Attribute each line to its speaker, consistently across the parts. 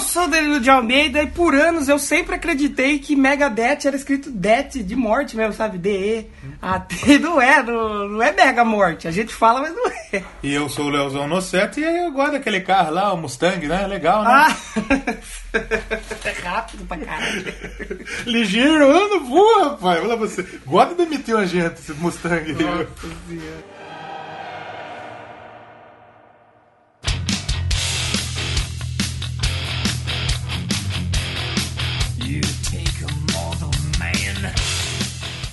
Speaker 1: sou Danilo de Almeida e por anos eu sempre acreditei que Megadeth era escrito Death de morte mesmo, sabe? DE. Até não é, não, não é Mega Morte. A gente fala, mas não é.
Speaker 2: E eu sou o Leozão Nocete e eu gosto daquele carro lá, o Mustang, né? Legal, né?
Speaker 1: Ah! é rápido pra caralho.
Speaker 2: Ligeiro, anda, voa, rapaz. Olha você. Gosta de demitir a gente, esse Mustang.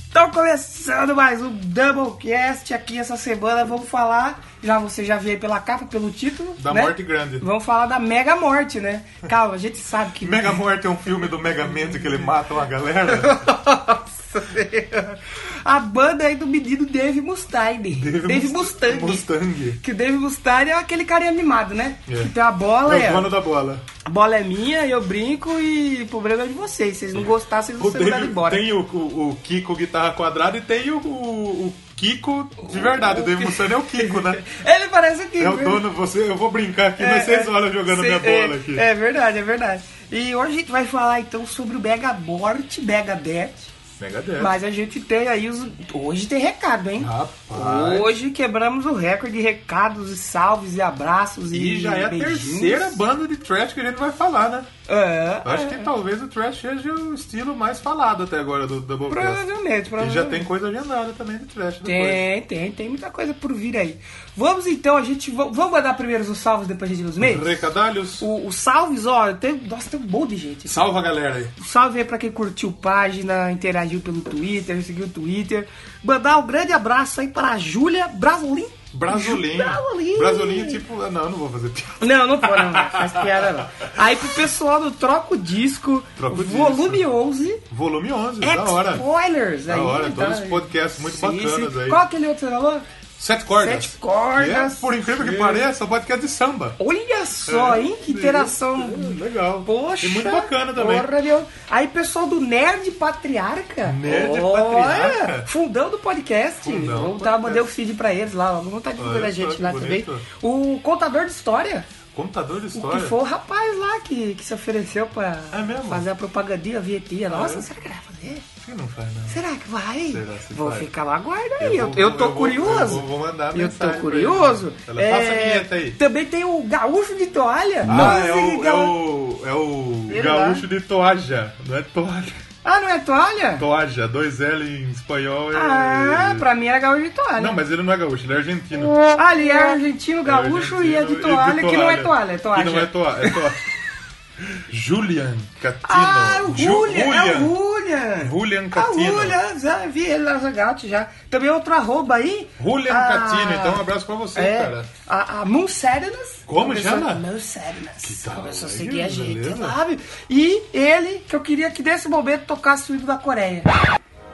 Speaker 1: Então começando mais um Doublecast aqui essa semana, vamos falar, já você já veio pela capa, pelo título,
Speaker 2: Da
Speaker 1: né?
Speaker 2: Morte Grande.
Speaker 1: Vamos falar da Mega Morte, né? Calma, a gente sabe que
Speaker 2: Mega Morte é um filme do Mega Mente que ele mata uma galera.
Speaker 1: a banda aí do menino Dave Mustaine. Dave,
Speaker 2: Must-
Speaker 1: Mustaine.
Speaker 2: Mustang.
Speaker 1: Que o Dave Mustaine é aquele carinha mimado, né?
Speaker 2: É.
Speaker 1: Que tem a bola,
Speaker 2: É
Speaker 1: é,
Speaker 2: o dono da bola.
Speaker 1: a bola é minha, eu brinco e o problema é de vocês. Se vocês não gostarem, vocês vão
Speaker 2: O
Speaker 1: ser mandados
Speaker 2: David-
Speaker 1: embora.
Speaker 2: tem o, o- o Kiko guitarra quadrada e tem o, o- o Kiko de verdade. O David Mustang é o Kiko, né?
Speaker 1: Ele parece aqui.
Speaker 2: É o dono, você, eu vou brincar aqui, mas vocês olham jogando
Speaker 1: É, Sim,
Speaker 2: minha
Speaker 1: é,
Speaker 2: bola aqui.
Speaker 1: É verdade, é verdade. E hoje a gente vai falar então sobre o Mega Morte, Mega Death.
Speaker 2: Mega 10.
Speaker 1: Mas a gente tem aí os. Hoje tem recado, hein?
Speaker 2: Rapaz.
Speaker 1: Hoje quebramos o recorde de recados e salves e abraços e.
Speaker 2: E já é a
Speaker 1: beijinhos.
Speaker 2: terceira banda de trash que a gente vai falar, né?
Speaker 1: É,
Speaker 2: Eu acho que talvez o trash seja o estilo mais falado até agora do Doublecast.
Speaker 1: Provavelmente,
Speaker 2: E
Speaker 1: provavelmente.
Speaker 2: já tem coisa agendada também de trash depois.
Speaker 1: Tem, tem, tem muita coisa por vir aí. Vamos então, a gente. va- Vamos mandar primeiro os salvos, depois a gente nos meios?
Speaker 2: Recadalhos,
Speaker 1: O- Os salves, ó, tem, nossa, tem um monte de gente.
Speaker 2: salva a galera aí.
Speaker 1: Salve aí pra quem curtiu página, interagiu pelo Twitter, seguiu o Twitter. Mandar um grande abraço aí para a Júlia Brasolim.
Speaker 2: Brasolinho.
Speaker 1: Brasolim.
Speaker 2: Brasolinho, tipo. ah, Não, eu não vou fazer piada.
Speaker 1: Não, não foi, não, não faz piada não. Aí pro pessoal do Troco Disco,
Speaker 2: Troca o
Speaker 1: volume 11,
Speaker 2: Volume 11, da hora.
Speaker 1: ex-spoilers.
Speaker 2: Da
Speaker 1: É tipo, aí,
Speaker 2: hora,
Speaker 1: tá?
Speaker 2: todos os podcasts muito
Speaker 1: Sim,
Speaker 2: bacanas
Speaker 1: sim.
Speaker 2: aí.
Speaker 1: Qual aquele outro que você falou?
Speaker 2: Sete cordas.
Speaker 1: Sete cordas.
Speaker 2: Que é, por incrível que pareça, é um podcast de samba.
Speaker 1: Olha só, hein? Que interação.
Speaker 2: É, Legal.
Speaker 1: Poxa.
Speaker 2: E muito bacana também.
Speaker 1: Porra, meu. Aí, pessoal do Nerd Patriarca.
Speaker 2: Nerd
Speaker 1: Olha,
Speaker 2: Patriarca.
Speaker 1: Fundão do podcast.
Speaker 2: Fundão
Speaker 1: Vamos
Speaker 2: do
Speaker 1: tá,
Speaker 2: podcast.
Speaker 1: mandei o feed pra eles lá. ó. Vamos estar divulgando
Speaker 2: Olha
Speaker 1: a
Speaker 2: só
Speaker 1: gente
Speaker 2: que
Speaker 1: lá
Speaker 2: bonito.
Speaker 1: também. O contador de história.
Speaker 2: Contador de
Speaker 1: Que
Speaker 2: história.
Speaker 1: foi o rapaz lá que, que se ofereceu pra
Speaker 2: É mesmo? Ah, é?
Speaker 1: fazer a propagandinha, a vietinha. Nossa, será que vai fazer?
Speaker 2: Por que não faz, né? não?
Speaker 1: Será que vai?
Speaker 2: Será se
Speaker 1: vou
Speaker 2: vai?
Speaker 1: ficar lá aguarda aí.
Speaker 2: Eu
Speaker 1: Eu,
Speaker 2: vou-
Speaker 1: eu tô
Speaker 2: eu vou-
Speaker 1: curioso.
Speaker 2: eu vou- vou mandar
Speaker 1: Eu
Speaker 2: mensagem
Speaker 1: tô
Speaker 2: pra
Speaker 1: curioso. É,
Speaker 2: ele. Ela- passa a vinheta aí.
Speaker 1: Também tem o gaúcho de toalha.
Speaker 2: Ah,
Speaker 1: Esse
Speaker 2: é o, é
Speaker 1: gaú-
Speaker 2: o, é o
Speaker 1: um- Ele
Speaker 2: gaúcho de toaja, não é toalha.
Speaker 1: Ah, não é toalha?
Speaker 2: Toaja, dois L em espanhol é...
Speaker 1: Ah, pra mim era gaúcho de toalha.
Speaker 2: Não, mas ele não é gaúcho, ele é argentino.
Speaker 1: Ah, ele é argentino, gaúcho
Speaker 2: É
Speaker 1: e é
Speaker 2: argentino
Speaker 1: de toalha, que não é toalha, é toalha.
Speaker 2: Que não é toalha, é toalha. Julian Catino.
Speaker 1: Ah, o
Speaker 2: Ju-
Speaker 1: Julian, é o
Speaker 2: Julian.
Speaker 1: Julian.
Speaker 2: Julian
Speaker 1: Ah, o
Speaker 2: Catino.
Speaker 1: Julian, já vi ele lá no Zagate já. Também outro arroba aí.
Speaker 2: Julian
Speaker 1: Ah,
Speaker 2: Catino, então um abraço pra você,
Speaker 1: é,
Speaker 2: cara.
Speaker 1: A, a Moon Serenas.
Speaker 2: Como
Speaker 1: começou-
Speaker 2: chama?
Speaker 1: Moon Serenas.
Speaker 2: Que tal,
Speaker 1: Começou a
Speaker 2: aí,
Speaker 1: seguir a gente,
Speaker 2: beleza?
Speaker 1: sabe? E ele, que eu queria que nesse momento tocasse o hino da Coreia.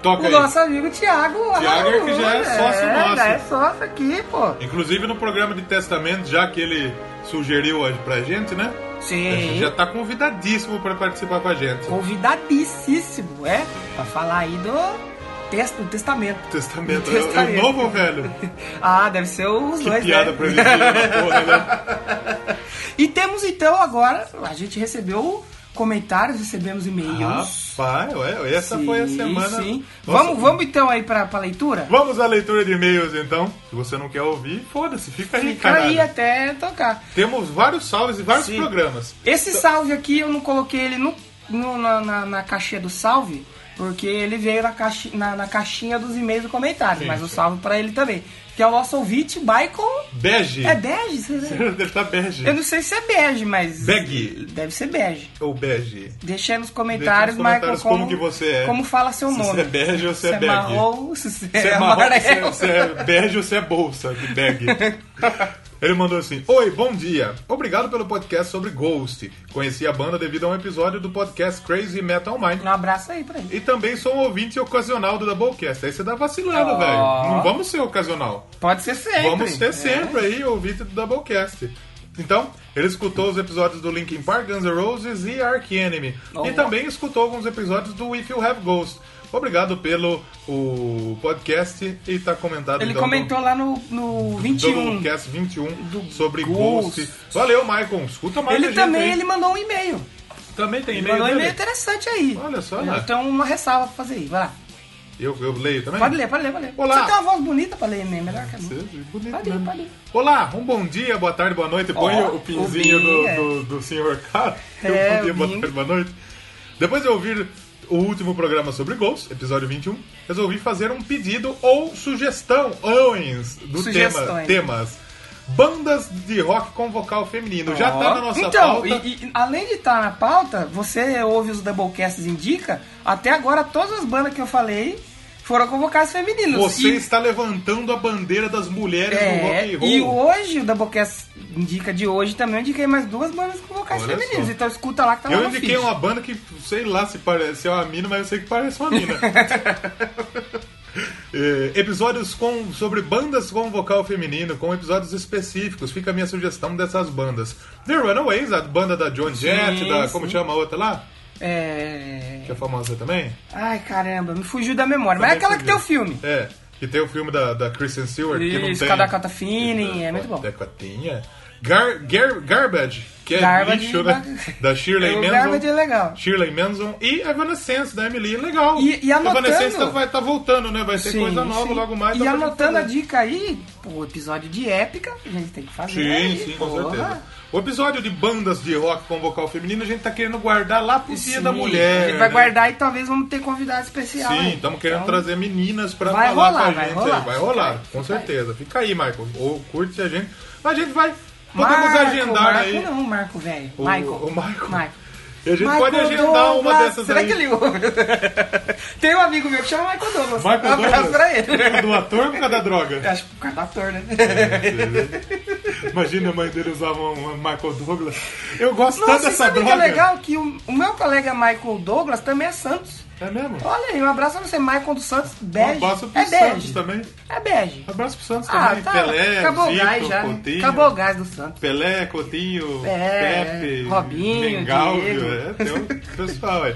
Speaker 2: Toca
Speaker 1: O
Speaker 2: aí.
Speaker 1: nosso amigo Thiago.
Speaker 2: Thiago, que já é sócio
Speaker 1: é,
Speaker 2: nosso.
Speaker 1: já É sócio aqui, pô.
Speaker 2: Inclusive no programa de testamento, já que ele sugeriu hoje pra gente, né? A gente
Speaker 1: Sim.
Speaker 2: já tá convidadíssimo pra participar com a gente.
Speaker 1: Convidadíssimo, é? Pra falar aí do, texto, do testamento.
Speaker 2: Testamento, é o- é o
Speaker 1: Testamento.
Speaker 2: novo ou velho?
Speaker 1: Ah, deve ser os
Speaker 2: Que
Speaker 1: dois,
Speaker 2: piada
Speaker 1: né?
Speaker 2: previsível da porra, né?
Speaker 1: E temos então agora, a gente recebeu comentários, recebemos e-mails.
Speaker 2: Rapaz, ué, essa
Speaker 1: Sim,
Speaker 2: foi a semana.
Speaker 1: Sim.
Speaker 2: Nossa,
Speaker 1: Vamos, vamos então aí pra, pra leitura?
Speaker 2: Vamos à leitura de e-mails então. Se você não quer ouvir, foda-se, fica aí,
Speaker 1: Fica
Speaker 2: caralho.
Speaker 1: aí até tocar.
Speaker 2: Temos vários salves e vários
Speaker 1: Sim.
Speaker 2: programas.
Speaker 1: Esse salve aqui eu não coloquei ele no, no- na, na, na caixinha do salve, porque ele veio na, caixi, na, na caixinha dos e-mails e comentários,
Speaker 2: Sim,
Speaker 1: mas o
Speaker 2: sim.
Speaker 1: salve pra ele também. Que é o nosso ouvinte, Michael.
Speaker 2: Bege.
Speaker 1: É bege? né?
Speaker 2: Ele tá bege.
Speaker 1: Eu não sei se é bege, mas.
Speaker 2: Beg.
Speaker 1: Deve ser bege.
Speaker 2: Ou bege.
Speaker 1: Deixa aí nos
Speaker 2: Deixa
Speaker 1: comentários,
Speaker 2: nos comentários
Speaker 1: Michael, como,
Speaker 2: como que você é.
Speaker 1: Como fala seu
Speaker 2: Se
Speaker 1: nome.
Speaker 2: você é bege ou se é bag.
Speaker 1: marrom, se você
Speaker 2: Você
Speaker 1: é
Speaker 2: é marrom, você,
Speaker 1: amarelo.
Speaker 2: você é bege ou você é bolsa de bag. Ele mandou assim: Oi, bom dia. Obrigado pelo podcast sobre Ghost. Conheci a banda devido a um episódio do podcast Crazy Metal Mind.
Speaker 1: Um abraço aí pra ele.
Speaker 2: E também sou um ouvinte ocasional do Doublecast. Aí você dá vacilando, velho. Não vamos ser ocasional.
Speaker 1: Pode ser sempre. É.
Speaker 2: Vamos ser sempre aí ouvinte do Doublecast. Então, ele escutou os episódios do Linkin Park, Guns N' Roses e Ark Enemy. E
Speaker 1: Oh.
Speaker 2: também escutou alguns episódios do If You Have Ghost. Obrigado pelo o podcast e tá comentado
Speaker 1: Ele
Speaker 2: então,
Speaker 1: comentou lá no, no
Speaker 2: do
Speaker 1: 21.
Speaker 2: podcast 21
Speaker 1: Do
Speaker 2: sobre Ghost.
Speaker 1: Ghost.
Speaker 2: Valeu, Michael. Escuta mais a
Speaker 1: Ele
Speaker 2: gente
Speaker 1: também
Speaker 2: aí.
Speaker 1: ele mandou um e-mail.
Speaker 2: também tem
Speaker 1: Ele
Speaker 2: e-mail
Speaker 1: mandou um
Speaker 2: dele?
Speaker 1: e-mail interessante aí.
Speaker 2: Olha só, né?
Speaker 1: Então, uma ressalva pra fazer aí. Vai lá.
Speaker 2: Eu, eu leio também?
Speaker 1: Pode ler, pode ler, pode ler.
Speaker 2: Olá.
Speaker 1: Você tem uma voz bonita pra ler e-mail, melhor que a
Speaker 2: Você é
Speaker 1: minha.
Speaker 2: bonito
Speaker 1: Pode ir,
Speaker 2: mesmo.
Speaker 1: pode ir.
Speaker 2: Olá, um bom dia, boa tarde, boa noite. Põe
Speaker 1: Ó,
Speaker 2: o pinzinho
Speaker 1: o
Speaker 2: do,
Speaker 1: Bing, é.
Speaker 2: do, do senhor K.
Speaker 1: É,
Speaker 2: bom dia,
Speaker 1: o
Speaker 2: boa
Speaker 1: Bing.
Speaker 2: tarde, boa noite. Depois de ouvir o último programa sobre gols, episódio 21, resolvi fazer um pedido ou sugestão, owens, do tema,
Speaker 1: Sugestões.
Speaker 2: temas. Bandas de rock com vocal feminino. Já tá na nossa
Speaker 1: então,
Speaker 2: pauta.
Speaker 1: e- e- além de estar na pauta, você ouve os Doublecasts Indica, até agora todas as bandas que eu falei foram convocadas femininas.
Speaker 2: Você
Speaker 1: E-
Speaker 2: está levantando a bandeira das mulheres no
Speaker 1: É,
Speaker 2: rock and roll.
Speaker 1: e hoje o Doublecast Indica de hoje também eu indiquei mais duas bandas com vocais
Speaker 2: Olha
Speaker 1: femininas.
Speaker 2: só.
Speaker 1: Então escuta lá que tá lá
Speaker 2: Eu
Speaker 1: no
Speaker 2: indiquei
Speaker 1: feed.
Speaker 2: uma banda que, sei lá se parece se é uma mina, mas eu sei que parece uma mina. É, episódios com, sobre bandas com vocal feminino, com episódios específicos. Fica a minha sugestão dessas bandas. The Runaways, a banda da John Jett, da. Como
Speaker 1: sim.
Speaker 2: chama a outra lá?
Speaker 1: É...
Speaker 2: Que é famosa também?
Speaker 1: Ai, caramba, me fugiu da memória. Mas é aquela que tem o filme.
Speaker 2: É. Que tem o filme da, da Kristen Stewart, que não
Speaker 1: Isso,
Speaker 2: tem.
Speaker 1: com a Dakota Fanning, é muito bom.
Speaker 2: Dakotinha. Gar, gar, garbage, que é
Speaker 1: Garbage,
Speaker 2: lixo, né? Da Shirley
Speaker 1: o
Speaker 2: Manson.
Speaker 1: Garbage é legal.
Speaker 2: Shirley Manson e Evanescence, da Emily. Legal.
Speaker 1: E- e anotando-
Speaker 2: Evanescence tá- vai estar voltando, né? Vai ter coisa nova
Speaker 1: sim.
Speaker 2: logo mais.
Speaker 1: E
Speaker 2: dá pra gente
Speaker 1: anotando a
Speaker 2: fazer.
Speaker 1: dica aí, pô, o episódio de épica, a gente tem que fazer.
Speaker 2: Sim,
Speaker 1: aí,
Speaker 2: sim, com
Speaker 1: É porra.
Speaker 2: certeza. O episódio de bandas de rock com vocal feminino a gente tá querendo guardar lá pro Dia
Speaker 1: Sim,
Speaker 2: da Mulher.
Speaker 1: A gente vai
Speaker 2: né?
Speaker 1: guardar e talvez vamos ter convidado especial.
Speaker 2: Sim,
Speaker 1: aí.
Speaker 2: estamos querendo
Speaker 1: Então,
Speaker 2: trazer meninas pra
Speaker 1: vai
Speaker 2: falar
Speaker 1: rolar,
Speaker 2: com a
Speaker 1: vai
Speaker 2: gente
Speaker 1: rolar.
Speaker 2: aí. Vai rolar,
Speaker 1: Fica aí,
Speaker 2: com
Speaker 1: fica aí.
Speaker 2: certeza. Fica aí, Michael. Ou curte a gente. A gente vai. Podemos
Speaker 1: Marco,
Speaker 2: agendar
Speaker 1: Marco
Speaker 2: aí.
Speaker 1: não, Marco, velho.
Speaker 2: O-
Speaker 1: Michael.
Speaker 2: o Michael.
Speaker 1: Michael.
Speaker 2: E a gente pode
Speaker 1: Michael
Speaker 2: agendar uma
Speaker 1: Douglas.
Speaker 2: dessas
Speaker 1: um Será
Speaker 2: aí.
Speaker 1: que ele ouve? Tem um amigo meu que chama Michael Douglas.
Speaker 2: Michael
Speaker 1: um abraço
Speaker 2: Douglas?
Speaker 1: pra ele.
Speaker 2: Por causa Do ator ou por causa da droga?
Speaker 1: Acho que por causa do ator, né?
Speaker 2: Imagina a mãe dele usava um um Michael Douglas. Eu gosto tanto
Speaker 1: Nossa, e
Speaker 2: dessa
Speaker 1: sabe o
Speaker 2: droga.
Speaker 1: que é legal? Que o, o meu colega Michael Douglas também é Santos.
Speaker 2: É mesmo?
Speaker 1: Olha aí, um abraço pra você, Michael dos Santos,
Speaker 2: Um
Speaker 1: bege.
Speaker 2: abraço pro
Speaker 1: é
Speaker 2: Santos
Speaker 1: bege.
Speaker 2: também. Um
Speaker 1: É bege.
Speaker 2: Abraço pro Santos
Speaker 1: Ah,
Speaker 2: também.
Speaker 1: tá.
Speaker 2: Pelé,
Speaker 1: Acabou o
Speaker 2: Zico,
Speaker 1: gás já, né?
Speaker 2: Coutinho.
Speaker 1: Acabou o gás do Santos.
Speaker 2: Pelé, Coutinho,
Speaker 1: É,
Speaker 2: Pepe,
Speaker 1: Robinho,
Speaker 2: Mengalvio,
Speaker 1: Diego.
Speaker 2: é, tem um pessoal aí.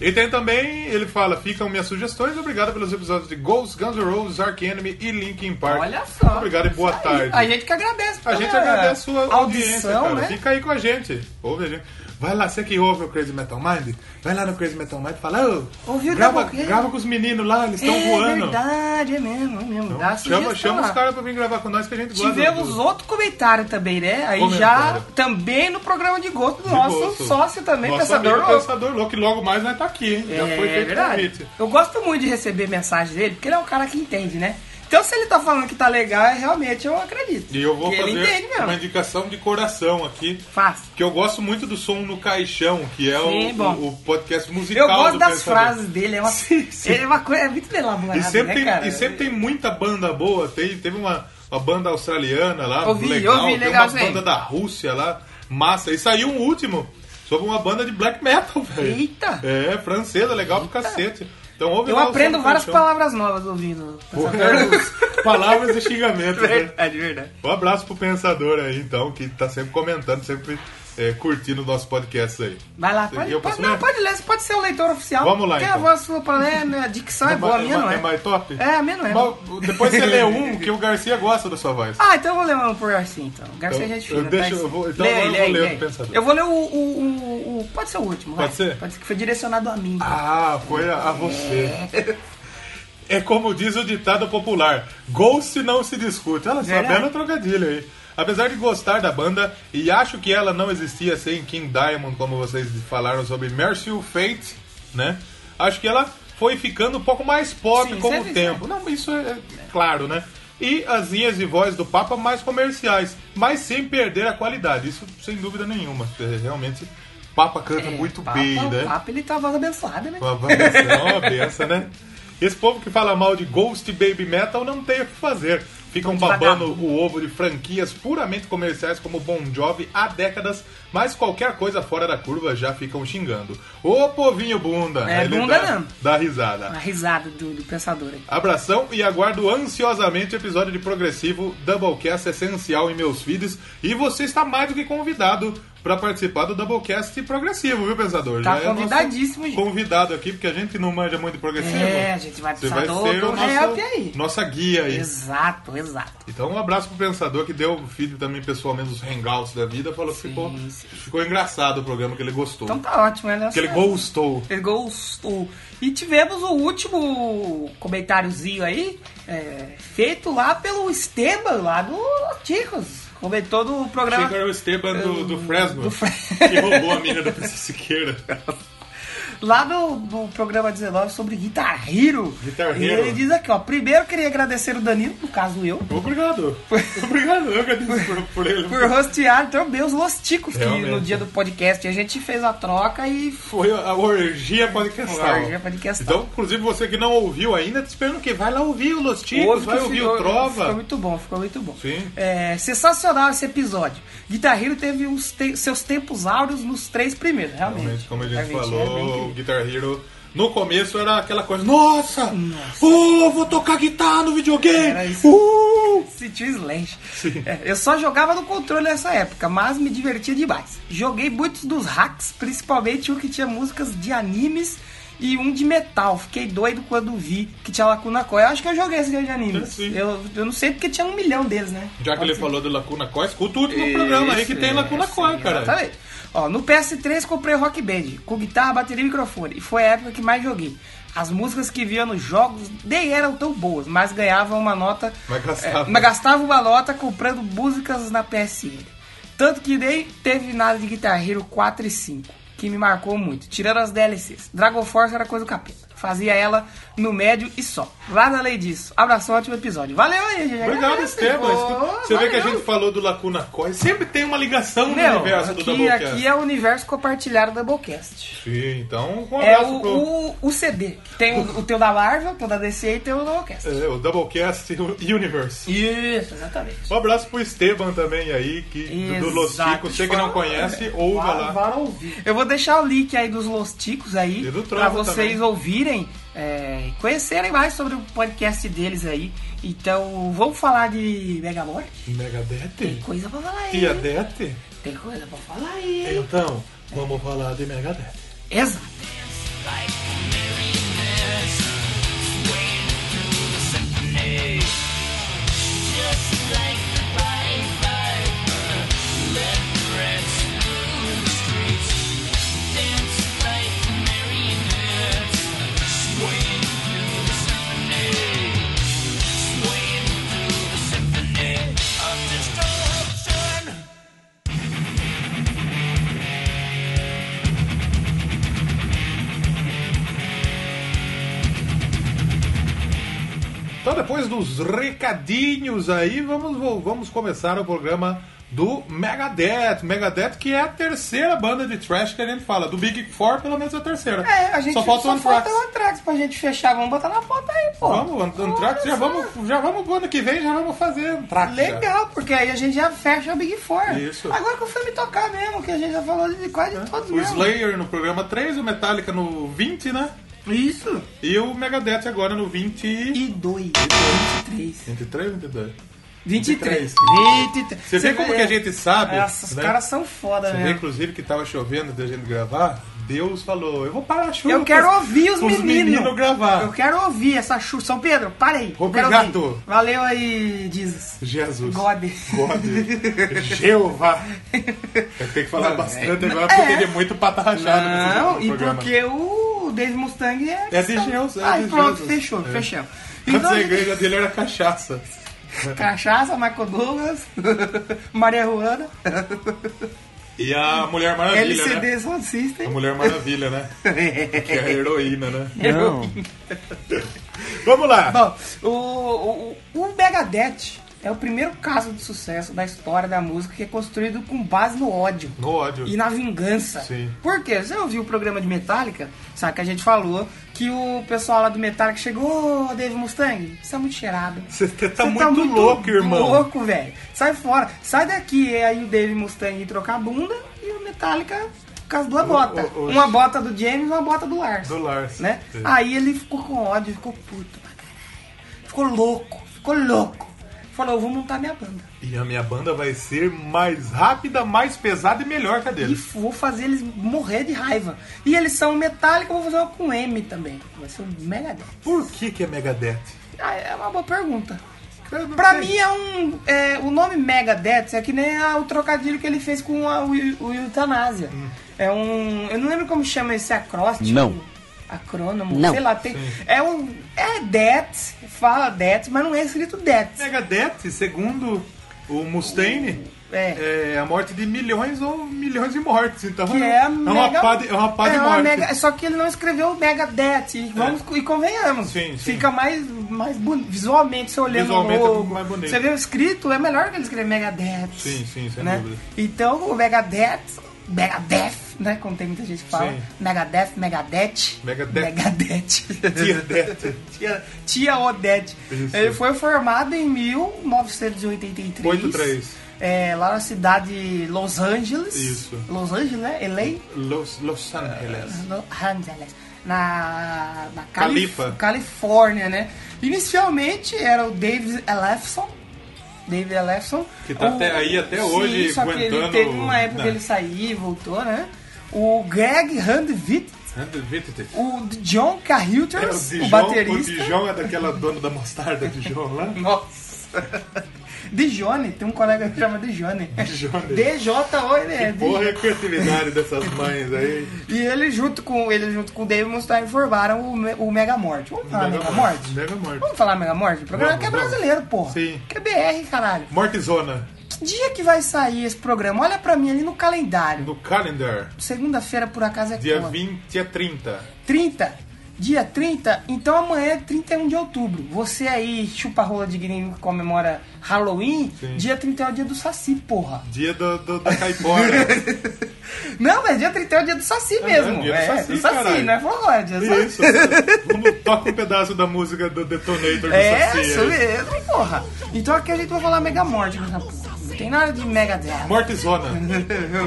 Speaker 2: E tem também, ele fala, ficam minhas sugestões, obrigado pelos episódios de Ghosts, Guns N' Roses, Ark Enemy e Linkin Park.
Speaker 1: Olha só.
Speaker 2: Obrigado e boa
Speaker 1: Isso aí.
Speaker 2: tarde.
Speaker 1: A gente que agradece.
Speaker 2: A
Speaker 1: pela
Speaker 2: gente agradece a sua audiência,
Speaker 1: É. audição,
Speaker 2: cara.
Speaker 1: né?
Speaker 2: Fica aí com a gente. Ouve a gente. Vai lá, você que ouve o Crazy Metal Mind, vai lá no Crazy Metal Mind e fala, ô,
Speaker 1: Ouviu o
Speaker 2: grava,
Speaker 1: Doublecast?
Speaker 2: grava com os meninos lá, eles estão
Speaker 1: é
Speaker 2: voando. Então,
Speaker 1: verdade, é mesmo, é mesmo. Dá a
Speaker 2: Chama,
Speaker 1: sugestão
Speaker 2: chama
Speaker 1: lá.
Speaker 2: os caras pra vir gravar com nós que a gente gosta.
Speaker 1: Tivemos
Speaker 2: do-
Speaker 1: outro comentário também, né? Aí
Speaker 2: Comentário.
Speaker 1: já também no programa de gosto do
Speaker 2: de
Speaker 1: nosso
Speaker 2: gosto.
Speaker 1: sócio também,
Speaker 2: Nosso
Speaker 1: pensador
Speaker 2: amigo
Speaker 1: louco.
Speaker 2: Pensador louco, que logo mais vai estar aqui, hein? Já
Speaker 1: É,
Speaker 2: foi feito
Speaker 1: verdade.
Speaker 2: convite.
Speaker 1: Eu gosto muito de receber mensagem dele, porque ele é um cara que entende, né? Então se ele tá falando que tá legal, é, realmente eu acredito.
Speaker 2: E eu vou
Speaker 1: Porque Ele
Speaker 2: fazer
Speaker 1: entende mesmo.
Speaker 2: uma indicação de coração aqui.
Speaker 1: Faz.
Speaker 2: Que eu gosto muito do som no caixão, que é o-
Speaker 1: Sim,
Speaker 2: o,
Speaker 1: bom.
Speaker 2: o podcast musical.
Speaker 1: Eu gosto
Speaker 2: do
Speaker 1: das
Speaker 2: Pensador.
Speaker 1: frases dele, é uma,
Speaker 2: Sim, sim.
Speaker 1: é uma coisa é muito elaborada,
Speaker 2: E
Speaker 1: né,
Speaker 2: sempre,
Speaker 1: cara?
Speaker 2: tem, e sempre tem muita banda boa. Tem, teve uma, uma banda australiana lá,
Speaker 1: Ouvi,
Speaker 2: legal.
Speaker 1: ouvi,
Speaker 2: tem
Speaker 1: legal
Speaker 2: umas
Speaker 1: isso aí.
Speaker 2: bandas da Rússia lá, massa. E saiu um último sobre uma banda de black metal, velho.
Speaker 1: Eita!
Speaker 2: É, francesa, legal pra cacete. Então ouve
Speaker 1: Eu
Speaker 2: lá o som
Speaker 1: aprendo
Speaker 2: do
Speaker 1: várias
Speaker 2: caixão.
Speaker 1: palavras novas ouvindo.
Speaker 2: então. Porra, Palavras de xingamento, né?
Speaker 1: Verdade, verdade.
Speaker 2: Um abraço pro pensador aí, então, que tá sempre comentando, sempre é, curtindo o nosso podcast aí.
Speaker 1: Vai lá,
Speaker 2: Você
Speaker 1: pode,
Speaker 2: ia pra
Speaker 1: pode,
Speaker 2: cima?
Speaker 1: não, pode ler, você pode ser o leitor oficial.
Speaker 2: Vamos lá,
Speaker 1: Porque
Speaker 2: então.
Speaker 1: a voz sua pra ler, né, a dicção é boa, a
Speaker 2: mais-
Speaker 1: minha não
Speaker 2: mais-
Speaker 1: é.
Speaker 2: mais top?
Speaker 1: É, a minha não é.
Speaker 2: Mas Depois você lê um que o Garcia gosta da sua voz.
Speaker 1: Ah, então eu vou ler um por assim, então. Garcia
Speaker 2: Então,
Speaker 1: gente
Speaker 2: eu
Speaker 1: fina.
Speaker 2: deixo-
Speaker 1: tá?
Speaker 2: eu vou- então
Speaker 1: Leia,
Speaker 2: agora eu
Speaker 1: leia,
Speaker 2: vou ler o
Speaker 1: leia.
Speaker 2: do pensador.
Speaker 1: Eu vou ler o, o- o- o- Pode ser o último, vai.
Speaker 2: Pode ser?
Speaker 1: Pode ser que foi direcionado a mim.
Speaker 2: Ah, foi a, a você. É como diz o ditado popular: Ghost não se discute. Olha só,
Speaker 1: Verdade.
Speaker 2: bela trocadilha aí. Apesar de gostar da banda, e acho que ela não existia sem King Diamond, como vocês falaram sobre Merciful Fate, né? Acho que ela foi ficando um pouco mais pop
Speaker 1: Sim,
Speaker 2: com o
Speaker 1: sempre
Speaker 2: tempo. Não, isso é é claro, né? E as linhas de voz do Papa mais comerciais, mas sem perder a qualidade. Isso sem dúvida nenhuma. É, Realmente, Papa canta muito
Speaker 1: É, Papa,
Speaker 2: bem, né?
Speaker 1: Papa, ele tá voz abençoada, né?
Speaker 2: Uma benção, uma benção, né? Esse povo que fala mal de Ghost Baby Metal não tem o que fazer. ficam
Speaker 1: Muito
Speaker 2: babando
Speaker 1: vagabundo.
Speaker 2: o ovo de franquias puramente comerciais como Bon Jovi há décadas, mas qualquer coisa fora da curva já ficam xingando. Ô povinho bunda!
Speaker 1: É,
Speaker 2: Aí ele
Speaker 1: bunda
Speaker 2: dá,
Speaker 1: mesmo.
Speaker 2: dá risada.
Speaker 1: A risada do, do pensador aí.
Speaker 2: Abração e aguardo ansiosamente o episódio de Progressivo Doublecast essencial em meus feeds. E você está mais do que convidado para participar do Doublecast Progressivo, viu, Pensador?
Speaker 1: Tá
Speaker 2: é nosso
Speaker 1: convidadíssimo, gente.
Speaker 2: Convidado aqui, porque a gente não manja muito de progressivo.
Speaker 1: É, a gente vai
Speaker 2: Você
Speaker 1: precisar
Speaker 2: vai
Speaker 1: do-
Speaker 2: ser
Speaker 1: do
Speaker 2: o nosso,
Speaker 1: help É, aí.
Speaker 2: nossa guia aí.
Speaker 1: Exato, exato.
Speaker 2: Então, um abraço pro Pensador, que deu o feed também pessoalmente dos hangouts da vida. Falou que ficou,
Speaker 1: sim.
Speaker 2: ficou engraçado o programa, que ele gostou.
Speaker 1: Então tá ótimo, né?
Speaker 2: que ele gostou.
Speaker 1: Ele gostou. E tivemos o último comentáriozinho aí, é, feito lá pelo Esteban, lá do Ticos. Comentou do
Speaker 2: Achei
Speaker 1: programa.
Speaker 2: que era o Esteban do, do Fresno,
Speaker 1: do Fre-
Speaker 2: que roubou a mina do PC Siqueira.
Speaker 1: Lá no, no programa 19 sobre Guitar Hero.
Speaker 2: Guitar
Speaker 1: E
Speaker 2: Hero.
Speaker 1: ele diz aqui, ó. Primeiro queria agradecer o Danilo, no caso eu,
Speaker 2: Obrigado. Obrigado, eu agradeço por, por ele.
Speaker 1: por hostear também os Losticos, que
Speaker 2: Realmente.
Speaker 1: no dia do podcast a gente fez a troca e
Speaker 2: Foi a orgia podcastal.
Speaker 1: A orgia podcastal.
Speaker 2: Então, inclusive, você que não ouviu ainda, te esperando que vai lá ouvir o Los Ticos,
Speaker 1: Ouve que
Speaker 2: vai ouvir
Speaker 1: ficou-
Speaker 2: o Trova.
Speaker 1: Ficou muito bom, ficou muito bom.
Speaker 2: Sim.
Speaker 1: É, sensacional esse episódio. Guitar Hero teve uns te- seus tempos áureos nos três primeiros, realmente.
Speaker 2: Realmente, como a gente
Speaker 1: Realmente, é bem
Speaker 2: falou, o
Speaker 1: incrível.
Speaker 2: Guitar Hero... No começo era aquela coisa, nossa, oh, vou tocar guitarra no videogame.
Speaker 1: Era isso.
Speaker 2: Uh!
Speaker 1: Sentiu slash. É, eu só jogava no controle nessa época, mas me divertia demais. Joguei muitos dos hacks, principalmente o que tinha músicas de animes e um de metal. Fiquei doido quando vi que tinha Lacuna Coil. Eu acho que eu joguei esse de
Speaker 2: É,
Speaker 1: animes.
Speaker 2: sim.
Speaker 1: Eu, eu não sei porque tinha um milhão deles, né?
Speaker 2: Já que
Speaker 1: Pode
Speaker 2: ele
Speaker 1: ser.
Speaker 2: falou do Lacuna Coil, escuta o último programa aí que
Speaker 1: Isso,
Speaker 2: tem Lacuna
Speaker 1: isso,
Speaker 2: Coil, cara.
Speaker 1: Exatamente. Ó, no PS3 comprei Rock Band, com guitarra, bateria e microfone. E foi a época que mais joguei. As músicas que via nos jogos nem eram tão boas, mas ganhavam uma nota.
Speaker 2: Mas gastava.
Speaker 1: é, mas gastava uma nota comprando músicas na PSN. Tanto que nem teve nada de Guitar Hero 4 e 5, que me marcou muito. Tirando as DLCs. Dragon Force era coisa do capeta. Fazia ela no médio e só. Nada além disso. Abração, ótimo episódio. Valeu aí, gente.
Speaker 2: Obrigado,
Speaker 1: Agradeço.
Speaker 2: Esteban.
Speaker 1: Ô,
Speaker 2: Você vê que a
Speaker 1: valeu.
Speaker 2: gente falou do Lacuna Coil. Sempre tem uma ligação no
Speaker 1: Não,
Speaker 2: universo do
Speaker 1: aqui,
Speaker 2: Doublecast.
Speaker 1: aqui é o universo compartilhado do Doublecast.
Speaker 2: Sim, então um
Speaker 1: É
Speaker 2: abraço
Speaker 1: o,
Speaker 2: pro...
Speaker 1: o, o CD. Tem o, o teu da Marvel, o teu da DC e teu do Doublecast.
Speaker 2: É, o Doublecast Universe.
Speaker 1: Isso, exatamente.
Speaker 2: Um abraço pro Esteban também aí, que do Los
Speaker 1: Exato.
Speaker 2: Chicos. Você que não conhece, ouva
Speaker 1: Vá-
Speaker 2: lá.
Speaker 1: vá ouvir. Eu vou deixar o link aí dos Losticos aí
Speaker 2: E do Trova
Speaker 1: pra vocês
Speaker 2: também.
Speaker 1: ouvirem é, e conhecerem mais sobre o podcast deles aí. Então, vamos falar de Megamorph? Tem
Speaker 2: Megadeth?
Speaker 1: coisa pra falar aí. hein?
Speaker 2: Tiadete?
Speaker 1: Tem coisa pra falar aí. hein?
Speaker 2: Então, vamos falar de Megadeth.
Speaker 1: Exato.
Speaker 2: Então, depois dos recadinhos aí, vamos, vo- vamos começar o programa do Megadeth. Megadeth que é a terceira banda de trash que a gente fala. Do Big Four, pelo menos é a terceira.
Speaker 1: É, a gente
Speaker 2: só falta o
Speaker 1: falta
Speaker 2: Anthrax.
Speaker 1: o Antrax pra gente fechar. Vamos botar na foto aí, pô.
Speaker 2: Vamos, Ant- Anthrax,
Speaker 1: Olha
Speaker 2: já
Speaker 1: só.
Speaker 2: vamos, já vamos pro ano que vem, já vamos fazer Anthrax. já.
Speaker 1: Legal, porque aí a gente já fecha o Big Four.
Speaker 2: Isso. É,
Speaker 1: Agora que o filme tocar mesmo, que a gente já falou de quase todos
Speaker 2: O
Speaker 1: mesmo.
Speaker 2: Slayer no programa 3, o Metallica no 20, né?
Speaker 1: Isso.
Speaker 2: E o Megadeth agora no 20.
Speaker 1: E dois. 23.
Speaker 2: 23, 22.
Speaker 1: 23. 23.
Speaker 2: Você vê como que a gente sabe.
Speaker 1: Nossa, os
Speaker 2: né?
Speaker 1: é, caras são foda,
Speaker 2: Você vê,
Speaker 1: né?
Speaker 2: inclusive, que tava chovendo da gente gravar. Deus falou: Eu vou parar a chuva.
Speaker 1: Eu quero
Speaker 2: pros-
Speaker 1: ouvir os
Speaker 2: pros
Speaker 1: meninos.
Speaker 2: gravar.
Speaker 1: Eu quero ouvir essa chuva. São Pedro, para aí. Eu quero
Speaker 2: Obrigado.
Speaker 1: ouvir. Valeu aí, Jesus.
Speaker 2: Jesus.
Speaker 1: God.
Speaker 2: God. Jeová. Eu tenho que falar bastante agora porque ele é muito pata rachada nesse
Speaker 1: Não, e
Speaker 2: tipo programa.
Speaker 1: porque o Dave Mustang é.
Speaker 2: É de Jesus, é
Speaker 1: Aí
Speaker 2: de
Speaker 1: pronto,
Speaker 2: Jesus.
Speaker 1: fechou,
Speaker 2: É.
Speaker 1: fechamos.
Speaker 2: Antes
Speaker 1: Então,
Speaker 2: a
Speaker 1: a gente-
Speaker 2: igreja dele era cachaça.
Speaker 1: Cachaça, Michael Douglas, Maria Ruana,
Speaker 2: né? E a Mulher Maravilha, né?
Speaker 1: LCD Sound
Speaker 2: A
Speaker 1: System.
Speaker 2: Mulher Maravilha, né? Que é a heroína, né?
Speaker 3: Não.
Speaker 2: Vamos lá.
Speaker 1: Bom, o, o, o Megadeth é o primeiro caso de sucesso da história da música que é construído com base no ódio.
Speaker 2: No ódio.
Speaker 1: E na vingança.
Speaker 2: Sim.
Speaker 1: Por quê? Você ouviu o programa de Metallica? Sabe que a gente falou que o pessoal lá do Metallica chegou, ô Dave Mustang, você é muito cheirado.
Speaker 2: Você tá muito louco, irmão."
Speaker 1: louco, velho. Sai fora, sai daqui. E aí o Dave Mustang ia trocar a bunda e o Metallica com as duas botas.
Speaker 2: o- o-
Speaker 1: Uma bota do James e uma bota do Lars.
Speaker 2: Do Lars,
Speaker 1: Né?
Speaker 2: sim.
Speaker 1: Aí ele ficou com ódio, ficou puto pra caralho. Ficou louco, ficou louco. Falou, eu vou montar minha banda.
Speaker 2: E a minha banda vai ser mais rápida, mais pesada e melhor que a
Speaker 1: E
Speaker 2: dele.
Speaker 1: vou fazer eles morrer de raiva. E eles são metálicos, eu vou fazer uma com M também. Vai ser um Megadeth.
Speaker 2: Por que que é Megadeth?
Speaker 1: Ah, é uma boa pergunta.
Speaker 2: Eu não
Speaker 1: Pra
Speaker 2: sei.
Speaker 1: mim é um. é, o nome Megadeth é que nem a- o trocadilho que ele fez com a, o, o Eutanásia. É um. Eu não lembro como chama esse acróstico.
Speaker 3: Não.
Speaker 1: Acrônomo,
Speaker 3: Não.
Speaker 1: sei lá, tem. É um. É Death, fala Death, mas não é escrito Death.
Speaker 2: Megadeth, segundo o Mustaine,
Speaker 1: É.
Speaker 2: é a morte de milhões ou milhões de mortes. Então
Speaker 1: Que é,
Speaker 2: uma
Speaker 1: mega-
Speaker 2: pá de, é uma pá de
Speaker 1: é uma
Speaker 2: morte. É.
Speaker 1: mega- Só que ele não escreveu Megadeth. E, vamos, e convenhamos.
Speaker 2: Sim, sim.
Speaker 1: Fica mais, mais bonito. Visualmente, você olhando
Speaker 2: Visualmente é
Speaker 1: o logo,
Speaker 2: mais bonito.
Speaker 1: Você vê o escrito, é melhor que ele escrever Megadeth.
Speaker 2: Sim, sim, sem
Speaker 1: né?
Speaker 2: dúvida.
Speaker 1: Então, o Megadeth, Megadeth, né? Como tem muita gente que fala.
Speaker 2: Sim.
Speaker 1: Megadeth, Megadeth.
Speaker 2: Megadeth.
Speaker 1: Megadeth.
Speaker 2: Tia Death.
Speaker 1: Tia, tia Odete.
Speaker 2: Isso.
Speaker 1: Ele foi formado em 1983.
Speaker 2: 83.
Speaker 1: É, lá na cidade de Los Angeles.
Speaker 2: Isso.
Speaker 1: Los Angeles, né? LA?
Speaker 2: Los, Los Angeles.
Speaker 1: Los Angeles, na, na Cali-
Speaker 2: Califa.
Speaker 1: Califórnia, né? Inicialmente era o David Ellefson. David Ellefson.
Speaker 2: Que tá
Speaker 1: O-
Speaker 2: até- aí até hoje
Speaker 1: só que ele
Speaker 2: aguentando-
Speaker 1: teve uma época que
Speaker 2: né?
Speaker 1: ele saiu e voltou, né? O Greg Handvit,
Speaker 2: É
Speaker 1: o John Cahilters,
Speaker 2: o, Dijon,
Speaker 1: o
Speaker 2: o
Speaker 1: baterista.
Speaker 2: Dijon é daquela dona da mostarda Dijon lá.
Speaker 1: Nossa! Dijone, tem um colega que chama Dijone.
Speaker 2: Dijone.
Speaker 1: DJ-O, né?
Speaker 2: Porra, é a criatividade dessas mães aí.
Speaker 1: E ele junto com ele junto com o Dave Mustaine formaram o, Me- o Mega Morte. Vamos falar Mega Morte?
Speaker 2: Mega morte.
Speaker 1: Vamos falar Mega Morte? O programa que
Speaker 2: Vamos,
Speaker 1: é
Speaker 2: vamos.
Speaker 1: brasileiro, porra.
Speaker 2: Sim.
Speaker 1: Que é BR, caralho.
Speaker 2: Mortezona.
Speaker 1: Que dia que vai sair esse programa? Olha pra mim ali no calendário.
Speaker 2: No calendar.
Speaker 1: Segunda-feira, por acaso, é
Speaker 2: Dia
Speaker 1: quando?
Speaker 2: 20 a 30.
Speaker 1: 30? Dia 30? Então amanhã é 31 de outubro. Você aí, chupa rola de gringo que comemora Halloween,
Speaker 2: Sim.
Speaker 1: dia 31 é o dia do Saci, porra.
Speaker 2: Dia do, do- da caipora.
Speaker 1: Não, mas dia 31 é o dia do Saci mesmo.
Speaker 2: dia do
Speaker 1: é,
Speaker 2: Saci,
Speaker 1: do Saci,
Speaker 2: caralho.
Speaker 1: não é folclore, é dia do Saci.
Speaker 2: Isso. Vamos toca um pedaço da música do Detonator do
Speaker 1: É,
Speaker 2: Saci.
Speaker 1: isso mesmo, porra. Então aqui a gente vai falar Mega Morte nessa porra. Não tem nada de Mega Death.
Speaker 2: Mortezona.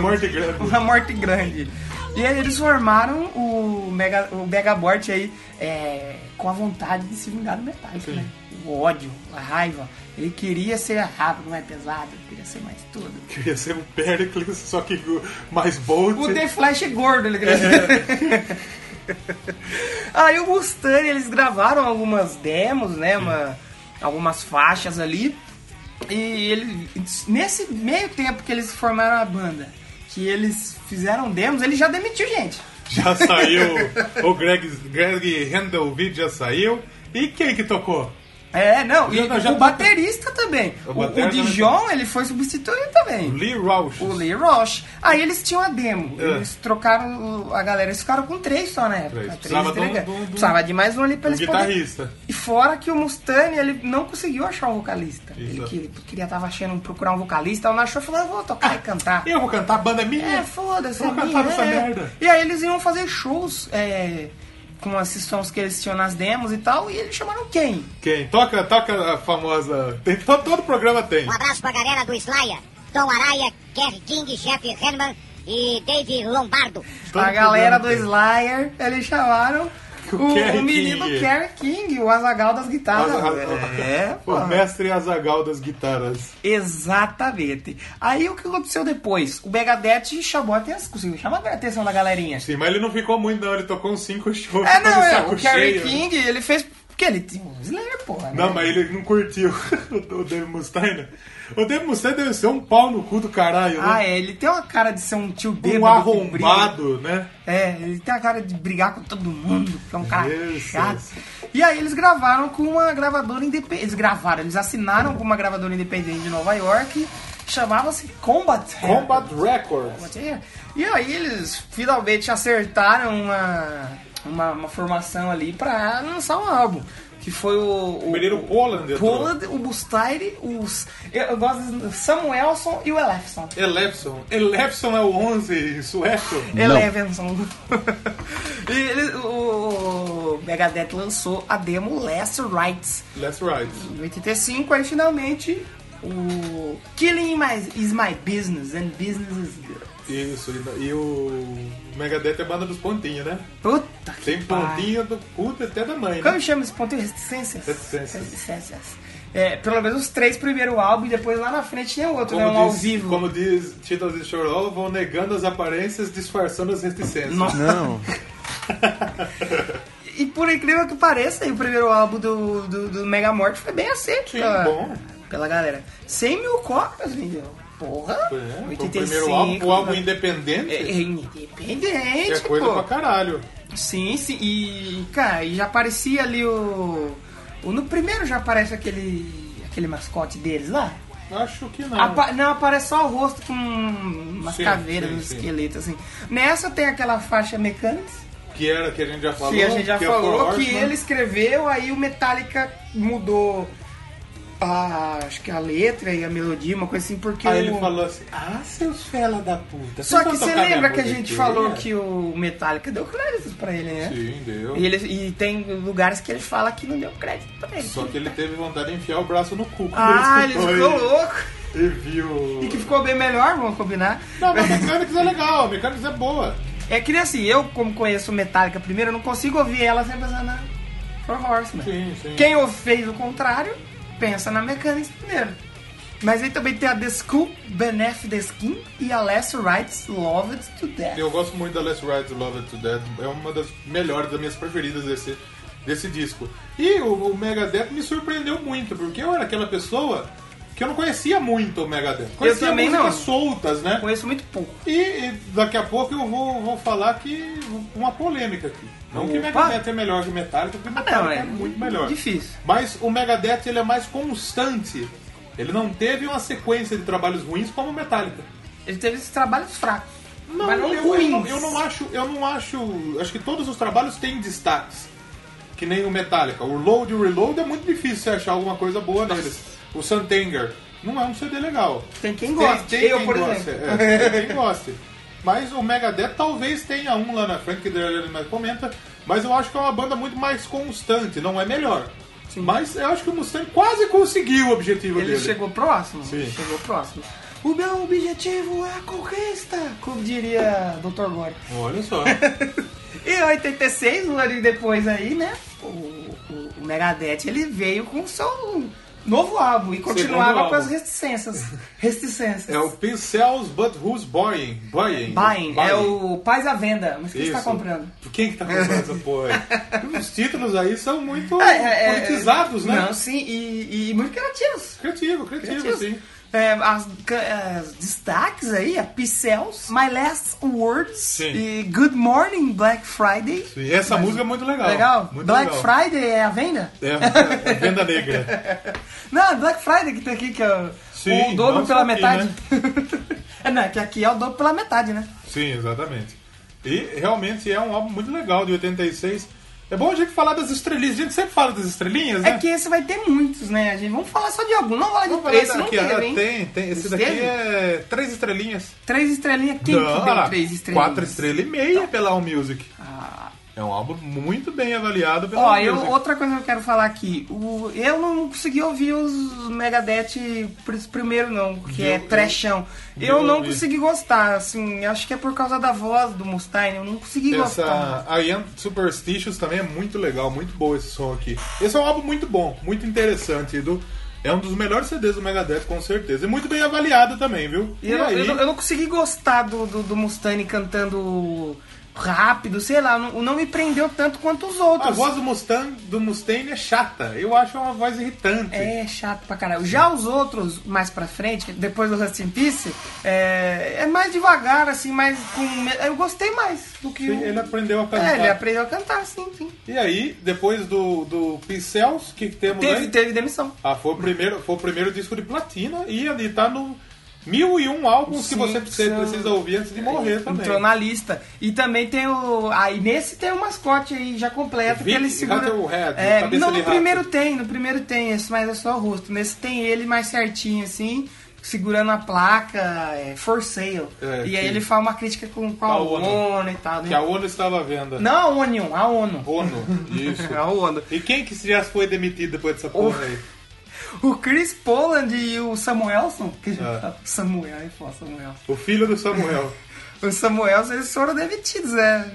Speaker 2: Morte grande.
Speaker 1: Uma morte grande. E aí eles formaram o Mega, o Mega Morte aí é, com a vontade de se vingar do Metallica, né? O ódio, a raiva. Ele queria ser rápido, mais pesado, ele queria ser mais tudo.
Speaker 2: Queria ser o Pericles, só que o mais bold.
Speaker 1: O The Flash é gordo, ele queria ser. Aí o Mustaine, eles gravaram algumas demos, né? uma- algumas faixas ali. E ele, nesse meio tempo que eles formaram a banda, que eles fizeram demos, ele já demitiu gente.
Speaker 2: Já saiu. O Greg, Greg Handelvid já saiu. E quem que tocou?
Speaker 1: É, não, e
Speaker 2: Já- já-
Speaker 1: o baterista também.
Speaker 2: O
Speaker 1: O,
Speaker 2: batera
Speaker 1: o Dijon, ele foi substituído também.
Speaker 2: Lee Rausch.
Speaker 1: O Lee Roche. Aí eles tinham a demo.
Speaker 2: É.
Speaker 1: Eles trocaram o- a galera. Eles ficaram com três só na época.
Speaker 2: Três.
Speaker 1: Três
Speaker 2: Precisava de um-
Speaker 1: entrega-
Speaker 2: de um- de um-
Speaker 1: Precisava de mais um ali pra
Speaker 2: O
Speaker 1: eles poderem.
Speaker 2: guitarrista.
Speaker 1: E fora que o Mustaine, ele não conseguiu achar um vocalista. Ele,
Speaker 2: Isso.
Speaker 1: que- ele queria tava achando procurar um vocalista, não achou, falou, eu vou tocar e cantar.
Speaker 2: Eu vou cantar, a banda é minha.
Speaker 1: É, foda-se.
Speaker 2: Vou
Speaker 1: é
Speaker 2: cantar
Speaker 1: minha,
Speaker 2: nessa
Speaker 1: é.
Speaker 2: merda.
Speaker 1: E aí eles iam fazer shows é, com esses sons que eles tinham nas demos e tal, e eles chamaram quem?
Speaker 2: Quem? Toca, toca a famosa. Tem, todo, todo programa tem.
Speaker 4: Um abraço pra galera do Slayer, Tom Araya, Kerry King, Jeff Hanneman e Dave Lombardo.
Speaker 2: Todo
Speaker 1: a galera do
Speaker 2: programa tem.
Speaker 1: Slayer, eles chamaram o,
Speaker 2: O Kerry
Speaker 1: o menino
Speaker 2: King.
Speaker 1: Kerry King, o Azagal das guitarras.
Speaker 2: Azaghal.
Speaker 1: Ah, é, pô.
Speaker 2: O mestre Azagal das guitarras.
Speaker 1: Exatamente. Aí o que aconteceu depois? O Megadeth chamou a atenção, conseguiu chamar a atenção da galerinha.
Speaker 2: Sim, mas ele não ficou muito, não. Ele tocou uns 5 shows.
Speaker 1: É,
Speaker 2: ficou
Speaker 1: não,
Speaker 2: de
Speaker 1: é,
Speaker 2: saco
Speaker 1: o Kerry
Speaker 2: cheio.
Speaker 1: King, ele fez. Porque ele tinha um Slayer, porra. né?
Speaker 2: Não, mas ele não curtiu o Dave Mustaine. O Dave Mustaine deve ser um pau no cu do caralho,
Speaker 1: Ah,
Speaker 2: né?
Speaker 1: é, ele tem uma cara de ser um tio bêbado.
Speaker 2: Um
Speaker 1: que briga.
Speaker 2: arrombado, né?
Speaker 1: É, ele tem a cara de brigar com todo mundo, que é um cara
Speaker 2: Isso.
Speaker 1: chato. E aí eles gravaram com uma gravadora independente. Eles gravaram, eles assinaram com uma gravadora independente de Nova York, chamava-se Combat. Hair.
Speaker 2: Combat Records.
Speaker 1: Combat Hair. E aí eles finalmente acertaram uma, uma, uma formação ali pra lançar um álbum. Que que foi o. O
Speaker 2: Primeiro Poland, eu tô-
Speaker 1: Poland, o Bustaire, os. Eu, eu gosto do Samuelson e o Elefson.
Speaker 2: Elefson. Elefson é o 11 em sueco.
Speaker 3: Não.
Speaker 1: Elevenson. e ele, o, o Megadeth lançou a demo Last Rites
Speaker 2: Let's ride.
Speaker 1: em 85, aí finalmente o Killing My- Is My Business and Business Is Good.
Speaker 2: Isso, e, e o Megadeth é a banda dos pontinhos, né?
Speaker 1: Puta que
Speaker 2: Tem
Speaker 1: pariu.
Speaker 2: pontinho do puta até da mãe,
Speaker 1: Como
Speaker 2: né?
Speaker 1: chama esse ponto? Reticências.
Speaker 2: Reticências.
Speaker 1: Reticências. É, pelo menos os três primeiro álbum e depois lá na frente tinha outro, né? Um ao vivo.
Speaker 2: como diz Titans e Chorolo, vão negando as aparências, disfarçando as reticências. Né?
Speaker 1: Nossa.
Speaker 3: Não.
Speaker 1: E por incrível que pareça, aí o primeiro álbum do, do, do Mega Morte foi bem aceito
Speaker 2: Sim,
Speaker 1: pela,
Speaker 2: bom.
Speaker 1: pela galera. 100 mil cópias vendeu. Porra!
Speaker 2: É, foi o
Speaker 1: 85,
Speaker 2: primeiro álbum, o álbum
Speaker 1: né?
Speaker 2: independente
Speaker 1: É, tipo, é independente,
Speaker 2: que é coisa
Speaker 1: pô.
Speaker 2: pra caralho.
Speaker 1: Sim, sim. E, cara, e já aparecia ali o. o- no primeiro já aparece aquele. aquele mascote deles lá.
Speaker 2: Acho que não.
Speaker 1: Apa- não, aparece só o rosto com umas
Speaker 2: Ah. Sim,
Speaker 1: caveiras,
Speaker 2: sim,
Speaker 1: uns
Speaker 2: sim.
Speaker 1: esqueletos, assim. Nessa tem aquela faixa mecânica.
Speaker 2: Que era que a gente já falou.
Speaker 1: que a gente já
Speaker 2: que é
Speaker 1: falou
Speaker 2: Four
Speaker 1: que
Speaker 2: Horsemen.
Speaker 1: ele escreveu, aí o Metallica mudou a, acho que a letra e a melodia, uma coisa assim, porque o-
Speaker 2: Aí ele falou assim, ah, seus fela da puta. vocês
Speaker 1: Só que
Speaker 2: vão
Speaker 1: você
Speaker 2: tocar minha
Speaker 1: lembra que a gente
Speaker 2: musiquinha?"
Speaker 1: falou que o Metallica deu créditos pra ele, né?
Speaker 2: Sim, deu.
Speaker 1: E, ele- e tem lugares que ele fala que não deu crédito pra ele.
Speaker 2: Só que ele teve vontade de enfiar o braço no cu. quando
Speaker 1: Ah, ele
Speaker 2: escutou
Speaker 1: ficou louco.
Speaker 2: E viu...
Speaker 1: E que ficou bem melhor, vamos combinar.
Speaker 2: Não, mas a Mechanics é legal, a Mechanics é boa.
Speaker 1: É que nem assim, eu, como conheço Metallica primeiro, eu não consigo ouvir ela sem pensar na Four Horsemen.
Speaker 2: Sim, sim.
Speaker 1: Quem o fez o contrário, pensa na Mechanics primeiro. Mas aí também tem a The School, Benef the Skin e a Last Rights Loved to Death.
Speaker 2: Eu gosto muito da Let's Ride Love It to Death. É uma das melhores, das minhas preferidas desse, desse disco. E o, o Megadeth me surpreendeu muito, porque eu era aquela pessoa que eu não conhecia muito o Megadeth. Conhecia
Speaker 1: também
Speaker 2: músicas
Speaker 1: não.
Speaker 2: soltas, né?
Speaker 1: Conheço muito pouco.
Speaker 2: E, e daqui a pouco eu vou, vou falar que uma polêmica aqui. Não que
Speaker 1: Opa.
Speaker 2: Megadeth é melhor que Metallica, porque Metallica
Speaker 1: não,
Speaker 2: é,
Speaker 1: é
Speaker 2: muito melhor.
Speaker 1: difícil.
Speaker 2: Mas o Megadeth ele é mais constante. Ele não teve uma sequência de trabalhos ruins como o Metallica.
Speaker 1: Ele teve esses trabalhos fracos.
Speaker 2: Não,
Speaker 1: mas não
Speaker 2: eu,
Speaker 1: ruins.
Speaker 2: eu não, eu não acho, eu não acho. Acho que todos os trabalhos têm destaques. Que nem o Metallica. O Load e o Reload é muito difícil você achar alguma coisa boa neles. O Santanger não é um CD legal.
Speaker 1: Tem quem goste.
Speaker 2: Tem, tem
Speaker 1: eu,
Speaker 2: quem
Speaker 1: por
Speaker 2: goste,
Speaker 1: exemplo.
Speaker 2: é, tem quem goste. Mas o Megadeth talvez tenha um lá na frente que ele mais comenta. Mas eu acho que é uma banda muito mais constante, não é melhor. Mas eu acho que o Mustang quase conseguiu o objetivo
Speaker 1: Ele
Speaker 2: dele.
Speaker 1: chegou próximo?
Speaker 2: Sim.
Speaker 1: Chegou próximo. O meu objetivo é a conquista, como diria Dr. Gore.
Speaker 2: Olha só.
Speaker 1: E em 86, um ano depois aí, né? O, o, o Megadeth ele veio com o seu novo álbum e continuava
Speaker 2: álbum.
Speaker 1: com as reticências. Reticências.
Speaker 2: é o Pincels But Who's Buying? Buying.
Speaker 1: Buying, é o Paz à Venda, mas quem está
Speaker 2: Isso.
Speaker 1: comprando?
Speaker 2: Quem que tá comprando essa porra aí? Os títulos aí são muito
Speaker 1: É, é, é,
Speaker 2: politizados, né?
Speaker 1: Não, sim, e, e muito criativos.
Speaker 2: Criativo, criativo,
Speaker 1: criativos.
Speaker 2: sim.
Speaker 1: É, as, ca- as destaques aí é Pixels, My Last Words
Speaker 2: Sim.
Speaker 1: e Good Morning Black Friday.
Speaker 2: E essa música é muito legal.
Speaker 1: Legal?
Speaker 2: Muito
Speaker 1: Black
Speaker 2: legal.
Speaker 1: Friday é a venda?
Speaker 2: É, é venda negra.
Speaker 1: Não, é Black Friday que tem aqui, que é o-
Speaker 2: Sim,
Speaker 1: o dobro
Speaker 2: não
Speaker 1: pela
Speaker 2: só aqui, né?
Speaker 1: metade. é, não, é que aqui é o dobro pela metade, né?
Speaker 2: Sim, exatamente. E realmente é um álbum muito legal, de 86. É bom a gente falar das estrelinhas. A gente sempre fala das estrelinhas,
Speaker 1: É
Speaker 2: né?
Speaker 1: que esse vai ter muitos, né? A gente vamos falar só de algum, não falar de
Speaker 2: Vamos
Speaker 1: falar
Speaker 2: falar
Speaker 1: esse não
Speaker 2: daqui, ó,
Speaker 1: teve, hein?
Speaker 2: tem, tem. Esse
Speaker 1: Esse
Speaker 2: daqui
Speaker 1: teve?
Speaker 2: é três estrelinhas.
Speaker 1: Três estrelinhas, quem
Speaker 2: Não,
Speaker 1: que
Speaker 2: olha
Speaker 1: deu
Speaker 2: lá,
Speaker 1: três estrelinhas? Então. Ah.
Speaker 2: Quatro estrelas e meia pela All Music. É um álbum muito bem avaliado pela
Speaker 1: Ó,
Speaker 2: All
Speaker 1: eu,
Speaker 2: Music.
Speaker 1: outra coisa que eu quero falar aqui. O, eu não consegui ouvir os Megadeth pr- primeiro, não, que
Speaker 2: Eu-
Speaker 1: é trechão.
Speaker 2: eu-
Speaker 1: Eu,
Speaker 2: eu
Speaker 1: não
Speaker 2: ouvi.
Speaker 1: consegui gostar, assim, acho que é por causa da voz do Mustaine, eu não consegui gostar.
Speaker 2: Essa I Am Superstitious também é muito legal, muito bom esse som aqui. Esse é um álbum muito bom, muito interessante. Do, é um dos melhores CDs do Megadeth, com certeza. E muito bem avaliado também, viu?
Speaker 1: E eu,
Speaker 2: aí,
Speaker 1: eu não- eu não consegui gostar do, do, do Mustaine cantando rápido, sei lá, não, não me prendeu tanto quanto os outros.
Speaker 2: a voz do Mustang, do Mustaine é chata. Eu acho uma voz irritante.
Speaker 1: É chato pra caralho. Já os outros, mais pra frente, depois do Rust in Peace, é, é mais devagar, assim, mais com. me- Eu gostei mais do que
Speaker 2: Sim,
Speaker 1: o-
Speaker 2: Ele aprendeu a
Speaker 1: É,
Speaker 2: cantar.
Speaker 1: ele aprendeu a cantar, sim, sim.
Speaker 2: E aí, depois do, do Pincels, o que que temos aí?
Speaker 1: Teve, teve demissão.
Speaker 2: Ah, foi o primeiro, foi o primeiro disco de platina e ali tá no mil e um álbuns
Speaker 1: Sim,
Speaker 2: que você precisa,
Speaker 1: são-
Speaker 2: precisa ouvir antes de morrer também.
Speaker 1: Entrou na lista. E também tem o. Aí nesse tem o mascote aí já completo. que
Speaker 2: Vic,
Speaker 1: ele segura.
Speaker 2: Rattle Head,
Speaker 1: é,
Speaker 2: cabeça
Speaker 1: não,
Speaker 2: de
Speaker 1: no
Speaker 2: rato.
Speaker 1: primeiro tem, no primeiro tem esse, mas é só o rosto. Nesse tem ele mais certinho, assim, segurando a placa, é, for sale.
Speaker 2: É,
Speaker 1: e aí
Speaker 2: que-
Speaker 1: ele faz uma crítica com, com
Speaker 2: A
Speaker 1: a
Speaker 2: ONU.
Speaker 1: ONU e tal, né?
Speaker 2: Que a ONU estava à venda.
Speaker 1: Não a ONU, a ONU. É,
Speaker 2: ONU, isso.
Speaker 1: A ONU.
Speaker 2: E quem que já foi demitido depois dessa porra aí?
Speaker 1: O Chris Poland e o Samuelson, que tá-
Speaker 2: É.
Speaker 1: Samuel, hein, pô, Samuel.
Speaker 2: O filho do Samuel.
Speaker 1: Os Samuels, eles foram demitidos, né?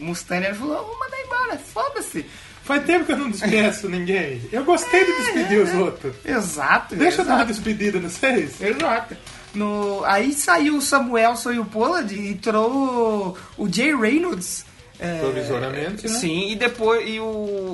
Speaker 1: O Mustaine ele falou, vou mandar embora, foda-se.
Speaker 2: Faz tempo que eu não despeço ninguém. Eu gostei de despedir os outros.
Speaker 1: Exato.
Speaker 2: Deixa eu dar uma
Speaker 1: exato.
Speaker 2: despedida, não sei.
Speaker 1: Exato. No, aí saiu o Samuelson e o Pollard e entrou o Jay Reynolds. é,
Speaker 2: Provisoriamente, né?
Speaker 1: Sim, e depois e o,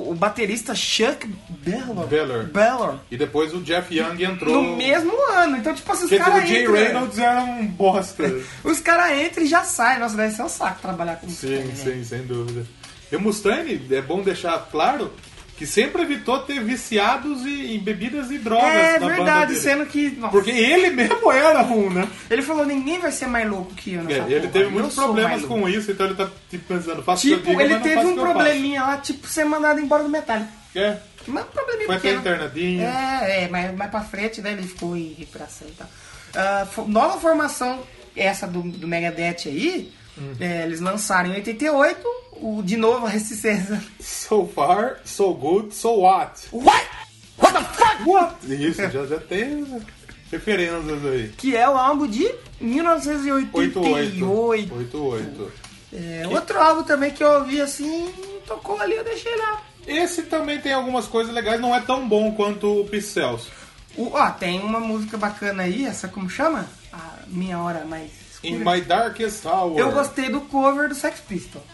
Speaker 1: o baterista Chuck Bellor.
Speaker 2: Bellor.
Speaker 1: Bellor.
Speaker 2: E depois o Jeff Young entrou.
Speaker 1: No mesmo ano. Então, tipo assim, os
Speaker 2: Quer dizer, o
Speaker 1: caras
Speaker 2: Jay
Speaker 1: entram.
Speaker 2: Reynolds era um bosta.
Speaker 1: Os caras entram e já saem. Nossa, deve ser um saco trabalhar com isso.
Speaker 2: sim, sim, sem dúvida. E o Mustaine, é bom deixar claro, que sempre evitou ter viciados e, em bebidas e drogas
Speaker 1: É
Speaker 2: na banda
Speaker 1: verdade,
Speaker 2: dele.
Speaker 1: sendo que. nossa,
Speaker 2: Porque ele mesmo era um, né?
Speaker 1: ele falou: ninguém vai ser mais louco que eu.
Speaker 2: É,
Speaker 1: Nessa
Speaker 2: ele
Speaker 1: porra,
Speaker 2: teve
Speaker 1: eu
Speaker 2: muitos
Speaker 1: sou mais um.
Speaker 2: problemas
Speaker 1: louco.
Speaker 2: com isso, então ele tá tipo, pensando, faço o que eu
Speaker 1: Tipo,
Speaker 2: digo,
Speaker 1: ele
Speaker 2: mas não
Speaker 1: teve
Speaker 2: faço
Speaker 1: um
Speaker 2: o que eu faço.
Speaker 1: probleminha lá, tipo, ser mandado embora do Metallica.
Speaker 2: É,
Speaker 1: Mas um probleminha
Speaker 2: Foi até
Speaker 1: pequeno.
Speaker 2: internadinho.
Speaker 1: É, é, mas mais pra frente, né? Ele ficou em recuperação e tal. Ah, fo- nova formação, essa do, do Megadeth aí,
Speaker 2: Uhum.
Speaker 1: é, eles lançaram em 88, o, de novo a Resistência.
Speaker 2: So far, so good, so what?
Speaker 1: What? What the fuck?
Speaker 2: What? Isso, já, já tem referências aí.
Speaker 1: Que é o álbum de 1988.
Speaker 2: 88. 88.
Speaker 1: É, outro álbum também que eu ouvi assim, tocou ali, eu deixei lá.
Speaker 2: Esse também tem algumas coisas legais, não é tão bom quanto o Pixels.
Speaker 1: O- ó, tem uma música bacana aí, essa como chama? A Minha Hora Mais Escura.
Speaker 2: In My Darkest Hour.
Speaker 1: Eu gostei do cover do Sex Pistols.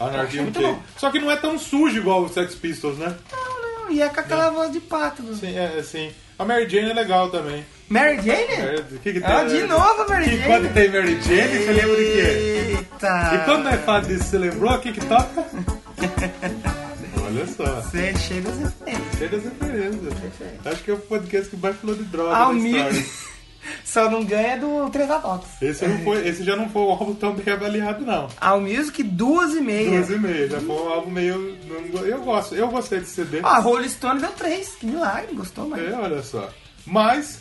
Speaker 2: Anarchy
Speaker 1: Achei muito
Speaker 2: UK.
Speaker 1: bom.
Speaker 2: Só que não é tão sujo igual o Sex Pistols, né?
Speaker 1: Não, não, e é com aquela voz de pato. do-
Speaker 2: Sim, é assim. A Mary Jane é legal também. É,
Speaker 1: Mary Jane?
Speaker 2: O que, que tem?
Speaker 1: Ah, de novo a Mary
Speaker 2: Que
Speaker 1: Jane.
Speaker 2: Quando tem Mary Jane, você lembra de quê?
Speaker 1: Eita!
Speaker 2: E quando é fado disso, você lembrou? O que que toca? Olha só.
Speaker 1: Você é cheio das referências.
Speaker 2: Cheio das referências. Acho que é o podcast que mais falou de droga
Speaker 1: Ah, o
Speaker 2: na
Speaker 1: Mi-
Speaker 2: história.
Speaker 1: Só não ganha do Trevatox.
Speaker 2: Esse, não foi, esse já não foi um álbum tão bem avaliado, não.
Speaker 1: É. Ao Music, duas e meia.
Speaker 2: Duas e meia, já foi um álbum meio. não go- Eu gosto, eu gostei desse CD.
Speaker 1: Ah, Rolling Stone deu três. Que milagre, gostou mais.
Speaker 2: É, olha só. Mas.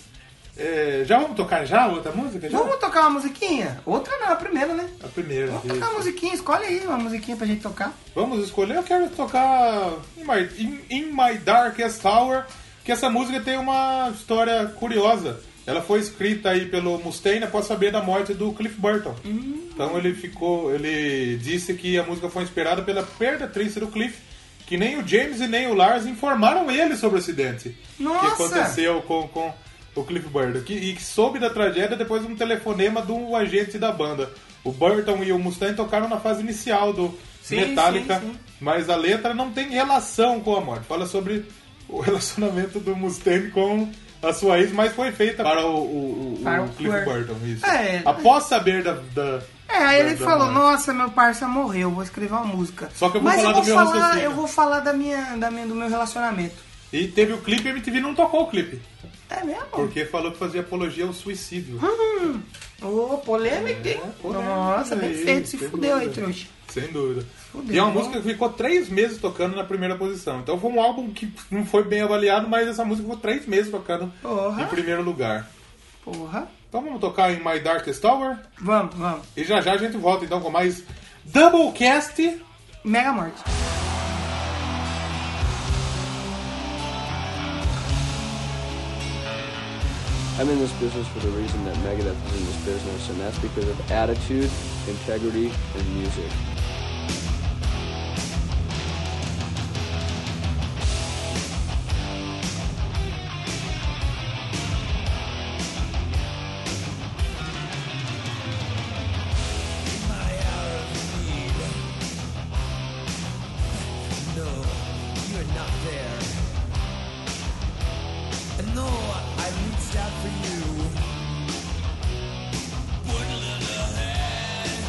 Speaker 2: é, já vamos tocar já outra música? Já?
Speaker 1: Vamos tocar uma musiquinha? Outra não, a primeira, né?
Speaker 2: A primeira.
Speaker 1: Vamos
Speaker 2: isso.
Speaker 1: tocar uma musiquinha, escolhe aí uma musiquinha pra gente tocar.
Speaker 2: Vamos escolher, eu quero tocar In My, In- In My Darkest Tower, que essa música tem uma história curiosa. Ela foi escrita aí pelo Mustaine após saber da morte do Cliff Burton. Então ele ficou, ele disse que a música foi inspirada pela perda triste do Cliff, que nem o James e nem o Lars informaram ele sobre o acidente que
Speaker 1: Nossa!
Speaker 2: aconteceu com, com o Cliff Burton, que, e que soube da tragédia depois de um telefonema de um agente da banda. O Burton e o Mustaine tocaram na fase inicial do
Speaker 1: Sim,
Speaker 2: Metallica,
Speaker 1: sim, sim.
Speaker 2: mas a letra não tem relação com a morte. Fala sobre o relacionamento do Mustaine com a sua ex, mas foi feita para o, o- o-
Speaker 1: Para
Speaker 2: o
Speaker 1: o
Speaker 2: Cliff
Speaker 1: Burton.
Speaker 2: Burton. Isso.
Speaker 1: É.
Speaker 2: Após saber da. da-
Speaker 1: É, aí
Speaker 2: da-
Speaker 1: ele
Speaker 2: da
Speaker 1: falou,
Speaker 2: morte.
Speaker 1: nossa, meu parça morreu, vou escrever uma música.
Speaker 2: Só que eu vou
Speaker 1: Mas
Speaker 2: falar
Speaker 1: eu vou
Speaker 2: do meu
Speaker 1: falar,
Speaker 2: raciocínio.
Speaker 1: eu vou falar da minha, da minha, do meu relacionamento.
Speaker 2: E teve o clipe e a MTV não tocou o clipe,
Speaker 1: É mesmo?
Speaker 2: porque falou que fazia apologia ao suicídio.
Speaker 1: Ô, polêmica, hein?
Speaker 2: É, polêmica
Speaker 1: Nossa, bem
Speaker 2: aí,
Speaker 1: feito, se
Speaker 2: sem
Speaker 1: fudeu aí,
Speaker 2: dúvida.
Speaker 1: trouxa.
Speaker 2: Sem dúvida.
Speaker 1: Fudeu,
Speaker 2: e é uma
Speaker 1: né?
Speaker 2: música que ficou três meses tocando na primeira posição. Então foi um álbum que não foi bem avaliado, mas essa música ficou três meses tocando
Speaker 1: Porra.
Speaker 2: em primeiro lugar.
Speaker 1: Porra.
Speaker 2: Então vamos tocar em My Darkest Tower
Speaker 1: Vamos, vamos.
Speaker 2: e já já a gente volta então com mais Doublecast.
Speaker 1: Mega morte.
Speaker 3: I'm in this business for the reason that Megadeth is in this business, and that's because of attitude, integrity, and music.
Speaker 5: No, you're not there. And no, I reached out for you. Wouldn't let her hand.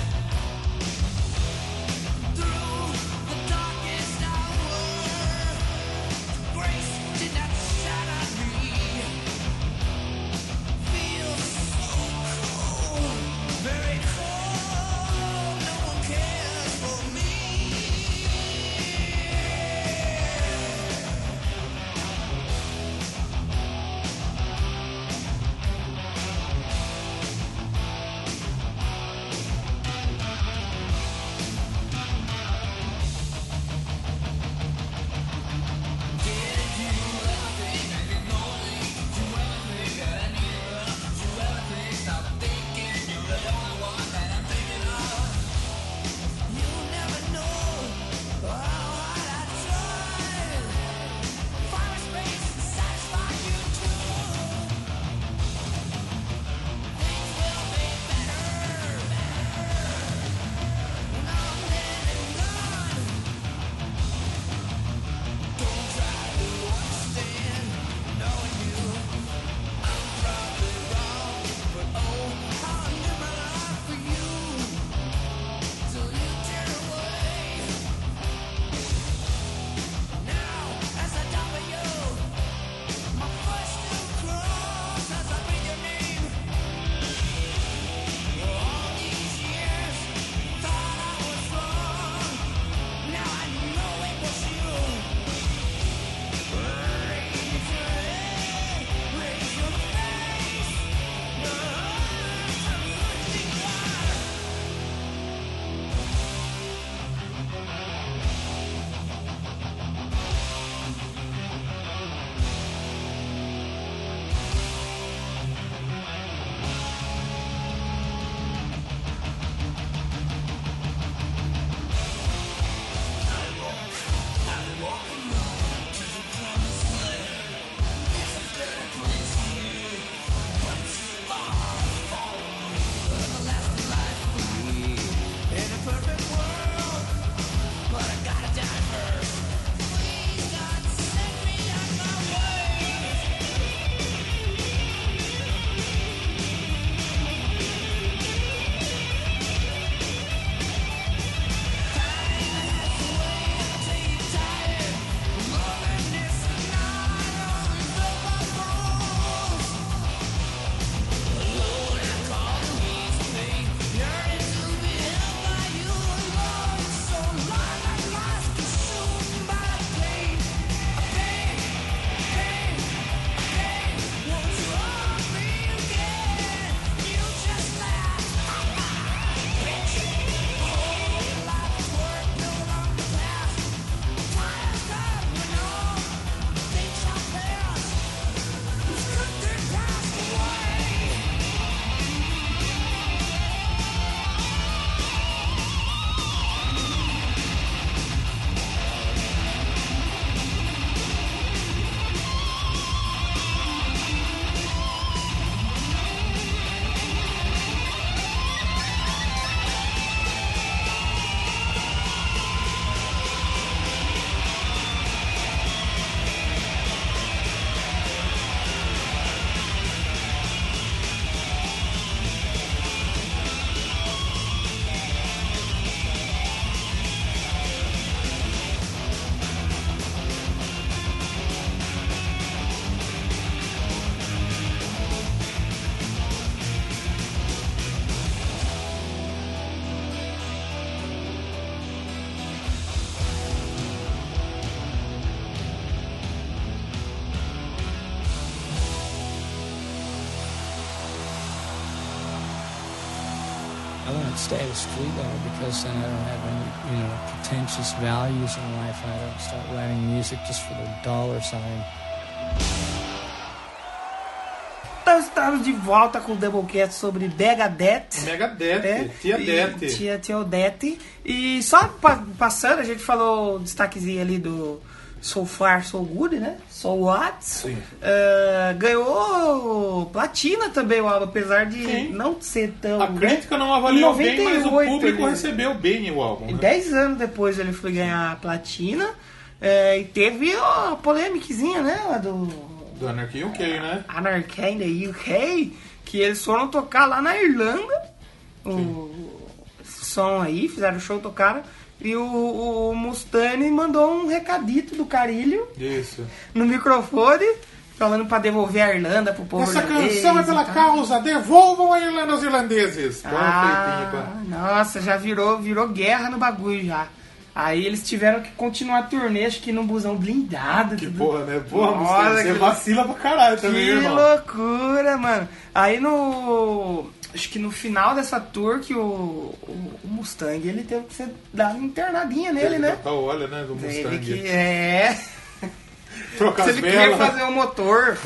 Speaker 6: could stay at a street level because then I don't have any, you know, pretentious values in life. I don't start writing music just for the dollar sign.
Speaker 1: Então estamos de volta com o Doublecast sobre Megadeth.
Speaker 2: Megadeth,
Speaker 1: né?
Speaker 2: Tia
Speaker 1: E-
Speaker 2: Dete.
Speaker 1: Tia Tia Odete. E só pa- passando, a gente falou o destaquezinho ali do So Far, So Good, né? So What?
Speaker 2: Sim.
Speaker 1: Ah, ganhou platina também o álbum, apesar de
Speaker 2: Sim.
Speaker 1: não ser tão...
Speaker 2: A crítica não avaliou
Speaker 1: Em
Speaker 2: bem, mas o
Speaker 1: 98
Speaker 2: público
Speaker 1: ele-
Speaker 2: recebeu bem o álbum.
Speaker 1: E
Speaker 2: né?
Speaker 1: Dez anos depois ele foi ganhar a platina. eh, e teve ó, a polêmicazinha, né? lá Do
Speaker 2: Do Anarchy UK, né?
Speaker 1: Anarchy in the UK, que eles foram tocar lá na Irlanda. O esse som aí, fizeram o show, tocaram. E o, o Mustaine mandou um recadito do Carilho
Speaker 2: Isso.
Speaker 1: no microfone, falando pra devolver a Irlanda pro povo
Speaker 2: Essa
Speaker 1: irlandês
Speaker 2: canção é
Speaker 1: e
Speaker 2: pela
Speaker 1: tal.
Speaker 2: causa, devolvam a Irlanda aos irlandeses. Bom,
Speaker 1: Ah,
Speaker 2: Felipinho,
Speaker 1: nossa, já virou, virou guerra no bagulho já. Aí eles tiveram que continuar a turnê, acho que num busão blindado.
Speaker 2: Que
Speaker 1: tudo.
Speaker 2: porra, né? Porra,
Speaker 1: Nossa,
Speaker 2: você
Speaker 1: que-
Speaker 2: vacila pra caralho também,
Speaker 1: Que
Speaker 2: irmão.
Speaker 1: loucura, mano. Aí no. Acho que no final dessa tour que o, o- o Mustang ele teve que ser dar uma internadinha nele, né?
Speaker 2: Tá, olha, né? Do
Speaker 1: Ele
Speaker 2: Mustang.
Speaker 1: que é.
Speaker 2: Trocar
Speaker 1: Se
Speaker 2: as
Speaker 1: ele queria
Speaker 2: velas.
Speaker 1: fazer o motor.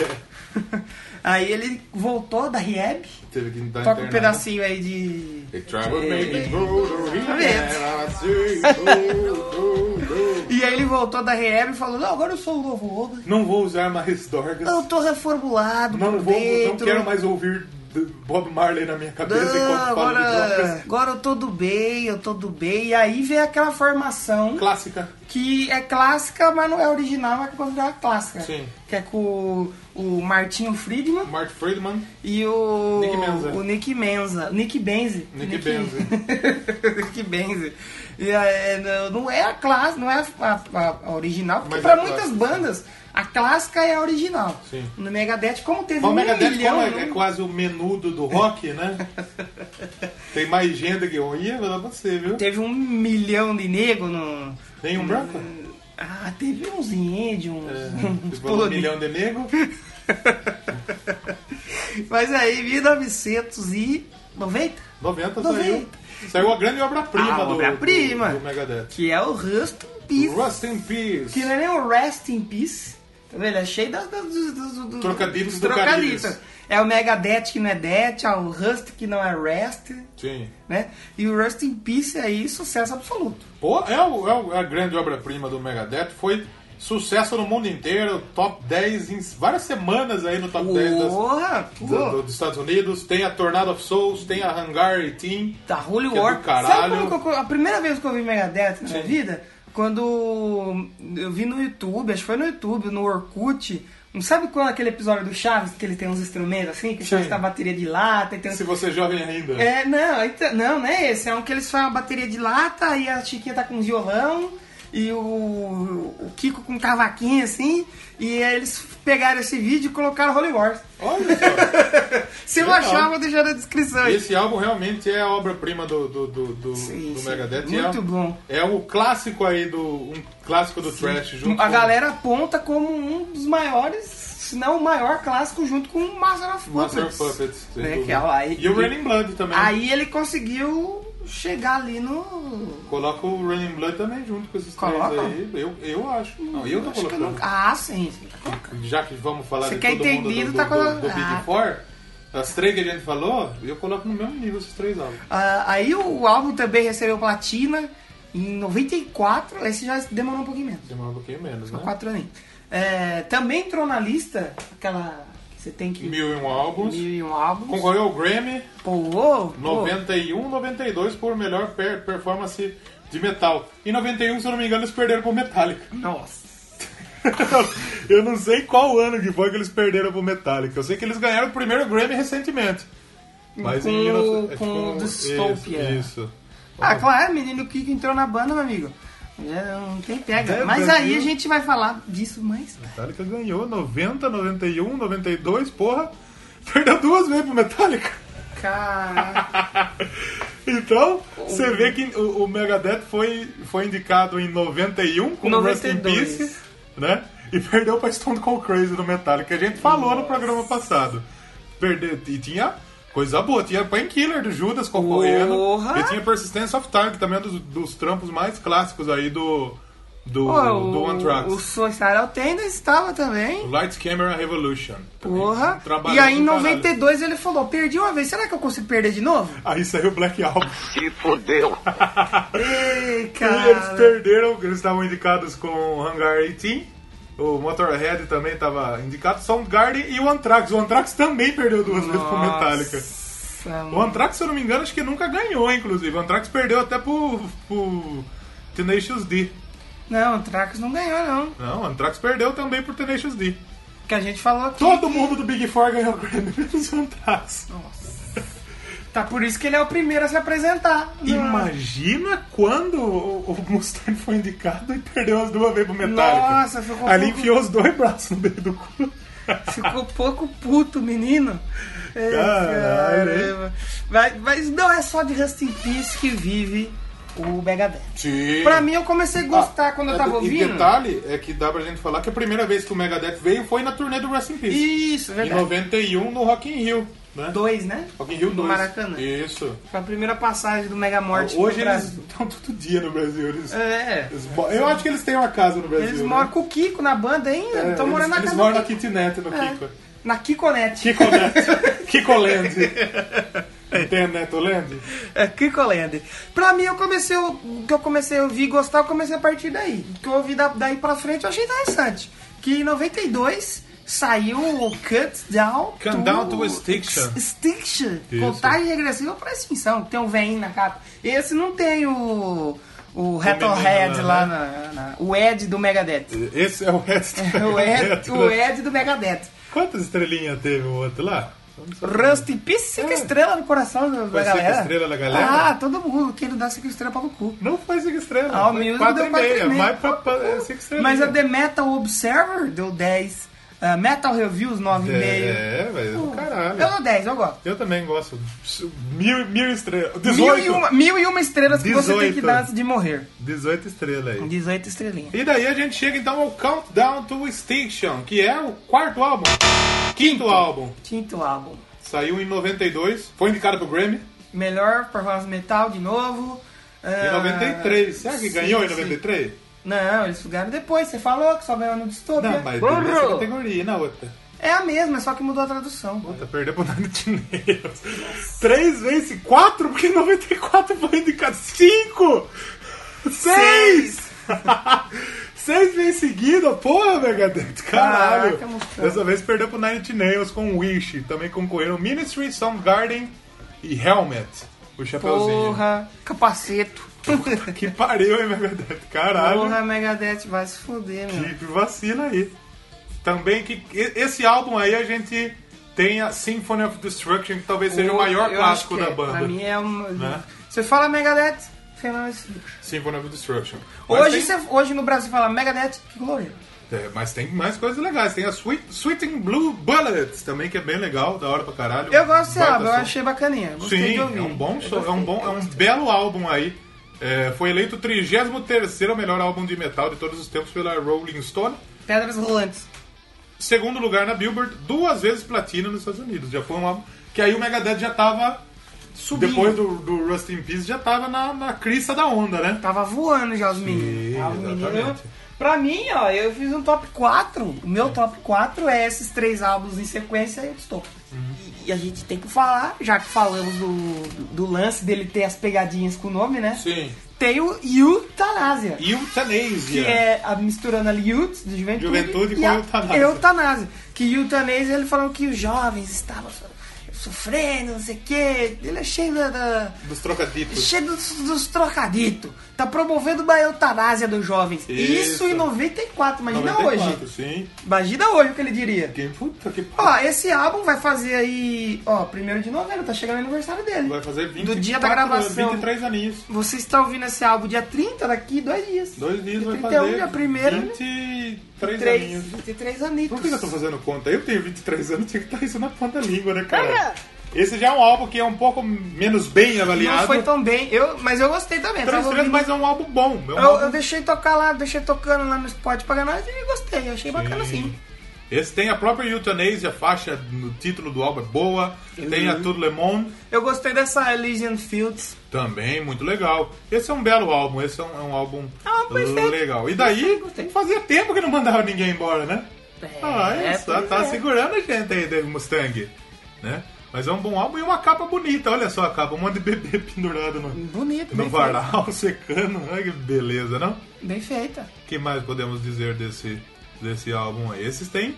Speaker 1: Aí ele voltou da Rieb.
Speaker 2: Teve que dar
Speaker 1: Toca um
Speaker 2: internado.
Speaker 1: pedacinho Tá aí de.
Speaker 2: They try to make it go to
Speaker 1: Exatamente.
Speaker 2: Vienna, I say, go, go, go.
Speaker 1: E aí ele voltou da Rieb e falou: Não, agora eu sou o novo Oba.
Speaker 2: Não vou usar mais Dorgas.
Speaker 1: Eu tô reformulado.
Speaker 2: Não
Speaker 1: por
Speaker 2: vou, não
Speaker 1: dentro.
Speaker 2: quero mais ouvir d- Bob Marley na minha cabeça
Speaker 1: Não,
Speaker 2: enquanto falo de
Speaker 1: agora,
Speaker 2: drogas.
Speaker 1: agora eu tô do bem, eu tô do bem. E aí vem aquela formação
Speaker 2: Clássica.
Speaker 1: que é clássica, mas não é original, mas que pode virar clássica.
Speaker 2: Sim.
Speaker 1: Que é com o, o Martinho Friedman
Speaker 2: Mark Friedman,
Speaker 1: e o
Speaker 2: Nick Menza.
Speaker 1: o Nick Menza. O Nick Benze.
Speaker 2: Nick Benze.
Speaker 1: Nick Benze. E, é, não- não é a clássica, não é a, a- a original, porque
Speaker 2: Mas
Speaker 1: pra
Speaker 2: é a
Speaker 1: muitas
Speaker 2: clássica.
Speaker 1: bandas a clássica é a original.
Speaker 2: Sim.
Speaker 1: No Megadeth, como teve
Speaker 2: O
Speaker 1: um
Speaker 2: Megadeth
Speaker 1: milhão...
Speaker 2: como é, é
Speaker 1: né?
Speaker 2: quase o menudo do rock, né? Tem mais agenda que eu ia, vou dar pra você, viu?
Speaker 1: Teve um milhão de negro no.
Speaker 2: Tem um branco?
Speaker 1: Ah, teve uns índios, uns,
Speaker 2: É,
Speaker 1: uns
Speaker 2: tipo, um
Speaker 1: poloneses.
Speaker 2: milhão de nego.
Speaker 1: Mas aí, 1990,
Speaker 2: 90 saiu.
Speaker 1: 90.
Speaker 2: Saiu a grande obra-prima
Speaker 1: Ah,
Speaker 2: do,
Speaker 1: obra-prima.
Speaker 2: do, do Megadeth.
Speaker 1: que é o Rust in Peace.
Speaker 2: Rust in Peace.
Speaker 1: Que não é nem o Rest in Peace. Tá vendo? É cheio das, das, dos- dos- dos-
Speaker 2: Trocadilhos
Speaker 1: dos
Speaker 2: do
Speaker 1: trocadilhos.
Speaker 2: Carilhos.
Speaker 1: É o Megadeth que não é Death, é o Rust que não é Rest,
Speaker 2: Sim.
Speaker 1: né? E o Rust in Peace é aí, sucesso absoluto.
Speaker 2: Pô, é, o- é o- é a grande obra-prima do Megadeth. Foi sucesso no mundo inteiro, top 10 em várias semanas aí no top 10 das,
Speaker 1: Porra!
Speaker 2: do-
Speaker 1: pô.
Speaker 2: do- dos Estados Unidos. Tem a Tornado of Souls, tem a Hangar 18.
Speaker 1: Da Tá Holy
Speaker 2: Que é do
Speaker 1: War.
Speaker 2: caralho.
Speaker 1: Sabe como que eu, a primeira vez que eu vi Megadeth na minha vida? Quando eu vi no YouTube, acho que foi no YouTube, no Orkut. Não sabe qual é aquele episódio do Chaves que ele tem uns instrumentos assim? Que o Chaves
Speaker 2: Sim.
Speaker 1: tem uma bateria de lata e tem uns...
Speaker 2: Se você é jovem ainda.
Speaker 1: É, não, então, não, não é esse. É um que eles fazem uma bateria de lata e a Chiquinha tá com um violão e o, o Kiko com um cavaquinho assim. E aí eles pegaram esse vídeo e colocaram Holy Wars.
Speaker 2: Olha só.
Speaker 1: Se eu
Speaker 2: Legal.
Speaker 1: achar, eu vou deixar na descrição aí.
Speaker 2: Esse álbum realmente é a obra-prima do, do, do, do,
Speaker 1: Sim,
Speaker 2: do
Speaker 1: sim.
Speaker 2: Megadeth. E
Speaker 1: Muito
Speaker 2: é,
Speaker 1: bom.
Speaker 2: É o clássico aí do. Um clássico do Trash junto
Speaker 1: a
Speaker 2: com
Speaker 1: galera aponta como um dos maiores, se não o maior clássico, junto com o Master of Puppets.
Speaker 2: Master of Puppets. sem
Speaker 1: né,
Speaker 2: dúvida.
Speaker 1: que é, ó, aí,
Speaker 2: E o Raining Blood também.
Speaker 1: aí ele conseguiu chegar ali no.
Speaker 2: Coloca o Running Blood também junto com esses
Speaker 1: Coloca?
Speaker 2: três aí. Eu, eu Hum, acho. Não, eu tô
Speaker 1: Acho que eu
Speaker 2: colocando.
Speaker 1: nunca- Ah, sim. sim.
Speaker 2: Já que vamos falar
Speaker 1: Você
Speaker 2: de
Speaker 1: quer
Speaker 2: todo
Speaker 1: entendido,
Speaker 2: mundo do,
Speaker 1: tá
Speaker 2: do,
Speaker 1: colocando-
Speaker 2: do, do Big
Speaker 1: Ah.
Speaker 2: Four, as três que a gente falou, eu coloco no mesmo nível esses três álbuns.
Speaker 1: Ah, aí o álbum também recebeu platina em 94. Esse já demorou um pouquinho menos.
Speaker 2: Demora um pouquinho menos,
Speaker 1: Só
Speaker 2: né?
Speaker 1: quatro aninhos. É, também entrou na lista aquela que você tem que.
Speaker 2: Mil e um álbuns.
Speaker 1: mil e um álbuns.
Speaker 2: Concorreu ao Grammy
Speaker 1: Pô, pô.
Speaker 2: 91, 92 por melhor per- performance de metal. Em 91, se eu não me engano, eles perderam pro Metallica.
Speaker 1: Nossa.
Speaker 2: eu não sei qual ano que foi que eles perderam pro Metallica. Eu sei que eles ganharam o primeiro Grammy recentemente. Mas
Speaker 1: Com-
Speaker 2: em 19...
Speaker 1: com
Speaker 2: com-
Speaker 1: Dystopia.
Speaker 2: é tipo um- Isso. isso.
Speaker 1: é. Ah, claro, menino Kiko entrou na banda, meu amigo. É, Não tem pega.
Speaker 2: É,
Speaker 1: Mas
Speaker 2: Brasil.
Speaker 1: aí a gente vai falar disso mais tarde.
Speaker 2: Metallica ganhou 90, 91, 92, porra. Perdeu duas vezes pro Metallica.
Speaker 1: Cara,
Speaker 2: Então,
Speaker 1: Um-
Speaker 2: você vê que o, o Megadeth foi, foi indicado em 91 com Rust in
Speaker 1: 92.
Speaker 2: Peace, né? E perdeu pra Stone Cold Crazy do Metallica, que a gente falou no programa passado. Perdeu, e tinha Coisa boa. Tinha Painkiller do Judas concorrendo.
Speaker 1: Porra!
Speaker 2: E tinha Persistence of Time, que também é um dos, dos trampos mais clássicos aí do. Do,
Speaker 1: Pô,
Speaker 2: do
Speaker 1: o,
Speaker 2: Anthrax.
Speaker 1: o Suicidal Tendence estava também.
Speaker 2: Light Camera Revolution. Também
Speaker 1: Porra.
Speaker 2: trabalhou
Speaker 1: E aí em
Speaker 2: pra caralho.
Speaker 1: 92 ele falou, perdi uma vez, será que eu consigo perder de novo?
Speaker 2: Aí saiu o Black Album.
Speaker 1: Ei,
Speaker 2: E eles perderam, eles estavam indicados com o Hangar 18. O Motorhead também estava indicado. Soundgarden e o Anthrax. O Anthrax também perdeu duas vezes pro Metallica. O Anthrax, se eu não me engano, acho que nunca ganhou, inclusive. O Anthrax perdeu até pro, pro Tenacious D.
Speaker 1: Não, o Anthrax não ganhou, não.
Speaker 2: Não, o Anthrax perdeu também pro Tenacious D.
Speaker 1: Que a gente falou aqui.
Speaker 2: Todo mundo do Big Four ganhou o Grammy, menos o Anthrax.
Speaker 1: Tá por isso que ele é o primeiro a se apresentar.
Speaker 2: Imagina quando o, o Mustaine foi indicado e perdeu as duas vezes pro Metallica.
Speaker 1: Nossa, ficou
Speaker 2: Ali
Speaker 1: pouco-
Speaker 2: enfiou os dois braços no meio do cu.
Speaker 1: Ficou pouco puto, menino. Ei,
Speaker 2: Caralho, hein?
Speaker 1: caramba. Mas, mas não é só de Rust in Peace que vive o Megadeth.
Speaker 2: Sim. Ah, é
Speaker 1: Pra mim, eu comecei a gostar quando eu tava
Speaker 2: E
Speaker 1: ouvindo.
Speaker 2: detalhe é que dá pra gente falar que a primeira vez que o Megadeth veio foi na turnê do Rest in Peace.
Speaker 1: Isso,
Speaker 2: Em
Speaker 1: verdade.
Speaker 2: 91, no Rock in Rio. Né?
Speaker 1: Dois, né?
Speaker 2: Rock in Rio 2.
Speaker 1: No Maracanã.
Speaker 2: Isso.
Speaker 1: Foi a primeira passagem do Mega Morte
Speaker 2: Hoje
Speaker 1: pro
Speaker 2: eles
Speaker 1: Brasil.
Speaker 2: estão todo dia no Brasil. Eles,
Speaker 1: É.
Speaker 2: eles mo- eu acho que eles têm uma casa no Brasil.
Speaker 1: Eles
Speaker 2: né?
Speaker 1: moram com o Kiko na banda ainda.
Speaker 2: É,
Speaker 1: Estão
Speaker 2: eles-
Speaker 1: morando na
Speaker 2: Eles
Speaker 1: casa
Speaker 2: moram
Speaker 1: do
Speaker 2: na kitnet no
Speaker 1: É.
Speaker 2: Kiko.
Speaker 1: Na Kikonete.
Speaker 2: Kikoland. Kikoland. Tem a Netoland?
Speaker 1: É, Kirkland. Pra mim, eu comecei, o que eu comecei a ouvir e gostar, eu comecei a partir daí. O que eu ouvi da- daí pra frente, eu achei interessante. Que em 92 saiu o Cut Down
Speaker 2: Countdown to Extinction.
Speaker 1: Extinction.
Speaker 2: Isso.
Speaker 1: Contagem regressiva pra extinção. que Tem um veinho na capa. Esse não tem o... O Rattlehead
Speaker 2: menino
Speaker 1: lá
Speaker 2: lá,
Speaker 1: na, na- O Ed do Megadeth.
Speaker 2: Esse é o resto.
Speaker 1: o, Ed, o Ed do Megadeth.
Speaker 2: Quantas estrelinhas teve o outro lá?
Speaker 1: Rust in Peace, cinco
Speaker 2: É.
Speaker 1: estrelas no coração da
Speaker 2: Foi cinco
Speaker 1: galera.
Speaker 2: estrelas da galera?
Speaker 1: Ah, todo mundo. Quem não dá cinco estrelas pra no cu.
Speaker 2: Não foi 5 estrelas.
Speaker 1: Ah, o
Speaker 2: foi
Speaker 1: Muse
Speaker 2: quatro
Speaker 1: deu
Speaker 2: e
Speaker 1: quatro e
Speaker 2: meia.
Speaker 1: meia.
Speaker 2: Mas pra- pra- é 5 estrelas.
Speaker 1: Mas a The Metal Observer deu 10. a Metal Reviews 9,5.
Speaker 2: É, velho. do Caralho.
Speaker 1: Eu dou 10, eu gosto.
Speaker 2: Eu também gosto. Mil, mil estrelas.
Speaker 1: Mil e,
Speaker 2: 18.
Speaker 1: uma, mil e uma estrelas que você tem que
Speaker 2: 18.
Speaker 1: dar antes de morrer.
Speaker 2: 18 estrelas aí.
Speaker 1: 18 estrelinhas.
Speaker 2: E daí a gente chega então ao Countdown to Extinction, que é o quarto álbum. Quinto álbum.
Speaker 1: Quinto álbum.
Speaker 2: Saiu em 92. Foi indicado pro Grammy.
Speaker 1: Melhor performance metal de novo.
Speaker 2: Em
Speaker 1: Ah,
Speaker 2: 93. Será que
Speaker 1: sim,
Speaker 2: ganhou em
Speaker 1: sim.
Speaker 2: 93?
Speaker 1: Não, eles ganharam depois. Você falou que só ganhou no Distopia.
Speaker 2: Não, mas nessa categoria e na outra.
Speaker 1: É a mesma, só que mudou a tradução.
Speaker 2: Puta, perdeu pro Nine Inch Nails. Três vezes quatro? Porque 94 foi indicado. Cinco! Seis! Seis vezes seguida, porra, Megadeth, caralho.
Speaker 1: Caraca, mostrou.
Speaker 2: Dessa vez perdeu pro Nine Inch Nails com Wish. Também concorreram Ministry, Soundgarden e Helmet. O chapeuzinho.
Speaker 1: Porra, capaceto.
Speaker 2: Que pariu, hein, Megadeth, caralho.
Speaker 1: Porra, Megadeth, vai se foder, meu.
Speaker 2: Que vacila aí. Também que e- esse álbum aí a gente tem a Symphony of Destruction, que talvez seja o maior
Speaker 1: Eu
Speaker 2: clássico
Speaker 1: acho que
Speaker 2: da
Speaker 1: é.
Speaker 2: banda.
Speaker 1: Pra mim é um.
Speaker 2: Né?
Speaker 1: Você fala Megadeth, Fernando Slipknot.
Speaker 2: Symphony of Destruction. Mas
Speaker 1: é- Hoje,
Speaker 2: tem,
Speaker 1: você, hoje no Brasil fala Megadeth, que glória.
Speaker 2: é, mas tem mais coisas legais. Tem a Sweet, Sweet and Blue Bullets também, que é bem legal, da hora pra caralho.
Speaker 1: Eu gosto desse
Speaker 2: Baita
Speaker 1: álbum, eu
Speaker 2: som.
Speaker 1: achei bacaninha. Gostei
Speaker 2: Sim,
Speaker 1: de ouvir.
Speaker 2: é um bom som, é um bom, é um belo álbum aí. É, foi eleito o 33 melhor álbum de metal de todos os tempos pela Rolling Stone.
Speaker 1: Pedras rolantes.
Speaker 2: segundo lugar na Billboard, duas vezes platina nos Estados Unidos. Já foi um álbum que aí o Megadeth já tava
Speaker 1: Subindo.
Speaker 2: depois do, do Rust in Peace já tava na, na crista da onda, né?
Speaker 1: Tava voando já os meninos. Tava os
Speaker 2: exatamente.
Speaker 1: meninos. Pra mim, ó, eu fiz um top 4. O meu top 4 é esses três álbuns em sequência e eu estou.
Speaker 2: Uhum.
Speaker 1: E- E a gente tem que falar, já que falamos do, do, do lance dele ter as pegadinhas com o nome, né?
Speaker 2: Sim.
Speaker 1: Tem o Eutanásia.
Speaker 2: E Euthanasia.
Speaker 1: que é a, misturando ali youth, de juventude,
Speaker 2: Juventude com
Speaker 1: e a
Speaker 2: eutanásia.
Speaker 1: eutanásia. Que eutanásia, ele falou que os jovens estavam so- sofrendo, não sei o quê. Ele é cheio da... da-
Speaker 2: Dos trocaditos.
Speaker 1: Cheio dos, dos trocaditos. Tá promovendo uma eutanásia dos jovens. Isso,
Speaker 2: Isso.
Speaker 1: em 94,
Speaker 2: é
Speaker 1: imagina
Speaker 2: 94,
Speaker 1: hoje.
Speaker 2: Sim.
Speaker 1: Imagina hoje o que ele diria.
Speaker 2: Que puta que
Speaker 1: Ó, esse álbum vai fazer aí... Ó, primeiro de novembro, tá chegando o aniversário dele.
Speaker 2: Vai fazer 20
Speaker 1: Do dia da gravação.
Speaker 2: 23 aninhos.
Speaker 1: Você está ouvindo esse álbum dia 30, daqui dois dias.
Speaker 2: Dois dias vai
Speaker 1: 31
Speaker 2: fazer.
Speaker 1: dia primeiro, né?
Speaker 2: 23
Speaker 1: Três,
Speaker 2: aninhos.
Speaker 1: 23 anitos.
Speaker 2: Por que eu tô fazendo conta? Eu tenho 23 anos, tinha que estar isso na ponta da língua, né, cara? Esse já é um álbum que é um pouco menos bem avaliado.
Speaker 1: Não foi tão bem, eu, mas eu gostei também. tava
Speaker 2: Três estrelas,
Speaker 1: ouvindo-
Speaker 2: mas é um álbum bom. É um
Speaker 1: eu,
Speaker 2: álbum
Speaker 1: eu deixei tocar lá, deixei tocando lá no Spot pra ganhar e gostei, achei bacana sim.
Speaker 2: Esse tem a própria Euthanasia, a faixa no título do álbum é boa.
Speaker 1: Uhum.
Speaker 2: Tem a Tout Le Monde,
Speaker 1: Eu gostei dessa Elysian Fields.
Speaker 2: também muito legal. Esse é um belo álbum, esse é um, é um álbum
Speaker 1: É um álbum perfeito.
Speaker 2: legal. E daí,
Speaker 1: Gostei, gostei.
Speaker 2: fazia tempo que não mandava ninguém embora, né? Ah, é, tá,
Speaker 1: pois
Speaker 2: tá
Speaker 1: é.
Speaker 2: segurando a gente aí, Dave Mustang, né? Mas é um bom álbum e uma capa bonita, olha só a capa, um monte de bebê pendurado no,
Speaker 1: Bonito,
Speaker 2: no
Speaker 1: bem
Speaker 2: varal, secando, olha que beleza, não?
Speaker 1: feita. Bem feita.
Speaker 2: O que mais podemos dizer desse, desse álbum aí? Esses tem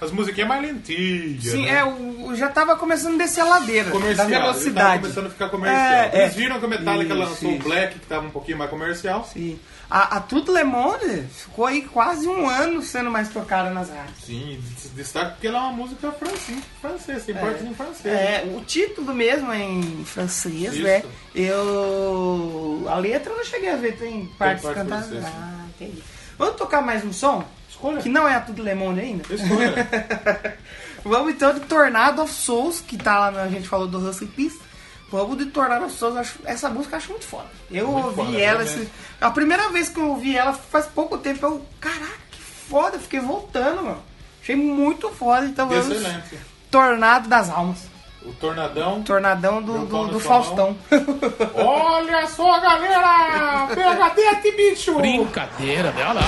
Speaker 2: as musiquinhas mais lentinhas.
Speaker 1: Sim,
Speaker 2: né?
Speaker 1: é, o, o- já tava começando a descer a ladeira.
Speaker 2: comercial.
Speaker 1: Da
Speaker 2: Ele tava
Speaker 1: velocidade.
Speaker 2: começando a ficar comercial.
Speaker 1: É, é.
Speaker 2: Eles viram que o Metallica
Speaker 1: Isso,
Speaker 2: lançou o
Speaker 1: isso.
Speaker 2: Black, que tava um pouquinho mais comercial.
Speaker 1: Sim. A, a Tudo Le Monde ficou aí quase um ano sendo mais tocada nas rádios.
Speaker 2: Sim, se destaca porque ela é uma música francesa, francesa tem partes em francês.
Speaker 1: É, o título mesmo é em francês,
Speaker 2: Isso.
Speaker 1: né? Eu. A letra eu não cheguei a ver, tem partes
Speaker 2: partes
Speaker 1: cantadas.
Speaker 2: francesas,
Speaker 1: Ah, entendi. Vamos tocar mais um som?
Speaker 2: Escolha.
Speaker 1: Que não é a Tudo Le Monde ainda?
Speaker 2: Escolha.
Speaker 1: Vamos então de Tornado of Souls, que tá lá, na- a gente falou do Hustle Peace. Vamos de Tornado of Souls, acho- essa música eu acho muito foda. Eu
Speaker 2: Muito
Speaker 1: ouvi
Speaker 2: foda,
Speaker 1: ela,
Speaker 2: realmente.
Speaker 1: esse- a primeira vez que eu ouvi ela faz pouco tempo, eu, caraca, que foda, fiquei voltando, mano. Achei muito foda, então vamos.
Speaker 2: Excelente.
Speaker 1: Tornado das Almas.
Speaker 2: O Tornadão.
Speaker 1: Tornadão do,
Speaker 2: Meu um
Speaker 1: do,
Speaker 2: pau na
Speaker 1: do
Speaker 2: sua mão.
Speaker 1: Faustão.
Speaker 2: Olha só, galera! Pega dente, bicho!
Speaker 7: Brincadeira dela.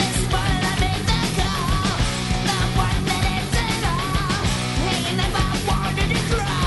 Speaker 8: This world I made the call, the one that is it all. Ain't about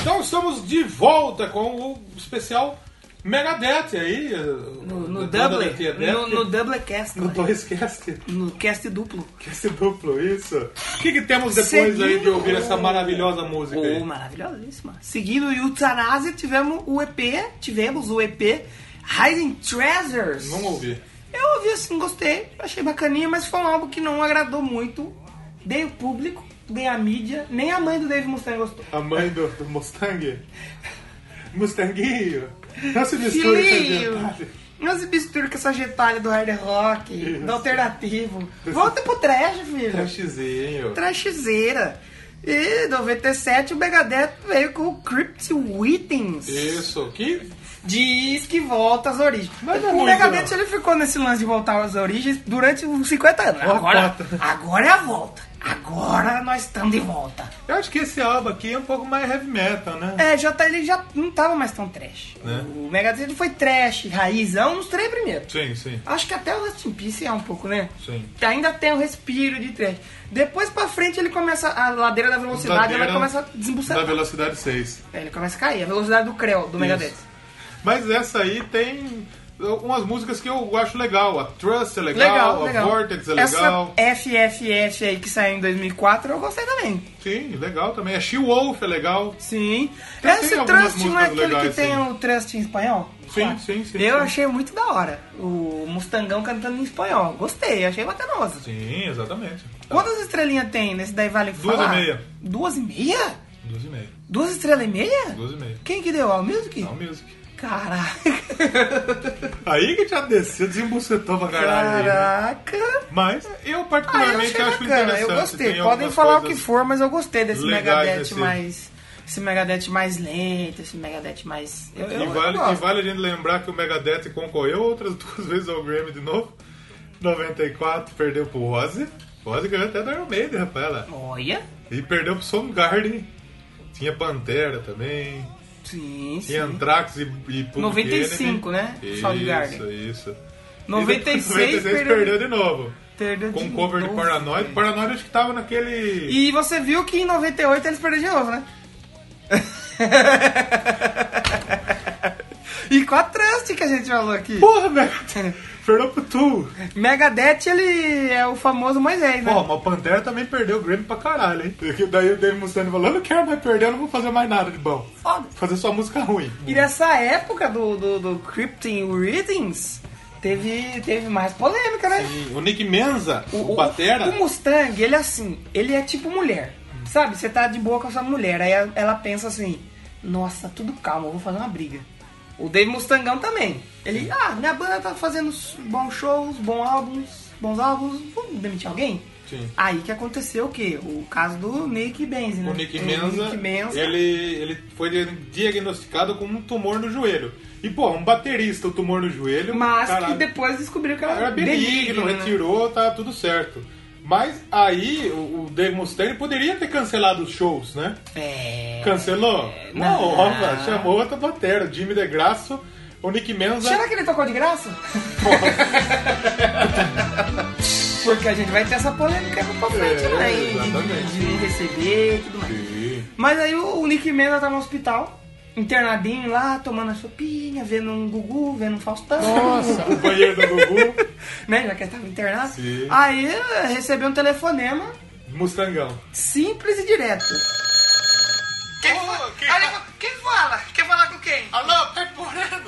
Speaker 2: Então estamos de volta com o especial Megadeth aí. eh,
Speaker 1: No, no
Speaker 2: da banda
Speaker 1: Double.
Speaker 2: Megadeth.
Speaker 1: No, no Double Cast.
Speaker 2: No
Speaker 1: né?
Speaker 2: dois cast.
Speaker 1: No cast duplo.
Speaker 2: Cast duplo, isso. O que, que temos depois aí de ouvir essa maravilhosa música
Speaker 1: Oh,
Speaker 2: aí?
Speaker 1: maravilhosíssima. Seguindo o Euthanasia, tivemos o EP, tivemos o EP Rising Treasures.
Speaker 2: Vamos ouvir.
Speaker 1: Eu ouvi assim, gostei, achei bacaninha, mas foi um álbum que não agradou muito, nem o público, nem a mídia, nem a mãe do Dave Mustaine gostou.
Speaker 2: A mãe do, do Mustang? Mustanguinho! Não se misture com a
Speaker 1: Filhinho!
Speaker 2: gente.
Speaker 1: Não se misture com essa gentalha do hard rock,
Speaker 2: Isso.
Speaker 1: do alternativo. Volta pro trash, filho.
Speaker 2: Trashzinho.
Speaker 1: Trashzeira. E 97 o Megadeth veio com o Crypt Withings.
Speaker 2: Isso, que
Speaker 1: Diz que volta às origens.
Speaker 2: Mas não é
Speaker 1: o
Speaker 2: muito,
Speaker 1: Megadeth
Speaker 2: não.
Speaker 1: ele ficou nesse lance de voltar às origens durante uns 50 anos.
Speaker 2: Uma
Speaker 1: Agora,
Speaker 2: cota.
Speaker 1: agora é a volta. Agora nós estamos de volta.
Speaker 2: Eu acho que esse álbum aqui é um pouco mais heavy metal, né?
Speaker 1: É, já tá, ele já não tava mais tão trash.
Speaker 2: Né?
Speaker 1: O Megadeth ele foi trash, raizão, nos três primeiros.
Speaker 2: Sim, sim.
Speaker 1: Acho que até o Rust in Peace é um pouco, né?
Speaker 2: Sim.
Speaker 1: Ainda tem o respiro de trash. Depois pra frente ele começa a ladeira da velocidade, ela
Speaker 2: Ladeira
Speaker 1: começa a
Speaker 2: Da
Speaker 1: desembucetar.
Speaker 2: velocidade 6.
Speaker 1: É, Ele começa a cair, a velocidade do Creu, do Megadeth.
Speaker 2: Mas essa aí tem umas músicas que eu acho legal. A Trust é legal,
Speaker 1: Legal,
Speaker 2: a
Speaker 1: legal.
Speaker 2: Vortex é legal.
Speaker 1: Essa FFF aí que saiu em 2004 eu gostei também.
Speaker 2: Sim, legal também. A She-Wolf é legal.
Speaker 1: Sim.
Speaker 2: Então Tem-
Speaker 1: Esse
Speaker 2: tem algumas
Speaker 1: Trust não é
Speaker 2: músicas
Speaker 1: aquele
Speaker 2: legais,
Speaker 1: que tem
Speaker 2: sim.
Speaker 1: o Trust em espanhol?
Speaker 2: Sim,
Speaker 1: Claro.
Speaker 2: sim, sim,
Speaker 1: Eu
Speaker 2: sim.
Speaker 1: achei muito da hora. O Mustangão cantando em espanhol. Gostei, achei bacanoso.
Speaker 2: Sim, exatamente.
Speaker 1: Quantas estrelinhas tem nesse daí vale
Speaker 2: Duas
Speaker 1: falar?
Speaker 2: e meia.
Speaker 1: Duas e meia?
Speaker 2: Duas e meia.
Speaker 1: Duas estrelas e meia?
Speaker 2: Duas e meia.
Speaker 1: Quem que deu? All Music?
Speaker 2: Não, music.
Speaker 1: Caraca.
Speaker 2: Aí que já desceu, desembucetou pra caralho. aí, né?
Speaker 1: Caraca.
Speaker 2: Mas eu
Speaker 1: Ah, eu
Speaker 2: particularmente
Speaker 1: achei
Speaker 2: acho
Speaker 1: bacana,
Speaker 2: interessante.
Speaker 1: eu gostei.
Speaker 2: Tem
Speaker 1: Podem
Speaker 2: algumas
Speaker 1: falar o que
Speaker 2: coisas-
Speaker 1: for, mas eu gostei desse
Speaker 2: legais assim.
Speaker 1: Megadeth
Speaker 2: desse.
Speaker 1: mais. Esse Megadeth mais lento, esse Megadeth mais. Eu, eu,
Speaker 2: E vale,
Speaker 1: eu
Speaker 2: e
Speaker 1: gosto.
Speaker 2: vale a gente lembrar que o Megadeth concorreu outras duas vezes ao Grammy de novo. 94 perdeu pro Ozzy. O Ozzy ganhou até do Iron Maiden, rapaz. Lá.
Speaker 1: Olha.
Speaker 2: E perdeu pro Soundgarden. Tinha Pantera também.
Speaker 1: Sim, sim.
Speaker 2: Tinha Anthrax e, e Public
Speaker 1: 95,
Speaker 2: Enemy.
Speaker 1: né?
Speaker 2: Isso,
Speaker 1: Soundgarden.
Speaker 2: isso. E depois
Speaker 1: 96
Speaker 2: perdeu,
Speaker 1: perdeu
Speaker 2: de novo.
Speaker 1: Perdeu
Speaker 2: Com um
Speaker 1: de
Speaker 2: cover de
Speaker 1: novo,
Speaker 2: Paranoid.
Speaker 1: velho.
Speaker 2: Paranoid acho que tava naquele...
Speaker 1: né? E você viu que em 98 eles perderam de novo, né? e com a Trust que a gente falou aqui.
Speaker 2: Porra, Megadeth! Perdeu pro Tu.
Speaker 1: Megadeth, ele é o famoso Moisés, né?
Speaker 2: Pô, mas o Pantera também perdeu o Grammy pra caralho, hein? Porque daí o Dave Mustaine falou, eu não quero mais perder, eu não vou fazer mais nada de bom.
Speaker 1: Foda.
Speaker 2: Fazer só música ruim.
Speaker 1: E nessa época do, do, do Crypting Readings, teve, teve mais polêmica, né?
Speaker 2: o Nick Menza, o, Batera,
Speaker 1: o Mustang, ele é assim, ele é tipo mulher. Sabe, você tá de boa com a sua mulher, aí ela- ela pensa assim, nossa, tudo calma, eu vou fazer uma briga. O Dave Mustangão também. Ele, ah, minha banda tá fazendo s- bons shows, bons álbuns, bons álbuns, vamos demitir alguém?
Speaker 2: Sim.
Speaker 1: Aí que aconteceu o quê? O caso do Nick Benz, né?
Speaker 2: o Nick Menza,
Speaker 1: Nick Menza.
Speaker 2: Ele, ele foi diagnosticado com um tumor no joelho. E, pô, um baterista, o tumor no joelho...
Speaker 1: Mas
Speaker 2: caralho,
Speaker 1: que depois descobriu que era,
Speaker 2: Era benigno,
Speaker 1: né?
Speaker 2: retirou, tá tudo certo. Mas aí o o Dave Mustaine poderia ter cancelado os shows, né?
Speaker 1: É.
Speaker 2: Cancelou?
Speaker 1: não.
Speaker 2: Não, opa, chamou outra batera, o Jimmy DeGrasso, o Nick Menza.
Speaker 1: Será que ele tocou de graça? Porque a gente vai ter essa polêmica pra frente,
Speaker 2: É,
Speaker 1: né? E
Speaker 2: exatamente.
Speaker 1: De, de receber e tudo mais.
Speaker 2: Sim.
Speaker 1: Mas aí o, o Nick Menza tava no hospital, internadinho lá, tomando a sopinha, vendo um Gugu, vendo um Faustão.
Speaker 2: Nossa, o banheiro do Gugu,
Speaker 1: Né? Já que ele tava internado.
Speaker 2: Sim.
Speaker 1: Aí eh, recebeu um telefonema
Speaker 2: Mustangão.
Speaker 1: simples e direto. Quem, fa- Aí ele falou, quem fala? Quer falar com quem?
Speaker 2: Alô, temporada!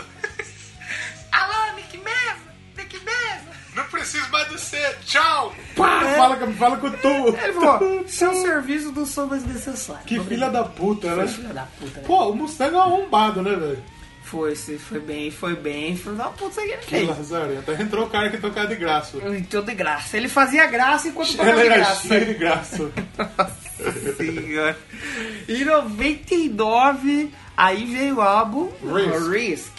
Speaker 1: Alô, Nick Menza? Nick Menza?
Speaker 2: Não preciso mais de você, tchau! Pá, fala, com- fala com tu!
Speaker 1: É. Ele falou, seu um serviço do som mais necessário.
Speaker 2: Que filha da puta, né?
Speaker 1: Filha da puta. né?
Speaker 2: Pô, o Mustang é um arrombado, né, velho?
Speaker 1: Foi, se foi bem, foi bem, foi da puta que ele
Speaker 2: Que
Speaker 1: fez.
Speaker 2: lazareta. Entrou o cara que tocava de graça.
Speaker 1: Então de graça. Ele fazia graça enquanto tocava
Speaker 2: Ela
Speaker 1: de
Speaker 2: era
Speaker 1: graça.
Speaker 2: cheia É de graça.
Speaker 1: Senhora. Em 99, aí veio o álbum
Speaker 2: Risk.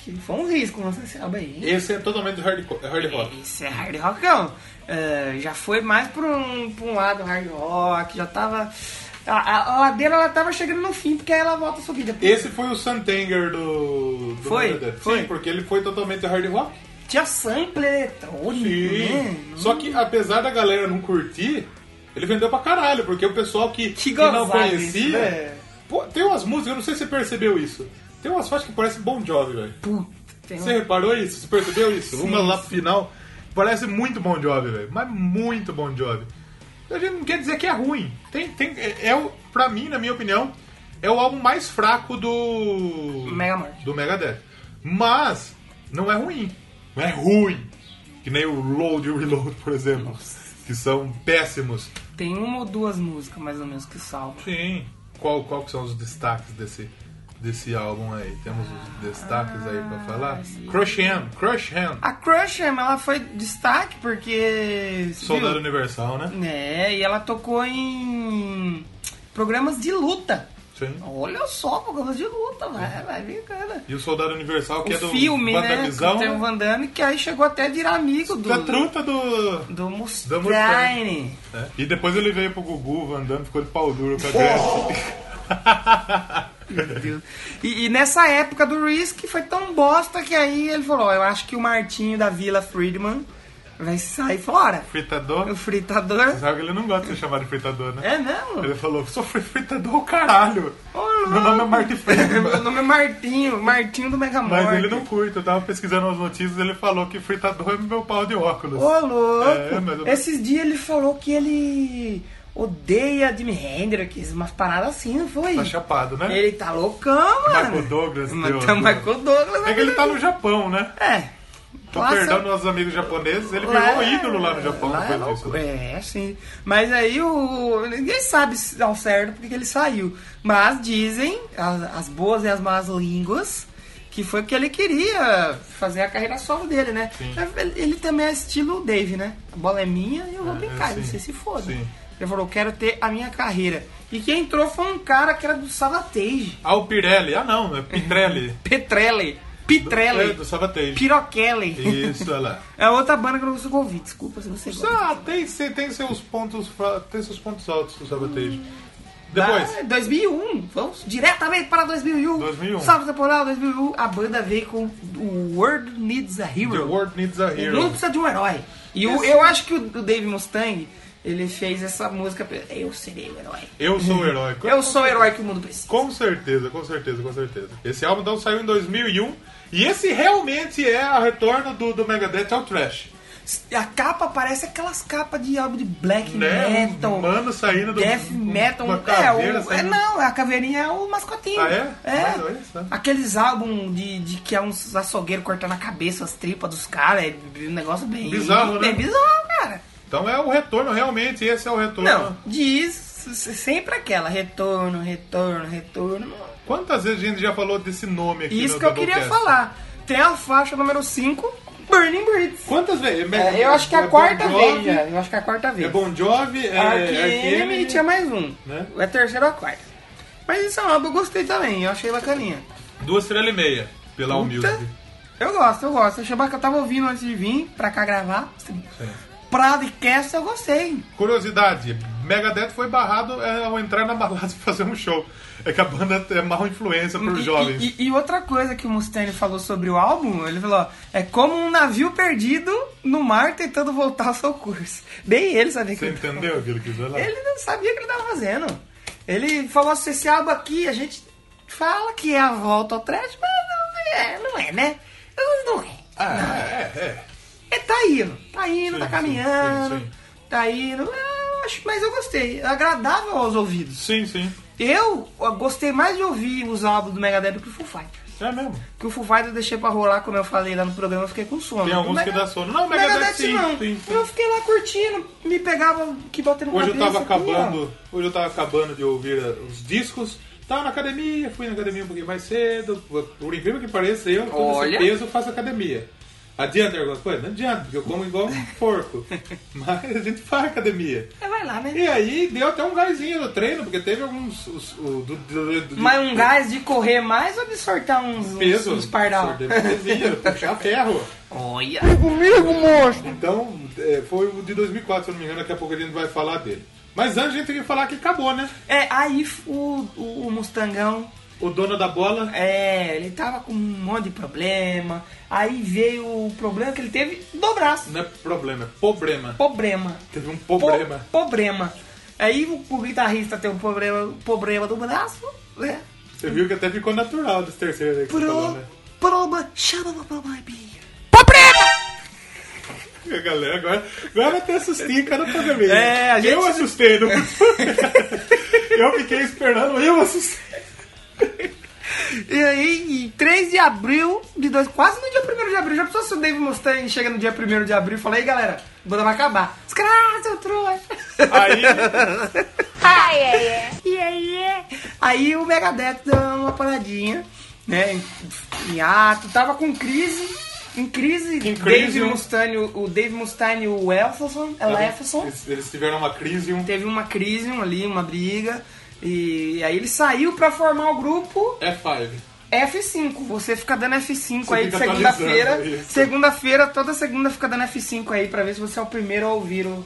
Speaker 1: Risk. Foi um risco lançar esse álbum aí. hein?
Speaker 2: Esse é totalmente hard, hard rock.
Speaker 1: Esse é hard rockão. Ah, já foi mais pra um, pra um lado hard rock, já tava. A, a, a ladeira ela tava chegando no fim, porque aí ela volta a subir depois.
Speaker 2: Esse foi o Santanger do, do
Speaker 1: Foi,
Speaker 2: Megadeth.
Speaker 1: foi.
Speaker 2: Sim, porque ele foi totalmente hard rock.
Speaker 1: Tinha sample eletrônico, né?
Speaker 2: Sim. Só que apesar da galera não curtir, ele vendeu pra caralho, porque o pessoal que,
Speaker 1: Que
Speaker 2: que não
Speaker 1: gozado
Speaker 2: conhecia
Speaker 1: isso, né?
Speaker 2: Pô, tem umas músicas, eu não sei se você percebeu isso. Tem umas faixas que parecem Bon Jovi, velho.
Speaker 1: Puta, tem um,
Speaker 2: Você reparou isso? Você percebeu isso? Uma lá pro final parece muito Bon Jovi, velho. Mas muito Bon Jovi. A gente não quer dizer que é ruim. Tem, tem, é, é o, pra mim, na minha opinião, é o álbum mais fraco do...
Speaker 1: Megamorte.
Speaker 2: Do Megadeth. Mas não é ruim. Não é ruim. Que nem o Load e o Reload, por exemplo. Que são péssimos.
Speaker 1: Tem uma ou duas músicas, mais ou menos, que salva.
Speaker 2: Sim. Qual, qual que são os destaques desse, desse álbum aí? Temos os destaques aí pra falar?
Speaker 1: sim.
Speaker 2: Crush Hand, Crush Hand.
Speaker 1: A Crush Em, ela foi destaque porque... você
Speaker 2: Soldado
Speaker 1: viu?
Speaker 2: Universal, né?
Speaker 1: É, e ela tocou em programas de luta.
Speaker 2: Sim.
Speaker 1: Olha só, programas de luta, vai, vai vir, cara.
Speaker 2: E o Soldado Universal, É. que
Speaker 1: O
Speaker 2: é do
Speaker 1: filme, né?
Speaker 2: Vandamizão, tá
Speaker 1: que Tem o Van Damme, que aí chegou até a virar amigo do...
Speaker 2: da é truta do...
Speaker 1: Do
Speaker 2: né? Mustaine.
Speaker 1: Mustaine.
Speaker 2: né? E depois ele veio pro Gugu, Van Damme ficou de pau duro com a Gretchen.
Speaker 1: Meu Deus. E, e nessa época do Risk foi tão bosta que aí ele falou: ó, Eu acho que o Martinho da Vila Friedman vai sair fora.
Speaker 2: Fritador.
Speaker 1: O fritador.
Speaker 2: Sabe que ele não gosta de ser chamado de fritador, né?
Speaker 1: É mesmo?
Speaker 2: Ele falou, sou fri- fritador, caralho.
Speaker 1: Ô, louco.
Speaker 2: Meu nome é Marty
Speaker 1: Meu
Speaker 2: Friedman.
Speaker 1: nome é Martinho, Martinho do Mega
Speaker 2: Mas ele não curta, eu tava pesquisando as notícias ele falou que fritador é meu pau de óculos.
Speaker 1: Ô, louco!
Speaker 2: É, mas eu-
Speaker 1: Esses dias ele falou que ele odeia Jimi Hendrix, umas paradas assim, não foi?
Speaker 2: Tá chapado, né?
Speaker 1: Ele tá loucão, mano.
Speaker 2: Michael Douglas,
Speaker 1: Mas
Speaker 2: Deus.
Speaker 1: tá Michael Douglas.
Speaker 2: É que ele tá no Japão, né?
Speaker 1: É.
Speaker 2: Tô
Speaker 1: Nossa,
Speaker 2: perdendo nossos amigos japoneses, ele virou
Speaker 1: Lá é-
Speaker 2: ídolo lá no Japão
Speaker 1: lá é,
Speaker 2: depois disso.
Speaker 1: louco.
Speaker 2: né?
Speaker 1: é, sim. Mas aí o. Ninguém sabe se- ao certo porque que ele saiu. Mas dizem, as, as boas e as más línguas, que foi que ele queria fazer a carreira solo dele, né? Mas Ele, ele também é estilo Dave, né? A bola é minha e eu vou
Speaker 2: É,
Speaker 1: brincar,
Speaker 2: sim.
Speaker 1: você se foda.
Speaker 2: Sim.
Speaker 1: Ele falou, quero ter a minha carreira. E quem entrou foi um cara que era do Salatage.
Speaker 2: Ah, o Pirelli. Ah, não, é Pitrelli.
Speaker 1: Petrelli.
Speaker 2: É,
Speaker 1: Pitrelli.
Speaker 2: do Sabatei.
Speaker 1: Pirochelli.
Speaker 2: Isso, olha lá.
Speaker 1: É outra banda que eu não consigo ouvir, desculpa se você gosta.
Speaker 2: Ah, tem, se- tem, seus pontos, fra- tem seus pontos altos do Sabatei. Depois,
Speaker 1: Ah, 2001. Vamos diretamente para 2001.
Speaker 2: 2001.
Speaker 1: Salve temporal 2001. A banda veio com o World Needs a
Speaker 2: The
Speaker 1: Hero.
Speaker 2: World Needs a
Speaker 1: O
Speaker 2: Hero.
Speaker 1: mundo precisa de um herói. E o-
Speaker 2: Esse-
Speaker 1: eu acho que o, o Dave Mustang, ele fez essa música. pra- Eu serei o herói.
Speaker 2: Eu sou o herói.
Speaker 1: Eu sou o herói que o mundo precisa.
Speaker 2: Com certeza, com certeza, com certeza. Esse álbum então saiu em 2001 e esse realmente é o retorno do, do Megadeth ao Trash.
Speaker 1: A capa parece aquelas capas de álbum de black
Speaker 2: Né?
Speaker 1: metal.
Speaker 2: Um mano saindo do.
Speaker 1: Death
Speaker 2: um-
Speaker 1: Metal.
Speaker 2: Uma
Speaker 1: É,
Speaker 2: caveira
Speaker 1: o, é,
Speaker 2: saindo-
Speaker 1: não, a caveirinha é o mascotinho.
Speaker 2: Ah, é?
Speaker 1: É.
Speaker 2: Mas olha só.
Speaker 1: Aqueles álbum de, de que é uns açougueiro cortando a cabeça, as tripas dos caras. É um negócio bem.
Speaker 2: Bizarro, né?
Speaker 1: Bem bizarro, cara.
Speaker 2: Então é o retorno, realmente, esse é o retorno.
Speaker 1: Não, diz se- sempre aquela. Retorno, retorno, retorno.
Speaker 2: Quantas vezes a gente já falou desse nome aqui
Speaker 1: Isso
Speaker 2: no
Speaker 1: que eu
Speaker 2: Doublecast?
Speaker 1: queria falar. Tem a faixa número 5, Burning Bridge.
Speaker 2: Quantas vezes?
Speaker 1: É, eu acho que é a
Speaker 2: Bon
Speaker 1: quarta
Speaker 2: Jovi,
Speaker 1: vez já. Eu acho que é a quarta vez.
Speaker 2: É Bon Jovi, é
Speaker 1: Arquinemy e tinha mais um.
Speaker 2: Né?
Speaker 1: É terceiro ou a quarta. Mas isso é um álbum, eu gostei também, eu achei bacaninha.
Speaker 2: Duas estrelas e meia, pela humilde.
Speaker 1: Eu gosto, eu gosto. Achei bacana, eu tava ouvindo antes de vir pra cá gravar. Prado e Cast eu gostei.
Speaker 2: Curiosidade, Megadeth foi barrado é, ao entrar na balada pra fazer um show. É que a banda é mal influência pros
Speaker 1: E-
Speaker 2: jovens.
Speaker 1: E, e- e outra coisa que o Mustaine falou sobre o álbum, ele falou, ó, é como um navio perdido no mar tentando voltar ao seu curso. Nem ele sabia que
Speaker 2: Você
Speaker 1: ele tava-
Speaker 2: entendeu aquilo que eu quis lá?
Speaker 1: Ele não sabia o que ele tava fazendo. Ele falou assim, esse álbum aqui, a gente fala que é a volta ao trash, mas não é, não é né? Não é.
Speaker 2: Ah, é, é.
Speaker 1: É, tá indo, tá indo,
Speaker 2: Sim,
Speaker 1: tá
Speaker 2: sim,
Speaker 1: caminhando,
Speaker 2: sim, sim.
Speaker 1: tá indo. Eu acho- Mas eu gostei, é agradável aos ouvidos.
Speaker 2: Sim, sim.
Speaker 1: Eu ó, gostei mais de ouvir os álbuns do Megadeth do que o Foo Fighters.
Speaker 2: É mesmo.
Speaker 1: Que o Foo Fighters eu deixei pra rolar, como eu falei lá no programa, eu fiquei com sono.
Speaker 2: Tem
Speaker 1: O
Speaker 2: alguns que
Speaker 1: Mega-
Speaker 2: dá sono. Não,
Speaker 1: o
Speaker 2: Megadeth
Speaker 1: Megadeth
Speaker 2: sim,
Speaker 1: não.
Speaker 2: sim, sim.
Speaker 1: Eu fiquei lá curtindo, me pegava que batendo
Speaker 2: Hoje eu
Speaker 1: cabeça.
Speaker 2: tava
Speaker 1: aqui, ó.
Speaker 2: acabando. Hoje eu tava acabando de ouvir eh, os discos. Tava na academia, fui na academia um pouquinho mais cedo. Por incrível que pareça, eu, com
Speaker 1: Olha.
Speaker 2: esse peso, faço academia. Adianta alguma coisa? Não adianta, porque eu como igual um porco. Mas a gente faz academia.
Speaker 1: É, vai lá, né?
Speaker 2: E aí deu até um gásinho no treino, porque teve alguns. Os, o, do, do, do-
Speaker 1: Mas um gás de correr mais ou de sortar uns, uns-
Speaker 2: peso.
Speaker 1: uns pardal?
Speaker 2: sorteio de pezinho, Puxar ferro.
Speaker 1: Olha!
Speaker 2: Então, é, foi o de 2004, se eu não me engano, daqui a pouco a gente vai falar dele. Mas antes a gente tem que falar que acabou, né?
Speaker 1: É, aí f- o, o, o Mustangão,
Speaker 2: O dono da bola.
Speaker 1: é, ele tava com um monte de problema. Aí veio o problema que ele teve do braço.
Speaker 2: Não é problema, é problema.
Speaker 1: Problema.
Speaker 2: Teve um
Speaker 1: Po-
Speaker 2: problema.
Speaker 1: problema. Aí o, o guitarrista tem um problema, problema do braço, né?
Speaker 2: Você viu que até ficou natural dos terceiros aí que você falou,
Speaker 1: Pro,
Speaker 2: né?
Speaker 1: proba, chama uma probleminha. Problema!
Speaker 2: A galera agora, agora até assustei em cada pagamento.
Speaker 1: É, a gente-
Speaker 2: Eu assustei. Não... eu fiquei esperando, eu assustei.
Speaker 1: E aí, em 3 de abril de dois, quase no dia 1 de abril. Já pensou se o Dave Mustaine chega no dia 1 de abril e fala, ei galera, a banda vai acabar. Os caras, ah, seu trouxa.
Speaker 2: Aí,
Speaker 1: é, Aí o Megadeth deu uma paradinha, né? Em, em ato, tava com crise. Em crise,
Speaker 2: Em
Speaker 1: Dave
Speaker 2: crise, né?
Speaker 1: Mustaine, o Dave Mustaine e o Elferson, Elferson
Speaker 2: eles, eles tiveram uma crise. Um...
Speaker 1: teve uma crise ali, uma briga. E aí ele saiu pra formar o grupo
Speaker 2: F5.
Speaker 1: F5. Você fica dando F5
Speaker 2: Você
Speaker 1: aí de
Speaker 2: fica
Speaker 1: segunda-feira.
Speaker 2: atualizando, é isso.
Speaker 1: Segunda-feira, toda segunda fica dando F5 aí pra ver se você é o primeiro a ouvir o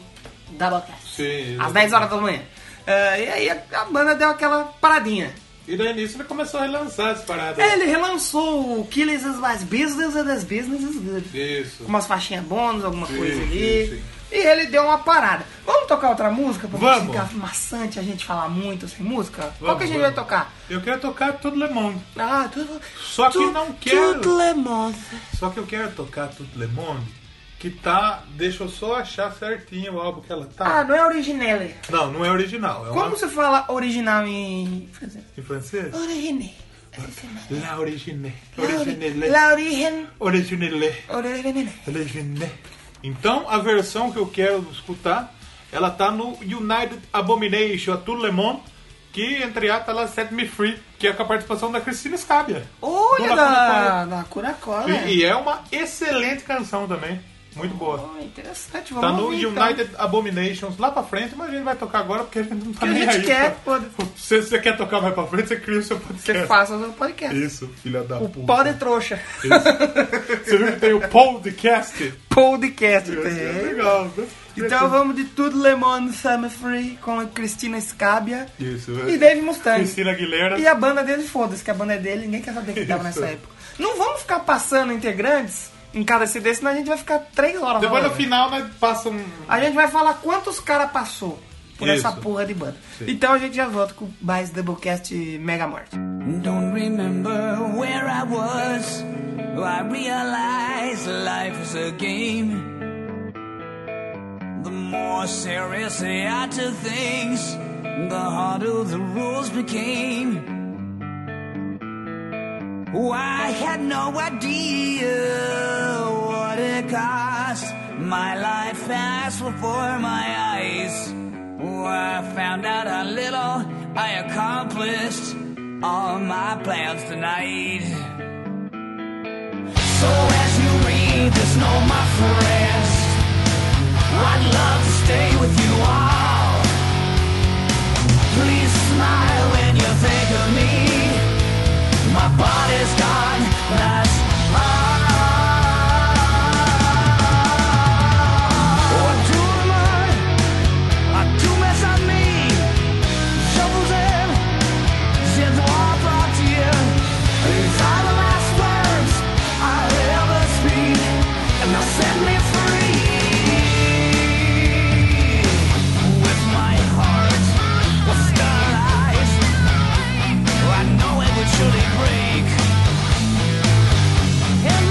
Speaker 1: Doublecast.
Speaker 2: Sim.
Speaker 1: Às 10 horas da manhã. Ah, e aí a, a banda deu aquela paradinha.
Speaker 2: E daí nisso ele começou a relançar as paradas.
Speaker 1: Ele relançou o Killers is My Business and As Business is Good.
Speaker 2: Isso.
Speaker 1: Com umas faixinhas bônus, alguma
Speaker 2: Sim,
Speaker 1: coisa
Speaker 2: sim,
Speaker 1: ali.
Speaker 2: sim.
Speaker 1: E ele deu uma parada. Vamos tocar outra música? Pra não
Speaker 2: Vamos.
Speaker 1: ficar maçante a gente falar muito sem música? Qual
Speaker 2: Vamos,
Speaker 1: que a gente
Speaker 2: vamos.
Speaker 1: vai tocar?
Speaker 2: Eu quero tocar todo Le Monde.
Speaker 1: Ah, tudo.
Speaker 2: Só que
Speaker 1: tu-
Speaker 2: não quero.
Speaker 1: Tudo é moda.
Speaker 2: Só que eu quero tocar Tout Le Monde, que tá. Deixa eu só achar certinho o álbum que ela
Speaker 1: Ah,
Speaker 2: tá.
Speaker 1: não é original.
Speaker 2: não, não é original. É um
Speaker 1: Como
Speaker 2: álbum
Speaker 1: se fala original em francês?
Speaker 2: em francês?
Speaker 1: Original.
Speaker 2: La Origine. Originelle.
Speaker 1: La origem.
Speaker 2: Originelle.
Speaker 1: Original.
Speaker 2: Originelle. Então, a versão que eu quero escutar, ela tá no United Abomination, a Tout Le Monde, que entre a tá lá Set Me Free, que é com a participação da Cristina Scabia.
Speaker 1: Olha
Speaker 2: Do
Speaker 1: da,
Speaker 2: La
Speaker 1: da Curacola.
Speaker 2: E, e é uma excelente canção também. Muito boa.
Speaker 1: Oh, interessante,
Speaker 2: Tá
Speaker 1: vamos
Speaker 2: no
Speaker 1: ouvir, então.
Speaker 2: United Abominations lá pra frente, mas a gente vai tocar agora porque a gente não tá
Speaker 1: Porque a
Speaker 2: nem
Speaker 1: gente
Speaker 2: aí,
Speaker 1: quer,
Speaker 2: tá?
Speaker 1: foda-se.
Speaker 2: Se você quer tocar mais pra frente, você cria o seu podcast.
Speaker 1: Você faça o seu podcast.
Speaker 2: Isso, filha da
Speaker 1: O
Speaker 2: puta.
Speaker 1: pó de trouxa.
Speaker 2: Você viu que tem o podcast?
Speaker 1: Podcast.
Speaker 2: Isso, é
Speaker 1: tem.
Speaker 2: legal, né?
Speaker 1: Então vamos de tudo Lemon Summer Free com a Cristina Scabia
Speaker 2: Isso,
Speaker 7: é.
Speaker 1: e Dave Mustaine.
Speaker 2: Cristina Aguilera.
Speaker 1: E a banda dele, foda-se, que a banda é dele, ninguém quer saber que tava
Speaker 2: Isso.
Speaker 1: nessa época. Não vamos ficar passando integrantes em cada CD, senão a gente vai ficar três horas
Speaker 2: Depois no
Speaker 1: falando.
Speaker 2: final nós passa um.
Speaker 1: A gente vai falar quantos caras passou por
Speaker 2: Isso.
Speaker 1: essa porra de banda. Então a gente já volta com mais Doublecast Mega Morte.
Speaker 5: Don't remember where I was. Oh, I realize life is a game. The more serious I got to things, the harder the rules became. Oh, I had no idea what it cost. My life passed before my eyes. Oh, I found out how little I accomplished all my plans tonight. So as you read this, know my friends, I'd love to stay with you all. Please smile when you think of me. My body's gone, that's all. Oh, do mine, I do mess on me. Shovels in, since all brought to you. These are the last words I ever speak, and they'll set me free. With my heart, with starry eyes, I know it would surely break. And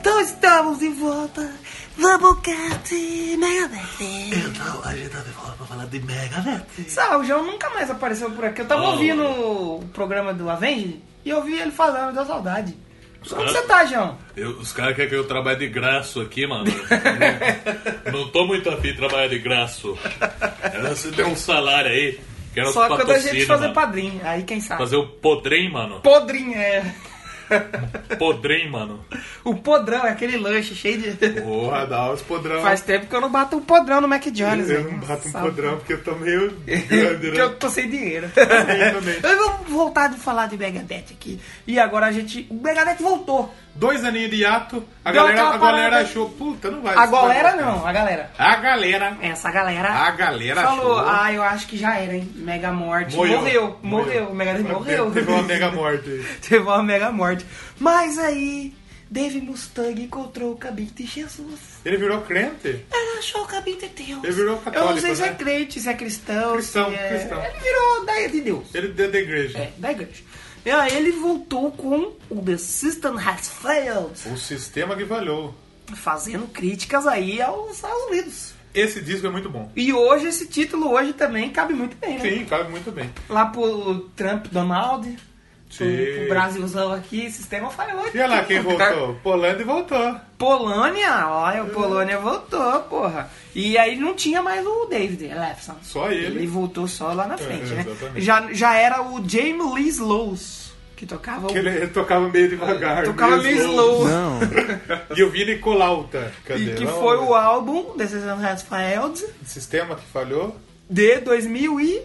Speaker 1: Então estamos de volta. Vamos, Cat, Megadeth.
Speaker 7: Então, a gente tá de volta pra falar de Megadeth.
Speaker 1: Sabe, o João nunca mais apareceu por aqui. Eu
Speaker 2: Oh.
Speaker 1: tava ouvindo o programa do Avenge e eu vi ele falando, deu saudade. Como
Speaker 7: caras-
Speaker 1: você tá, João?
Speaker 7: Eu- os caras querem que eu trabalhe de graça aqui, mano. não, não tô muito afim de trabalhar de graça. Você tem um salário aí. Quero
Speaker 1: Só quando a gente
Speaker 7: patrocínio,
Speaker 1: fazer
Speaker 2: né?
Speaker 7: mano.
Speaker 1: padrinho, aí quem sabe.
Speaker 7: Fazer o podrem, mano.
Speaker 1: Podrinho, é.
Speaker 7: Podrem, mano.
Speaker 1: O podrão é aquele lanche cheio de.
Speaker 2: Porra, dá os podrão.
Speaker 1: Faz tempo que eu não bato um podrão no Mac Jones,
Speaker 2: eu
Speaker 1: velho.
Speaker 2: não bato um
Speaker 1: Sabe?
Speaker 2: podrão porque eu tô meio grande,
Speaker 1: Porque
Speaker 2: né?
Speaker 1: eu tô sem dinheiro.
Speaker 2: Eu também.
Speaker 1: Eu vou voltar de falar de Megadeth aqui. E agora a gente. O Megadeth voltou.
Speaker 2: Dois aninhos de hiato, a
Speaker 1: Deu
Speaker 2: galera,
Speaker 1: aquela
Speaker 2: a galera
Speaker 1: parada.
Speaker 2: achou, puta, não vai.
Speaker 1: A
Speaker 2: É, isso vai
Speaker 1: galera
Speaker 2: voltar.
Speaker 1: não, a galera.
Speaker 2: A galera.
Speaker 1: Essa galera.
Speaker 2: A galera
Speaker 1: Falou,
Speaker 2: achou.
Speaker 1: ah, eu acho que já era, hein? Mega morte.
Speaker 2: Morreu.
Speaker 1: Morreu, morreu. O Megadeth morreu.
Speaker 2: Teve uma mega morte aí.
Speaker 1: Teve uma mega morte. Mas aí, Dave Mustang encontrou o caminho de Jesus.
Speaker 2: Ele virou crente?
Speaker 1: Ela achou o caminho de Deus.
Speaker 2: Ele virou
Speaker 1: Eu não sei
Speaker 2: católico,
Speaker 1: se é
Speaker 2: né?
Speaker 1: crente, se é cristão.
Speaker 2: Cristão,
Speaker 1: se é...
Speaker 2: cristão.
Speaker 1: Ele virou da, de Deus.
Speaker 2: Ele deu da igreja.
Speaker 1: É, da igreja. E aí ele voltou com o The System Has Failed,
Speaker 2: O sistema que valhou.
Speaker 1: fazendo críticas aí aos Estados Unidos.
Speaker 2: Esse disco é muito bom.
Speaker 1: E hoje, esse título hoje também cabe muito bem, né?
Speaker 2: Sim, cabe muito bem.
Speaker 1: Lá pro Trump Donald, pro,
Speaker 2: Sim.
Speaker 1: pro Brasilzão aqui, sistema falhou.
Speaker 2: E olha lá quem voltou. É. Polando e voltou.
Speaker 1: Polônia, olha, o Polônia voltou, porra. E aí não tinha mais o David Lefson.
Speaker 2: Só ele. É,
Speaker 1: Ele voltou só lá na frente, né?
Speaker 2: exatamente.
Speaker 1: Já, já era o James Lee Slows, que tocava o...
Speaker 2: Que ele, ele tocava meio devagar.
Speaker 1: Tocava meio slow.
Speaker 2: E eu vi Nicolauta. Cadê?
Speaker 1: E que
Speaker 2: Vamos
Speaker 1: foi
Speaker 2: ver.
Speaker 1: o álbum This Is Unraspelled
Speaker 2: Sistema que falhou.
Speaker 1: de 2000 e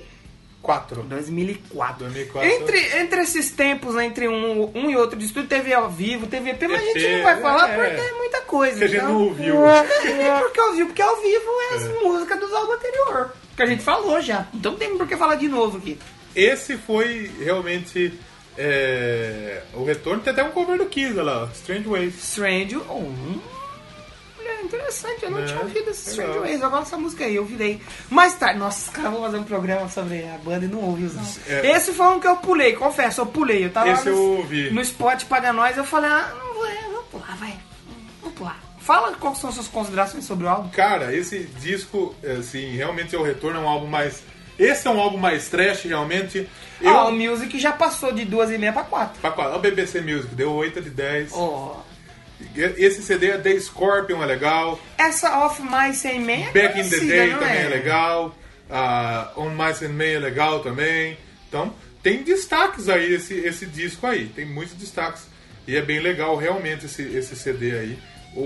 Speaker 2: Quatro.
Speaker 1: 2004.
Speaker 2: 2004.
Speaker 1: Entre, entre esses tempos, né, entre um, um e outro de estúdio, teve ao vivo, teve EP, mas a gente
Speaker 2: EP,
Speaker 1: não vai falar
Speaker 2: é.
Speaker 1: porque é muita coisa.
Speaker 2: Porque a gente
Speaker 1: então-
Speaker 2: não ouviu.
Speaker 1: É, porque ouviu, porque ao vivo é as músicas dos álbuns anterior. Que a gente falou já. Então não tem por que falar de novo aqui.
Speaker 2: Esse foi realmente é, o retorno. Tem até um cover do Kiss olha lá. ó. Strange Waves.
Speaker 1: Strange. Oh, hum. Olha, interessante, eu não
Speaker 2: É,
Speaker 1: tinha ouvido esse
Speaker 2: legal.
Speaker 1: Strange Ways. Agora essa música aí, eu virei. Mais tarde, nossa, os caras vão fazer um programa sobre a banda e não ouvi os não.
Speaker 2: É.
Speaker 1: Esse foi um que eu pulei, confesso, eu pulei. Eu tava
Speaker 2: Esse
Speaker 1: Tá lá no,
Speaker 2: eu ouvi.
Speaker 1: no spot Paga Nós, eu falei, ah, não vou, eu vou pular, vai. Vou pular. Fala quais são suas considerações sobre o álbum.
Speaker 2: Cara, esse disco, assim, realmente é o retorno. É um álbum mais... Esse é um álbum mais trash, realmente. Eu...
Speaker 1: Ah, o Music já passou de duas e meia pra quatro.
Speaker 2: Pra qual? Olha O BBC Music deu 8 de 10.
Speaker 1: Ó.
Speaker 2: Esse CD é The Scorpion, é legal.
Speaker 1: Essa Off My Sem Man é
Speaker 2: Back in the
Speaker 1: conhecida,
Speaker 2: Day
Speaker 1: não
Speaker 2: também é,
Speaker 1: é
Speaker 2: legal. ah, On Mais and May é legal também. Então, tem destaques aí, esse, esse disco aí. Tem muitos destaques. E é bem legal, realmente, esse, esse CD aí.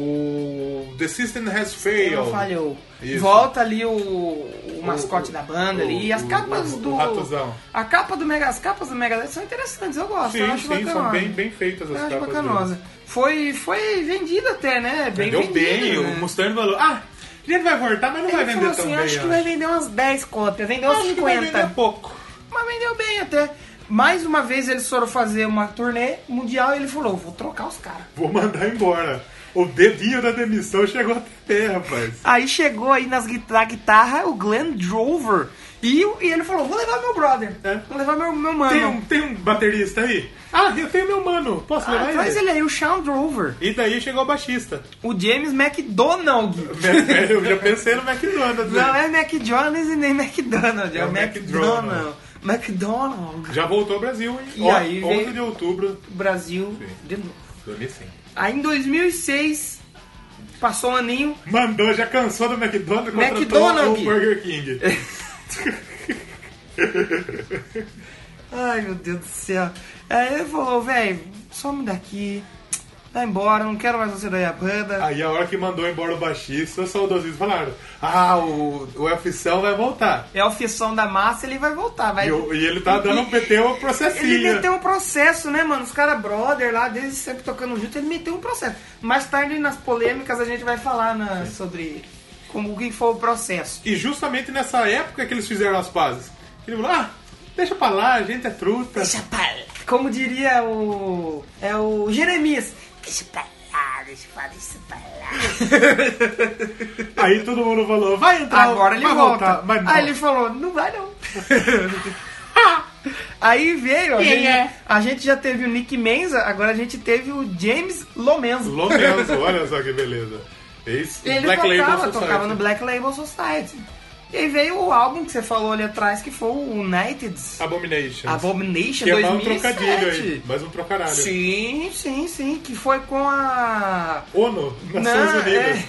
Speaker 2: O The System Has
Speaker 1: Não
Speaker 2: Failed.
Speaker 1: falhou.
Speaker 2: Isso.
Speaker 1: Volta ali o, o mascote
Speaker 2: o-
Speaker 1: da banda ali.
Speaker 2: o-
Speaker 1: E as
Speaker 2: o-
Speaker 1: capas
Speaker 2: o- o
Speaker 1: do.
Speaker 2: ratozão.
Speaker 1: A capa do Mega, as capas do Megadeth são interessantes, eu gosto. eu
Speaker 2: Sim,
Speaker 1: acho
Speaker 2: sim, são
Speaker 1: bacanosa.
Speaker 2: bem, bem feitas
Speaker 1: Eu
Speaker 2: as
Speaker 1: acho
Speaker 2: capas.
Speaker 1: bacanosa.
Speaker 2: deles.
Speaker 1: Foi, foi vendido até, né? Bem
Speaker 2: Vendeu
Speaker 1: vendido,
Speaker 2: bem,
Speaker 1: né?
Speaker 2: o Mustang falou. Ah, ele vai voltar, mas não vai
Speaker 1: Ele
Speaker 2: vender
Speaker 1: falou
Speaker 2: tão
Speaker 1: assim,
Speaker 2: bem.
Speaker 1: acho que
Speaker 2: eu
Speaker 1: vai vender umas 10 cópias, vendeu umas
Speaker 2: Acho que vai
Speaker 1: 50.
Speaker 2: vender pouco.
Speaker 1: Mas vendeu bem até. Mais uma vez eles foram fazer uma turnê mundial e ele falou, vou trocar os caras.
Speaker 2: Vou mandar embora. O dedinho da demissão chegou até terra, rapaz.
Speaker 1: Aí chegou aí nas guita- na guitarra o Glenn Drover. E, o- e ele falou, vou levar meu brother.
Speaker 2: É.
Speaker 1: Vou levar meu, meu mano.
Speaker 2: Tem um, tem um baterista aí? Ah, eu tenho meu mano. Posso
Speaker 1: Ah,
Speaker 2: levar
Speaker 1: traz
Speaker 2: ele?
Speaker 1: ele aí, o Sean Drover.
Speaker 2: E daí chegou o baixista. É,
Speaker 1: O James McDonald.
Speaker 2: eu já pensei no McDonald's. né?
Speaker 1: Não é McJones e nem McDonald, é,
Speaker 2: É
Speaker 1: o
Speaker 2: o
Speaker 1: McDonald. McDonald.
Speaker 2: Já voltou ao Brasil, hein?
Speaker 1: é- E
Speaker 2: Ó,
Speaker 1: aí
Speaker 2: 11
Speaker 1: veio-
Speaker 2: de outubro.
Speaker 1: Brasil
Speaker 2: Sim.
Speaker 1: de novo.
Speaker 2: 2005.
Speaker 1: Aí em 2006, passou um aninho,
Speaker 2: Mandou, já cansou do McDonald's contratou
Speaker 1: McDonald's.
Speaker 2: o Burger King.
Speaker 1: Ai, meu Deus do céu. Aí ele falou, velho, some daqui. Vai embora, não quero mais você da minha banda.
Speaker 2: Aí a hora que mandou embora o baixista, os saudosistas falaram: Ah, o, o Elfção vai voltar.
Speaker 1: É a ofição da massa, ele vai voltar. Vai...
Speaker 2: E, o- e ele tá dando um PT um processinho.
Speaker 1: Ele meteu um processo, né, mano? Os caras brother lá, desde sempre tocando junto, ele meteu um processo. Mais tarde, nas polêmicas, a gente vai falar na- sobre como que foi o processo.
Speaker 2: E justamente nessa época que eles fizeram as pazes. Ele falou, ah, deixa pra lá, a gente é truta.
Speaker 1: Deixa pra lá. Como diria o... É o Jeremias. Deixa pra lá, deixa pra lá, deixa pra lá.
Speaker 2: Aí todo mundo falou, vai entrar.
Speaker 1: Agora ele
Speaker 2: vai
Speaker 1: volta.
Speaker 2: voltar, vai
Speaker 1: Aí
Speaker 2: voltar.
Speaker 1: ele falou, não vai não. Aí veio, a,
Speaker 8: Quem
Speaker 1: gente,
Speaker 8: é?
Speaker 1: a gente já teve o Nick Menza, agora a gente teve o James Lomenza.
Speaker 2: Lomenzo, olha só que beleza. Ex
Speaker 1: Ele
Speaker 2: Black
Speaker 1: tocava,
Speaker 2: Label Society.
Speaker 1: tocava no Black Label Society. E aí veio o álbum que você falou ali atrás, que foi o United
Speaker 2: Abomination.
Speaker 1: Abomination
Speaker 2: que é mais um
Speaker 1: 2007.
Speaker 2: trocadilho aí. Mais um trocaralho.
Speaker 1: Sim, sim, sim, que foi com a...
Speaker 2: ONU, Nações
Speaker 1: Não,
Speaker 2: Unidas.
Speaker 1: é.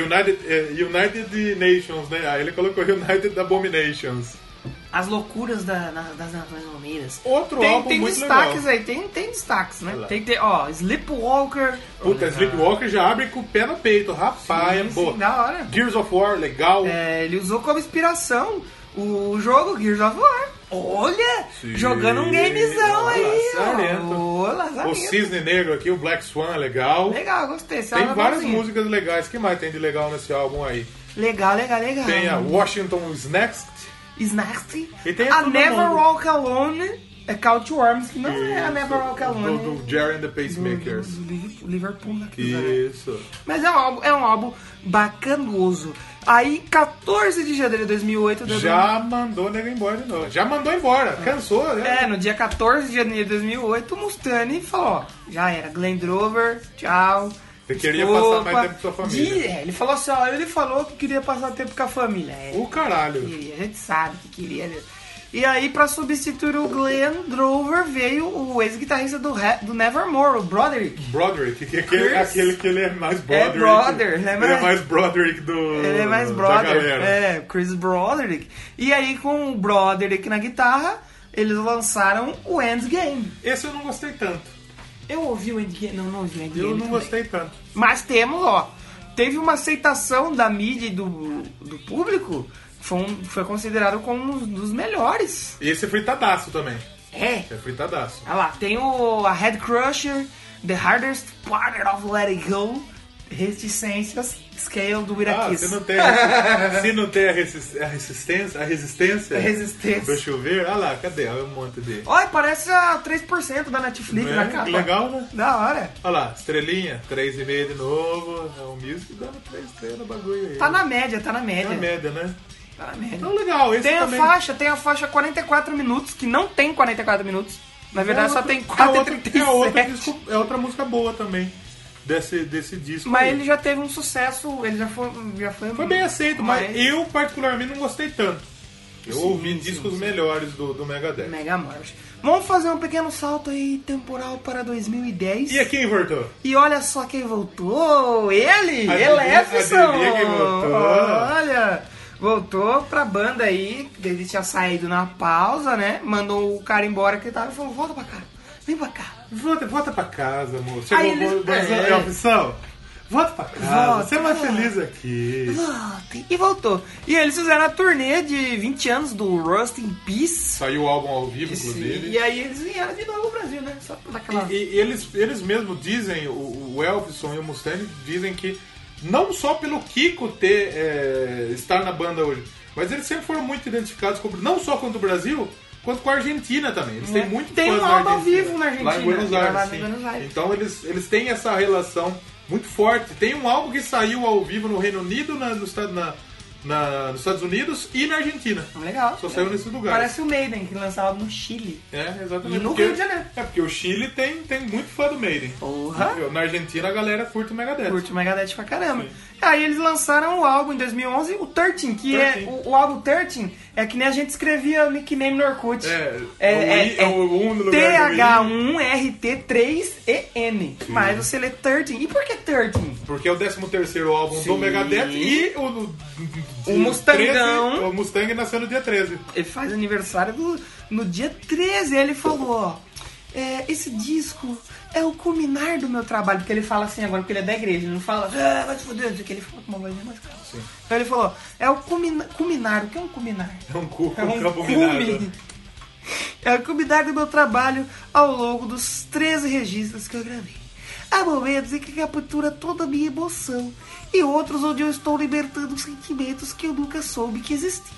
Speaker 2: United, eh, United Nations, né? Aí ele colocou United Abominations.
Speaker 1: As Loucuras da- na- das Nações Unidas.
Speaker 2: Outro
Speaker 1: tem,
Speaker 2: álbum
Speaker 1: tem
Speaker 2: muito
Speaker 1: destaques
Speaker 2: legal.
Speaker 1: aí, tem, tem destaques, né?
Speaker 2: Olha lá.
Speaker 1: Tem, tem, ó, Sleepwalker.
Speaker 2: Puta, Sleepwalker já abre com o pé no peito. Rapaz, é
Speaker 1: Sim,
Speaker 2: boa.
Speaker 1: sim, da hora.
Speaker 2: Gears of War, legal.
Speaker 1: É, ele usou como inspiração o jogo Gears of War. Olha!
Speaker 2: Sim.
Speaker 1: jogando um gamezão aí,
Speaker 2: Lazarento.
Speaker 1: ó. Ô, lazarento.
Speaker 2: O Cisne Negro aqui, o Black Swan, legal.
Speaker 1: Legal, gostei. Esse
Speaker 2: Tem
Speaker 1: álbum é
Speaker 2: várias
Speaker 1: bonzinho.
Speaker 2: músicas legais. que mais tem de legal nesse álbum aí?
Speaker 1: Legal, legal, legal.
Speaker 2: Tem a Washington Snacks.
Speaker 1: Snarty.
Speaker 2: E tem a
Speaker 1: a
Speaker 2: Todo
Speaker 1: Never
Speaker 2: Mundo.
Speaker 1: Walk Alone. É Couch Worms, que não é a Never Walk Alone. né?
Speaker 2: Do, do Jerry and the Pacemakers.
Speaker 1: Do- do Liv- Liverpool naquele
Speaker 2: Isso.
Speaker 1: Mas é um álbum, é um álbum bacanoso. Aí, 14 de janeiro de 2008... deu-
Speaker 2: Já mandou o nego embora de novo. Já mandou embora. Cansou, né?
Speaker 1: É, no dia 14 de janeiro de 2008, o Mustaine falou, ó, já era, Glendrover, tchau.
Speaker 2: Você queria passar mais tempo com sua família.
Speaker 1: De- é, ele falou assim, ó, ele falou que queria passar tempo com a família. É,
Speaker 2: O caralho.
Speaker 1: queria, a gente sabe que queria. né? E aí, pra substituir o Glenn Drover, veio o ex-guitarrista do, Ra- do Nevermore, o Broderick.
Speaker 2: Broderick, que é aquele,
Speaker 1: Chris?
Speaker 2: aquele que ele é mais Broderick.
Speaker 1: brother, né?
Speaker 2: Ele é
Speaker 1: Mas-
Speaker 2: mais Broderick do.
Speaker 1: Ele é mais
Speaker 2: Da
Speaker 1: brother.
Speaker 2: galera.
Speaker 1: É, Chris Broderick. E aí, com o Broderick na guitarra, eles lançaram o Endgame.
Speaker 2: Esse eu não gostei tanto.
Speaker 1: Eu ouvi o Endgame. Não, não ouvi o Endgame.
Speaker 2: Eu não
Speaker 1: também.
Speaker 2: gostei tanto.
Speaker 1: Mas temos, ó. Teve uma aceitação da mídia e do, do público. Foi, um- foi considerado como um dos melhores.
Speaker 2: E esse é fritadaço também.
Speaker 1: É.
Speaker 2: É fritadaço.
Speaker 1: Olha lá, tem o, a Head Crusher, The Hardest Part of Let It Go, Reticências, Scale do
Speaker 2: Ah,
Speaker 1: Iraquis.
Speaker 2: se não tem, a- se não tem a, resist- a resistência, a resistência,
Speaker 1: A resistência.
Speaker 2: do chover, olha lá, cadê? Olha um monte de.
Speaker 1: Olha, parece a 3% da Netflix
Speaker 2: Não
Speaker 1: na
Speaker 2: é?
Speaker 1: capa.
Speaker 2: Legal, né?
Speaker 1: Da hora.
Speaker 2: Olha lá, estrelinha, 3,5 de novo. É um music dando 3 estrelas no bagulho aí.
Speaker 1: Tá na média, tá na média.
Speaker 2: Na média, né?
Speaker 1: Tá na média.
Speaker 2: Então legal, esse
Speaker 1: Tem a
Speaker 2: também.
Speaker 1: faixa, tem a faixa 44 minutos, que não tem 44 minutos. Na verdade, só tem
Speaker 2: é
Speaker 1: 4
Speaker 2: outra, é, outra disco- é outra música boa também desse, desse disco.
Speaker 1: Mas
Speaker 2: aí.
Speaker 1: ele já teve um sucesso, ele já foi. Já foi,
Speaker 2: Foi bem aceito, mas,
Speaker 1: mais
Speaker 2: eu particularmente não gostei tanto. Eu ouvi discos melhores do, do Megadeth.
Speaker 1: Mega March. Vamos fazer um pequeno salto aí temporal para 2010.
Speaker 2: E aqui, Invertor?
Speaker 1: E olha só quem voltou! Ele!
Speaker 2: Adivinha-
Speaker 1: ele é
Speaker 2: adivinha quem voltou?
Speaker 1: Olha! Voltou pra banda aí, ele tinha saído na pausa, né? Mandou o cara embora que ele tava e falou: volta pra cá, vem pra cá.
Speaker 2: Volta, volta pra casa, amor.
Speaker 1: Aí
Speaker 2: Chegou
Speaker 1: eles-
Speaker 2: o Bolsonaro.
Speaker 1: é.
Speaker 2: É a opção? Volta pra casa.
Speaker 1: Volta,
Speaker 2: Você é mais
Speaker 1: volta.
Speaker 2: feliz aqui.
Speaker 1: Volta! E voltou. E eles fizeram a turnê de 20 anos do Rust in Peace.
Speaker 2: Saiu o álbum ao vivo,
Speaker 1: E aí eles vieram de novo ao Brasil, né? Só pra dar aquela.
Speaker 2: E, e eles, eles mesmos dizem, o, o Elvison e o Mustaine dizem que não só pelo Kiko ter é, estar na banda hoje, mas eles sempre foram muito identificados com, não só com o Brasil, quanto com a Argentina também. Eles têm muito
Speaker 1: Tem
Speaker 2: fãs
Speaker 1: um
Speaker 2: na
Speaker 1: álbum ao
Speaker 2: Argentina.
Speaker 1: vivo na
Speaker 2: Lá em
Speaker 1: Argentina,
Speaker 2: Buenos
Speaker 1: gravado
Speaker 2: Aires.
Speaker 1: em
Speaker 2: sim.
Speaker 1: Buenos Aires.
Speaker 2: Então eles, eles têm essa relação muito forte. Tem um álbum que saiu ao vivo no Reino Unido, na, no estado, na, na- nos Estados Unidos e na Argentina.
Speaker 1: Ah, Legal.
Speaker 2: Só saiu nesses lugares.
Speaker 1: Parece o Maiden que lançava no Chile.
Speaker 2: É, exatamente.
Speaker 1: E no
Speaker 2: porque-
Speaker 1: Rio de Janeiro.
Speaker 2: É porque o Chile tem, tem muito fã do Maiden.
Speaker 1: Porra!
Speaker 2: Eu, Na Argentina a galera curte o Megadeth.
Speaker 1: Ah, Curte o Megadeth pra caramba. Aí eles lançaram o álbum em 2011, o 13, que é
Speaker 2: 13.
Speaker 1: o, o álbum 13, é que nem a gente escrevia o nickname no Orkut.
Speaker 2: É,
Speaker 1: é,
Speaker 2: é o I- é o um no lugar do I.
Speaker 1: TH1RT3EN. Mas você lê 13. E por que 13?
Speaker 2: Porque é o 13 terceiro álbum do Megadeth e o, o,
Speaker 1: O Mustangão.
Speaker 2: 13, o Mustang nasceu no dia 13.
Speaker 1: Ele faz aniversário do- no dia 13. Ele falou: ó, é, esse disco é o culminar do meu trabalho. Porque ele fala assim agora, porque ele é da igreja. Ele não fala, ah, vai te foder, não sei o que. Ele fala com uma vozinha mais calma. Então ele falou: é o culmina- culminar. O que é um culminar?
Speaker 2: É um cu,
Speaker 1: É
Speaker 2: um
Speaker 1: um
Speaker 2: cabuminado.
Speaker 1: cume. É a cuidar do meu trabalho ao longo dos 13 registros que eu gravei. Há momentos em que captura toda a minha emoção e outros onde eu estou libertando sentimentos que eu nunca soube que existiam.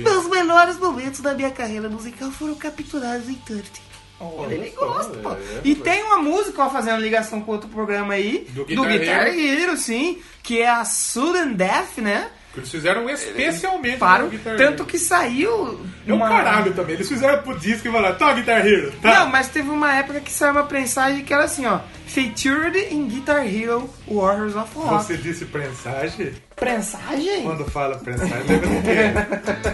Speaker 1: Meus melhores momentos da minha carreira musical foram capturados em Turtle. ele gosta, pô. E tem uma música, ó, fazendo ligação com outro programa aí, do,
Speaker 2: Do
Speaker 1: Guitar
Speaker 2: Guitar Hero.
Speaker 1: Hero, sim, que é a Sudden Death, né?
Speaker 2: Eles fizeram especialmente
Speaker 1: Para
Speaker 2: pro
Speaker 1: o-
Speaker 2: Guitar Hero.
Speaker 1: tanto que saiu.
Speaker 2: É um caralho também. Eles fizeram pro disco e falaram, tá, Guitar Hero, tá.
Speaker 1: Não, mas teve uma época que saiu uma prensagem que era assim, ó. Featured in Guitar Hero Warriors of Rock.
Speaker 2: Você disse prensagem?
Speaker 1: Prensagem?
Speaker 2: Quando fala prensagem, lembra do quê?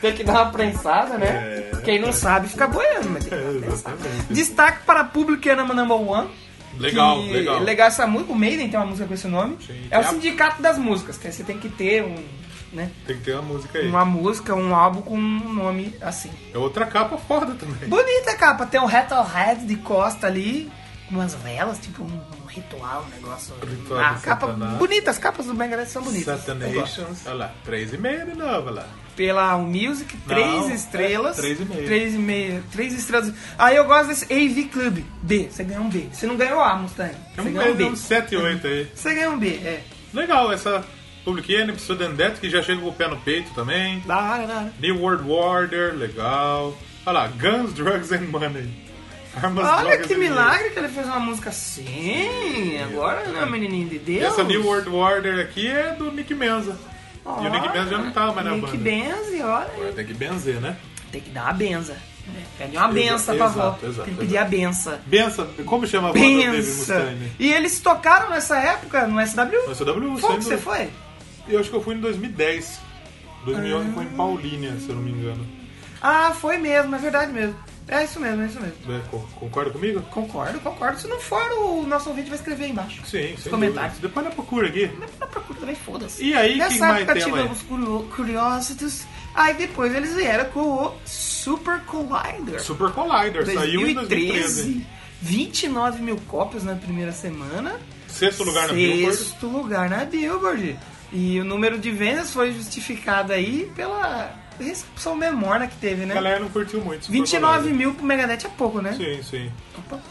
Speaker 1: Tem que dar uma prensada, né? Quem não sabe fica boiando, mas tem que dar uma prensada. Destaque para Public Enemy Number One.
Speaker 7: Legal,
Speaker 1: que-
Speaker 7: legal.
Speaker 1: Legal essa música. O Maiden tem uma música com esse nome.
Speaker 2: Sim.
Speaker 1: é o
Speaker 2: É a-
Speaker 1: sindicato das músicas. que Você tem que ter um, né,
Speaker 2: Tem que ter uma música aí.
Speaker 1: uma música, um álbum com um nome assim.
Speaker 2: É outra capa foda também.
Speaker 1: Bonita a capa. Tem um Head de costa ali. com Umas velas, tipo um, um ritual, um negócio.
Speaker 2: Ritual
Speaker 1: a
Speaker 2: do
Speaker 1: capa
Speaker 2: Satanás.
Speaker 1: bonita, as capas do Megadeth são bonitas. Eu gosto.
Speaker 2: Satanations. Olha lá, 3,5 de novo, olha lá.
Speaker 1: pela Music,
Speaker 2: Não,
Speaker 1: três
Speaker 2: é
Speaker 1: estrelas.
Speaker 2: três e meio.
Speaker 1: Três e meia. Três estrelas. Aí eu gosto desse AV Club. B. Você ganhou um B. Você não ganhou A, Mustang.
Speaker 2: É
Speaker 1: Você
Speaker 2: um
Speaker 1: ganhou um
Speaker 2: meio
Speaker 1: B.
Speaker 2: um 7 e 8 aí.
Speaker 1: Você ganhou um B, é.
Speaker 2: Legal, essa Public Enemy, Sudden Death, que já chega com o pé no peito também.
Speaker 1: Da hora, da hora.
Speaker 2: New World Order, legal. Olha lá, Guns, Drugs and Money. Armas,
Speaker 1: Olha
Speaker 2: drogas
Speaker 1: que
Speaker 2: e dinheiro.
Speaker 1: milagre que ele fez uma música assim. Agora não é menininho de
Speaker 2: E
Speaker 1: Deus.
Speaker 2: essa New World Order aqui é do Nick Menza. e o Nick Benz já não tava mais na
Speaker 1: Nick
Speaker 2: banda.
Speaker 1: Benz, olha.
Speaker 2: Agora tem que benzer, né?
Speaker 1: Tem que dar uma benza. né? Pede uma
Speaker 2: Exa-
Speaker 1: benção pra avó.
Speaker 2: exato, exato,
Speaker 1: Tem que pedir a benção.
Speaker 2: Bença, como chama a banda dele,
Speaker 1: Bença.
Speaker 2: Mustaine?
Speaker 1: E eles tocaram nessa época no SW?
Speaker 2: No
Speaker 1: Foi
Speaker 2: SW, sem
Speaker 1: que você
Speaker 2: dúvida.
Speaker 1: foi?
Speaker 2: é Eu acho que eu fui em 2010. 2011 foi em Paulínia, se eu não me engano.
Speaker 1: Ah, foi mesmo, é verdade mesmo. É isso mesmo, é isso mesmo.
Speaker 2: É, co- Concorda comigo?
Speaker 1: Concordo, concordo. Se não for, o nosso ouvinte vai escrever aí embaixo.
Speaker 2: Sim, sem
Speaker 1: comentários.
Speaker 2: dúvida. Depois na procura aqui.
Speaker 1: Não procura também, foda-se.
Speaker 2: E aí, que
Speaker 1: Nessa
Speaker 2: mais
Speaker 1: época
Speaker 2: tem lá?
Speaker 1: tivemos curio- Curiosities, aí depois eles vieram com o Super Collider.
Speaker 2: Super Collider, saiu em 2013.
Speaker 1: 29 mil cópias na primeira semana.
Speaker 2: Sexto lugar na Billboard.
Speaker 1: Sexto lugar na Billboard. E o número de vendas foi justificado aí pela recepção memorna que teve,
Speaker 2: A
Speaker 1: né?
Speaker 2: galera não curtiu muito. Super
Speaker 1: 29
Speaker 2: Collider.
Speaker 1: mil pro Megadeth é pouco, né?
Speaker 2: assim. Sim, sim.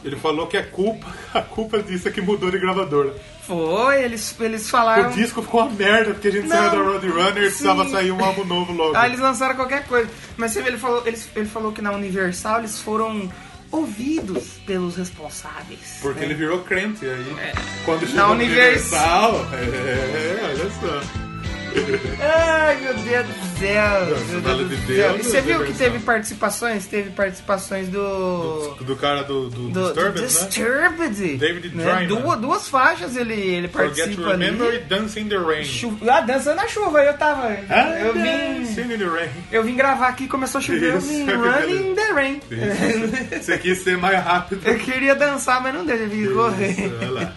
Speaker 2: Ele falou que é culpa, a culpa disso é que mudou de gravadora.
Speaker 1: Foi, eles, eles
Speaker 2: O
Speaker 1: falaram.
Speaker 2: disco ficou uma merda, porque a gente saiu da
Speaker 1: Ah. Não,
Speaker 2: Road Runner e precisava
Speaker 1: sim.
Speaker 2: sair um álbum novo logo.
Speaker 1: Ah, eles lançaram qualquer coisa. Mas você vê, ele falou, eles- ele, falou que na Universal eles foram ouvidos pelos responsáveis.
Speaker 2: Porque
Speaker 1: né?
Speaker 2: ele virou crente aí. Quando
Speaker 1: Na
Speaker 2: chegou no
Speaker 1: É. Universal.
Speaker 2: Universal, É, olha só.
Speaker 1: Ai, meu Deus do céu!
Speaker 2: Nossa,
Speaker 1: meu
Speaker 2: vale
Speaker 1: Deus do céu.
Speaker 2: de Deus, né,
Speaker 1: E você viu que
Speaker 2: Universal.
Speaker 1: teve participações? Teve participações do.
Speaker 2: Do cara do, do,
Speaker 1: Do, do
Speaker 2: Disturbed, né?
Speaker 1: Disturbed!
Speaker 2: David
Speaker 1: né?
Speaker 2: Draiman.
Speaker 1: duas, duas faixas ele, ele
Speaker 2: Forget to
Speaker 1: participa
Speaker 2: Remember e
Speaker 1: ali.
Speaker 2: Dance in the Rain.
Speaker 1: Chu... Ah, dançando na chuva, eu tava.
Speaker 2: Ah,
Speaker 1: eu vim.
Speaker 2: Dancing in the Rain.
Speaker 1: Eu vim gravar aqui, começou a chover, eu
Speaker 2: é. Isso,
Speaker 1: vim
Speaker 2: é verdade.
Speaker 1: running in the rain.
Speaker 2: Você quis ser mais rápido.
Speaker 1: Eu queria dançar, mas não deu, eu vim correr.
Speaker 2: Isso, olha lá.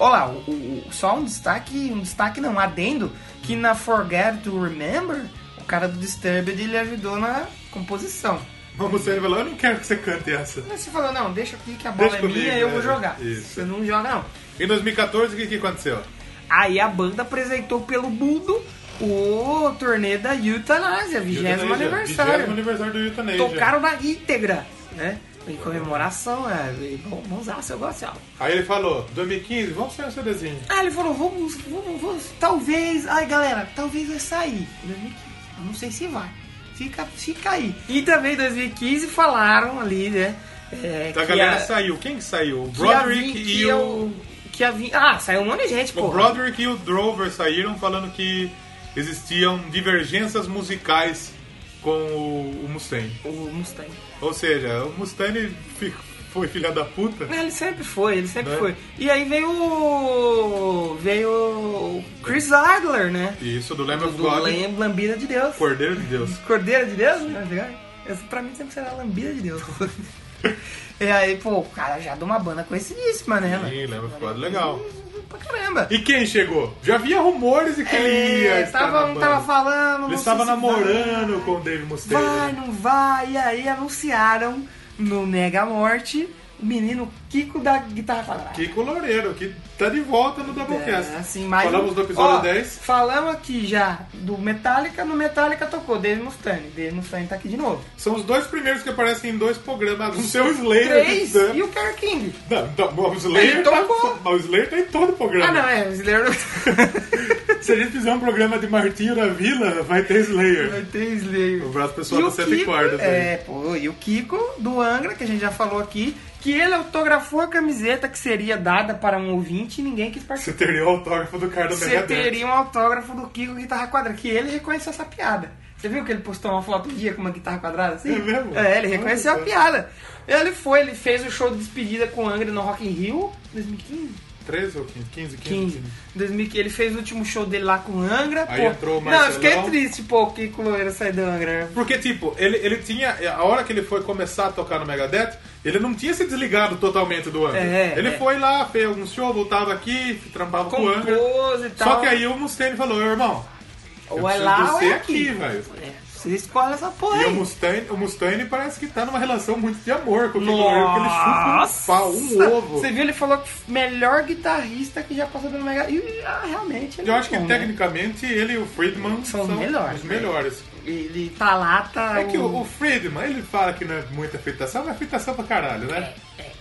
Speaker 1: Olha lá, o- o- o- só um destaque, um destaque não, adendo, que na Forget to Remember, o cara do Disturbed, ele ajudou na composição.
Speaker 2: Vamos você falou, eu não quero que você cante essa.
Speaker 1: Mas você falou, não, deixa aqui que a bola
Speaker 2: Deixa
Speaker 1: é
Speaker 2: comigo,
Speaker 1: minha e eu
Speaker 2: né?
Speaker 1: vou jogar.
Speaker 2: Isso.
Speaker 1: Você não joga, não.
Speaker 2: Em 2014, o que, que aconteceu?
Speaker 1: Aí a banda apresentou pelo mundo o torneio da Eutanásia, 20
Speaker 2: Euthanasia.
Speaker 1: aniversário.
Speaker 2: 20º aniversário do Eutanásia.
Speaker 1: Tocaram na íntegra, né? Em comemoração, é, e bom, bonzaço, eu gosto, ó.
Speaker 2: Aí ele falou, 2015, vamos sair um CDzinho.
Speaker 1: Ah, ele falou, vamos, vamos, vamos, talvez. Ai, galera, talvez vai sair. 2015. Eu não sei se vai. Fica, fica aí. E também em 2015 falaram ali, né? É,
Speaker 2: Então a
Speaker 1: que
Speaker 2: galera
Speaker 1: a-
Speaker 2: saiu. Quem que saiu? O
Speaker 1: que a
Speaker 2: Broderick
Speaker 1: Vin-
Speaker 2: e
Speaker 1: que
Speaker 2: o...
Speaker 1: Que a Vin- Ah, saiu um monte de gente,
Speaker 2: O
Speaker 1: pô.
Speaker 2: Broderick e o Drover saíram falando que existiam divergências musicais com o, o Mustaine.
Speaker 1: O Mustang.
Speaker 2: Ou seja, o Mustaine fi- foi filha da puta.
Speaker 1: Não, É, ele sempre foi, ele sempre
Speaker 2: Né?
Speaker 1: foi. E aí veio o. Veio o Chris Adler, né?
Speaker 2: Isso, do Lamb of
Speaker 1: Do
Speaker 2: God,
Speaker 1: Lam- Lambida de Deus.
Speaker 2: Cordeiro de Deus.
Speaker 1: Cordeiro de Deus? né? Legal. Essa pra mim sempre será lambida de Deus. e aí, pô, o cara já é de uma banda conhecidíssima, né? mano?
Speaker 2: Sim, Lamb of God, legal.
Speaker 1: Pra caramba.
Speaker 2: E quem chegou? Já havia rumores de que ele ia
Speaker 1: É,
Speaker 2: estar na
Speaker 1: tava, não
Speaker 2: banda.
Speaker 1: tava falando.
Speaker 2: Ele
Speaker 1: não sei
Speaker 2: estava
Speaker 1: se
Speaker 2: namorando com o Dave Mustaine.
Speaker 1: Vai, vai, não vai. E aí anunciaram no Mega Morte o menino Kiko da guitarra falada.
Speaker 2: Kiko Loureiro, que tá de volta no Doublecast.
Speaker 1: É, assim, mais
Speaker 2: Falamos do episódio
Speaker 1: Ó,
Speaker 2: 10.
Speaker 1: Falamos aqui já do Metallica. No Metallica tocou Dave Mustaine. Dave Mustaine tá aqui de novo.
Speaker 2: São os dois primeiros que aparecem em dois programas. O seu Slayer.
Speaker 1: Três
Speaker 2: de-
Speaker 1: e o Kerr King.
Speaker 2: Não, não, o Slayer
Speaker 1: Ele
Speaker 2: tá,
Speaker 1: tocou.
Speaker 2: mas o Slayer tá em todo o programa.
Speaker 1: Ah, não, é, o Slayer não-
Speaker 2: Se a gente fizer um programa de Martinho da Vila, vai ter Slayer.
Speaker 1: Vai ter Slayer.
Speaker 2: Um abraço, pessoal
Speaker 1: E
Speaker 2: da
Speaker 1: o
Speaker 2: Sete né?
Speaker 1: Kiko,
Speaker 2: Cordas aí.
Speaker 1: É, pô, e o Kiko do Angra, que a gente já falou aqui, que ele autografou a camiseta que seria dada para um ouvinte e ninguém quis
Speaker 2: Você
Speaker 1: participar.
Speaker 2: teria o autógrafo do cara do
Speaker 1: Você
Speaker 2: Megadeth.
Speaker 1: teria um autógrafo do Kiko Guitarra Quadrada, que ele reconheceu essa piada. Você viu que ele postou uma foto um dia com uma guitarra quadrada assim?
Speaker 2: É mesmo?
Speaker 1: É, ele
Speaker 2: Olha
Speaker 1: reconheceu a
Speaker 2: só.
Speaker 1: piada. Ele foi, ele fez o show de despedida com o Angra no Rock in Rio 2015.
Speaker 2: 13 ou 15? 15, 15.
Speaker 1: 15. 2015, ele fez o último show dele lá com o Angra.
Speaker 2: Aí
Speaker 1: pô.
Speaker 2: entrou o
Speaker 1: Não, eu fiquei
Speaker 2: Marcelão.
Speaker 1: triste, pô, o Kiko Loeira sair do Angra. né?
Speaker 2: Porque, tipo, ele, ele tinha. A hora que ele foi começar a tocar no Megadeth, ele não tinha se desligado totalmente do Angra.
Speaker 1: É,
Speaker 2: ele
Speaker 1: é.
Speaker 2: foi lá, fez algum show, voltava aqui, trampava com o Angra.
Speaker 1: Compôs e tal.
Speaker 2: Só que aí o Mustaine falou, irmão, eu
Speaker 1: ou é
Speaker 2: preciso
Speaker 1: lá ou
Speaker 2: de
Speaker 1: é
Speaker 2: você
Speaker 1: aqui.
Speaker 2: aqui, velho.
Speaker 1: É, você escolhe essa porra
Speaker 2: E o
Speaker 1: aí.
Speaker 2: Mustaine, o Mustaine parece que tá numa relação muito de amor com o Kid Rock, porque ele é
Speaker 1: Nossa!
Speaker 2: chupa um pau, um ovo.
Speaker 1: Você viu, ele falou que melhor guitarrista que já passou pelo Mega. E ah, realmente. ele
Speaker 2: Eu
Speaker 1: é
Speaker 2: acho que
Speaker 1: bom, né?
Speaker 2: tecnicamente ele e o Friedman
Speaker 1: São
Speaker 2: são,
Speaker 1: os melhores,
Speaker 2: os
Speaker 1: né?
Speaker 2: melhores.
Speaker 1: Ele tá lá, tá.
Speaker 2: É que o, o Friedman, ele fala que não é muita fritação, mas é fritação pra caralho, né?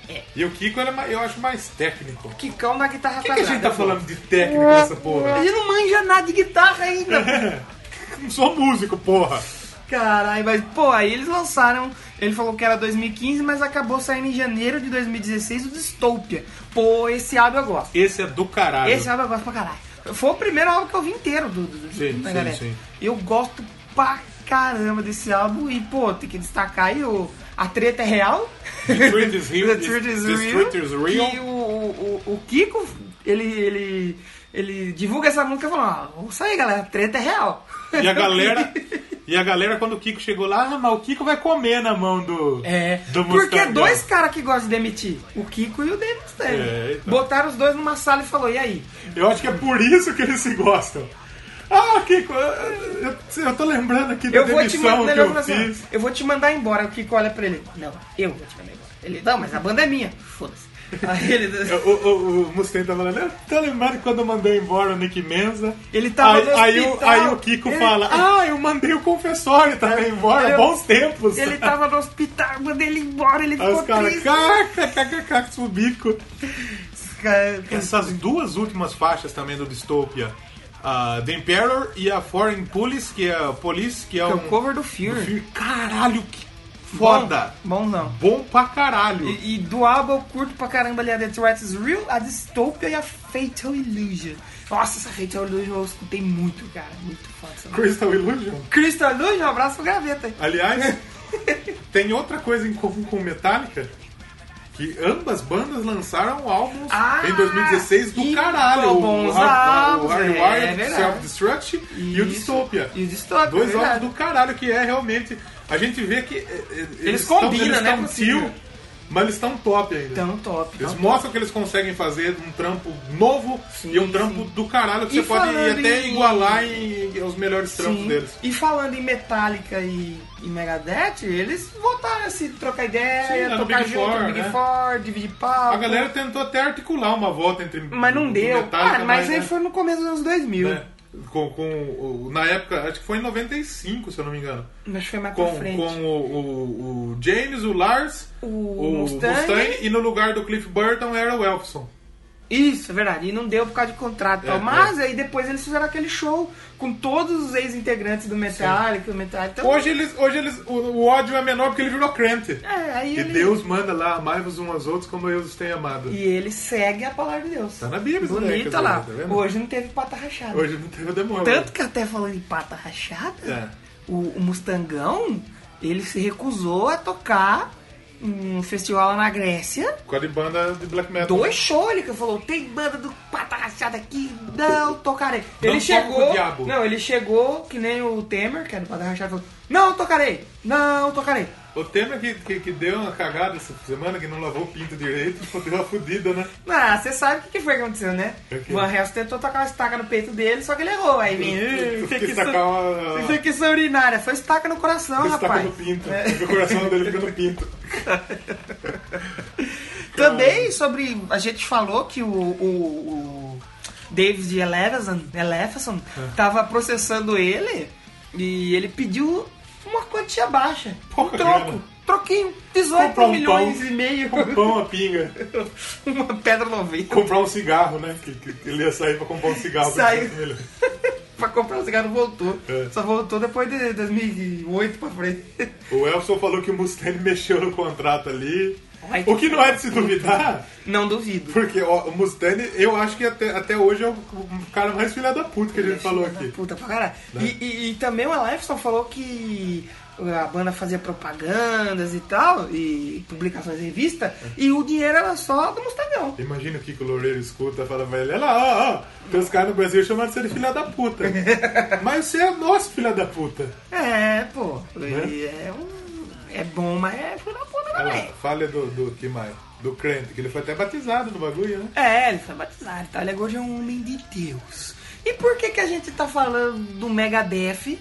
Speaker 1: É,
Speaker 2: E o Kiko, ele é mais- eu acho mais técnico. O
Speaker 1: Kikão da guitarra
Speaker 2: que, que a gente tá
Speaker 1: pô? É.
Speaker 2: falando de técnico nessa porra?
Speaker 1: Ele não manja nada de guitarra ainda.
Speaker 2: Não sou músico, porra!
Speaker 1: Caralho, mas pô, aí eles lançaram. Ele falou que era 2015, mas acabou saindo em janeiro de 2016 o Distopia. Pô, esse álbum eu gosto.
Speaker 2: Esse é do caralho.
Speaker 1: Esse álbum eu gosto pra caralho. Foi o primeiro álbum que eu vi inteiro do, do, do
Speaker 2: Sim,
Speaker 1: da
Speaker 2: sim,
Speaker 1: galera.
Speaker 2: sim.
Speaker 1: Eu gosto pra caramba desse álbum e, pô, tem que destacar aí o A Treta é Real.
Speaker 2: Detroit is Real.
Speaker 1: The Truth is Real.
Speaker 2: Detroit is Real.
Speaker 1: Que o, o, o- o Kiko, ele, ele, ele divulga essa música falando, ó, isso aí, galera, a treta é real.
Speaker 2: E a galera... E a galera, quando o Kiko chegou lá, ah, mas o Kiko vai comer na mão do.
Speaker 1: É,
Speaker 2: do
Speaker 1: porque
Speaker 2: Mustaine.
Speaker 1: dois caras que gostam de demitir, o Kiko e o Dave Mustaine.
Speaker 2: É, então.
Speaker 1: Botaram os dois numa sala e falou, e aí?
Speaker 2: Eu acho que é por isso que eles se gostam. Ah, Kiko, eu, eu- eu tô lembrando aqui da
Speaker 1: Eu vou, te
Speaker 2: demissão
Speaker 1: mandar,
Speaker 2: que
Speaker 1: ele
Speaker 2: eu
Speaker 1: falou assim,
Speaker 2: fiz.
Speaker 1: ó, eu vou te mandar embora. O Kiko olha pra ele. Não, eu vou te mandar embora. Ele, não, mas a banda é minha. Foda-se. Aí ele,
Speaker 2: O, o, o Mustaine tá falando, eu tô lembrando quando eu mandei embora o Nick Menza.
Speaker 1: Ele tava
Speaker 2: aí,
Speaker 1: no
Speaker 2: aí, o,
Speaker 1: hospital.
Speaker 2: aí o Kiko
Speaker 1: Ele- É,
Speaker 2: fala, ah, eu mandei o confessório também embora,
Speaker 1: Eu-
Speaker 2: bons tempos.
Speaker 1: ele tava no hospital, eu mandei ele embora, ele
Speaker 2: Aí
Speaker 1: ficou
Speaker 2: os caras,
Speaker 1: triste.
Speaker 2: kkkkk, subico.
Speaker 1: Cara, é um
Speaker 2: Essas duas últimas faixas também do Dystopia, a The Emperor e a Foreign Police, que é, a Police, que é,
Speaker 1: é
Speaker 2: um...
Speaker 1: o cover do Fear.
Speaker 2: Fio- Caralho, que foda.
Speaker 1: Bom, bom não.
Speaker 2: Bom pra caralho.
Speaker 1: E, e do álbum eu curto pra caramba ali a Detroit is Real, a Dystopia e a Fatal Illusion. Nossa, essa Fatal Illusion eu escutei muito, cara. Muito foda essa música.
Speaker 2: Crystal Illusion.
Speaker 1: Crystal Illusion, um abraço pro Gaveta.
Speaker 2: Aliás, tem outra coisa em comum com Metallica. Que ambas bandas lançaram álbuns
Speaker 1: Ah,
Speaker 2: em 2016 do
Speaker 1: e
Speaker 2: caralho.
Speaker 1: tão
Speaker 2: O
Speaker 1: bons
Speaker 2: Har-
Speaker 1: álbuns,
Speaker 2: o Hardwired,
Speaker 1: é verdade.
Speaker 2: Self-Destruct e o
Speaker 1: Isso.
Speaker 2: Dystopia.
Speaker 1: E o Dystopia, é
Speaker 2: Dois
Speaker 1: verdade.
Speaker 2: álbuns do caralho que é realmente... A gente vê que... é, é, Eles,
Speaker 1: combinam,
Speaker 2: tão, eles
Speaker 1: né,
Speaker 2: tão
Speaker 1: com o
Speaker 2: tio,
Speaker 1: Cena.
Speaker 2: mas eles estão top ainda.
Speaker 1: Tão Então, top.
Speaker 2: Eles
Speaker 1: Tão
Speaker 2: mostram que eles conseguem fazer um trampo novo
Speaker 1: Sim,
Speaker 2: e um trampo
Speaker 1: sim.
Speaker 2: do caralho que
Speaker 1: E
Speaker 2: você pode
Speaker 1: falando
Speaker 2: até
Speaker 1: em-
Speaker 2: igualar em, os melhores trampos
Speaker 1: Sim.
Speaker 2: deles.
Speaker 1: E falando em Metallica e, e Megadeth, eles voltaram a se trocar ideia,
Speaker 2: Sim, lá no
Speaker 1: trocar
Speaker 2: Big
Speaker 1: junto,
Speaker 2: Four,
Speaker 1: Big
Speaker 2: né?
Speaker 1: Four, dividir pau.
Speaker 2: A galera tentou até articular uma volta entre
Speaker 1: Mas não deu.
Speaker 2: Metallica,
Speaker 1: Cara, mas aí
Speaker 2: né,
Speaker 1: foi no começo dos anos 2000.
Speaker 2: né, com, com o- na época, acho que foi em 95, se eu não me engano.
Speaker 1: Mas foi mais pra
Speaker 2: Com,
Speaker 1: frente.
Speaker 2: com o, o- o James, o Lars,
Speaker 1: O Mustaine.
Speaker 2: e no lugar do Cliff Burton era o Elfson.
Speaker 1: Isso, é verdade. E não deu por causa de contrato e tal.
Speaker 2: É,
Speaker 1: Mas aí depois eles fizeram aquele show com todos os ex-integrantes do Metallica. Do Metallica. Então,
Speaker 2: Hoje eles, hoje eles, o, o ódio é menor porque ele virou crente.
Speaker 1: É, aí
Speaker 2: E
Speaker 1: ele...
Speaker 2: Deus manda lá, amai-vos uns aos outros como eu os tenho amado.
Speaker 1: E ele segue a palavra de Deus.
Speaker 2: Tá na Bíblia, isso daí, quer
Speaker 1: Bonita
Speaker 2: dizer,
Speaker 1: lá.
Speaker 2: tá vendo?
Speaker 1: Hoje não teve pata rachada.
Speaker 2: Hoje não teve o demônio.
Speaker 1: Tanto que até falando em pata rachada,
Speaker 2: É.
Speaker 1: o, o Mustangão, ele se recusou a tocar um festival lá na Grécia.
Speaker 2: Com a de banda de black metal.
Speaker 1: Dois shows, ele que falou, tem banda do pata rachada aqui, não tocarei.
Speaker 2: Não
Speaker 1: ele
Speaker 2: toca
Speaker 1: chegou,
Speaker 2: o diabo.
Speaker 1: não, ele chegou que nem o Temer, que era do pata rachada, falou, não tocarei, não tocarei.
Speaker 2: O Temer que, que, que deu uma cagada essa semana, que não lavou o pinto direito, pô, deu uma fudida, né?
Speaker 1: Ah, você sabe o que, que foi que aconteceu, né?
Speaker 2: O
Speaker 1: O
Speaker 2: quê?
Speaker 1: Van Helsing tentou tocar uma estaca no peito dele, só que ele errou. Aí vem.
Speaker 2: Tem que
Speaker 1: infecção-
Speaker 2: tacar um É. uma-
Speaker 1: Infecção urinária. Foi estaca no coração,
Speaker 2: Ele
Speaker 1: rapaz.
Speaker 2: estaca no pinto. porque O coração dele fica no pinto.
Speaker 1: Também sobre. A gente falou que o. o, o David Eleveson, Eleveson
Speaker 2: É.
Speaker 1: tava processando ele e ele pediu uma quantia baixa. um
Speaker 2: Pouca
Speaker 1: troco.
Speaker 2: grana.
Speaker 1: Troquinho, 18
Speaker 2: Comprar um pão,
Speaker 1: milhões e meio.
Speaker 2: um pão, uma pinga.
Speaker 1: Uma pedra 90
Speaker 2: Comprar um cigarro, né? Que, que- que ele ia sair pra comprar um cigarro. pra
Speaker 1: Saiu.
Speaker 2: ele.
Speaker 1: pra comprar o cigarro, não voltou.
Speaker 2: É.
Speaker 1: Só voltou depois de 2008 pra frente.
Speaker 2: O Elson falou que o Mustaine mexeu no contrato ali.
Speaker 1: Ai,
Speaker 2: O que não é de se duvidar,
Speaker 1: Não duvido.
Speaker 2: porque ó, o Mustaine, eu acho que até, até hoje é o, o cara mais filha da puta que a gente falou aqui. Né?
Speaker 1: Puta pra caralho. E, e- e também o Alefson falou que a banda fazia propagandas e tal, e publicações em revista, e o dinheiro era só do Mustangão.
Speaker 2: Imagina o que, que o Loureiro escuta e fala pra ele: olha lá, ó, ó, tem uns caras no Brasil chamando você de filha da puta. Mas você é nosso filha da puta.
Speaker 1: É, pô. E é um. É bom, mas é filho da puta
Speaker 2: Né? Olha lá,
Speaker 1: também.
Speaker 2: falha do, do que mais? Do crente, que ele foi até batizado no bagulho, né?
Speaker 1: É, ele foi batizado, tá? Ele agora já é um homem de Deus. E por que que a gente tá falando do Megadeth,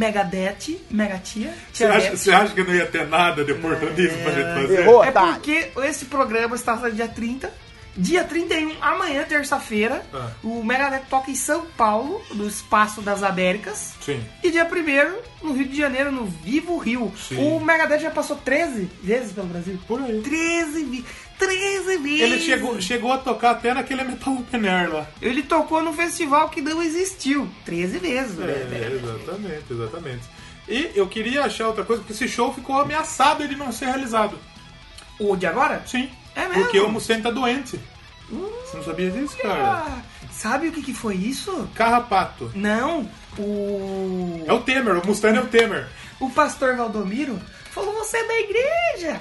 Speaker 1: Megadeth, Megatia?
Speaker 2: Você acha, você acha que não ia ter nada de oportunismo pra gente fazer?
Speaker 8: Errou.
Speaker 1: É
Speaker 8: Otário.
Speaker 1: porque esse programa está no dia 30. Dia 31, amanhã, terça-feira,
Speaker 2: Ah.
Speaker 1: o Megadeth toca em São Paulo, no Espaço das Américas.
Speaker 2: Sim.
Speaker 1: E dia 1 no Rio de Janeiro, no Vivo Rio.
Speaker 2: Sim.
Speaker 1: O Megadeth já passou 13 vezes pelo Brasil.
Speaker 2: Por aí.
Speaker 1: 13, vi- 13 vezes!
Speaker 2: Ele chegou, chegou a tocar até naquele Metal Open Air lá.
Speaker 1: Ele tocou num festival que não existiu. 13 vezes,
Speaker 2: É,
Speaker 1: né?
Speaker 2: exatamente, exatamente. E eu queria achar outra coisa, porque esse show ficou ameaçado de não ser realizado.
Speaker 1: O de agora?
Speaker 2: Sim.
Speaker 1: É mesmo?
Speaker 2: Porque o Mussem tá doente. Você não sabia disso, cara?
Speaker 1: Ah, sabe o que, que foi isso?
Speaker 2: Carrapato.
Speaker 1: Não, o...
Speaker 2: É o Temer, o Mustaine é o Temer.
Speaker 1: O pastor Valdomiro falou: Você é da igreja,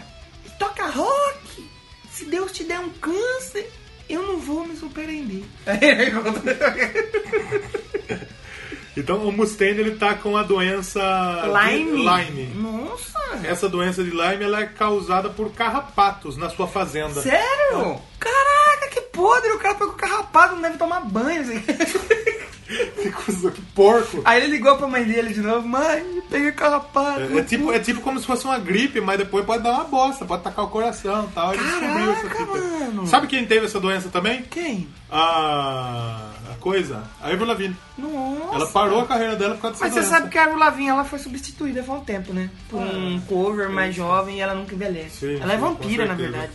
Speaker 1: toca rock. Se Deus te der um câncer, eu não vou me surpreender.
Speaker 2: É, Então o Mustaine ele tá com a doença de
Speaker 1: Lime.
Speaker 2: Lyme.
Speaker 1: Nossa!
Speaker 2: Essa doença de Lyme ela é causada por carrapatos na sua fazenda. É.
Speaker 1: Sério? Caraca, que podre! O cara pegou o carrapato, não deve tomar banho. assim.
Speaker 2: Que coisa, que porco.
Speaker 1: Aí ele ligou pra mãe dele de novo: Mãe, peguei o carrapato.
Speaker 2: É, é tipo, é tipo como se fosse uma gripe, mas depois pode dar uma bosta, pode atacar o coração e tal. Ele descobriu essa
Speaker 1: Caraca,
Speaker 2: fita.
Speaker 1: mano.
Speaker 2: Sabe quem teve essa doença também?
Speaker 1: Quem?
Speaker 2: A, a coisa, a Avril Lavigne.
Speaker 1: Nossa!
Speaker 2: Ela parou a carreira dela por causa dessa
Speaker 1: Mas você
Speaker 2: doença.
Speaker 1: sabe que a Avril Lavigne ela foi substituída faz um tempo, né? Por um cover mais jovem e ela nunca envelhece.
Speaker 2: Ah, Sim,
Speaker 1: ela é
Speaker 2: sim, com
Speaker 1: vampira, na
Speaker 2: certeza.
Speaker 1: verdade.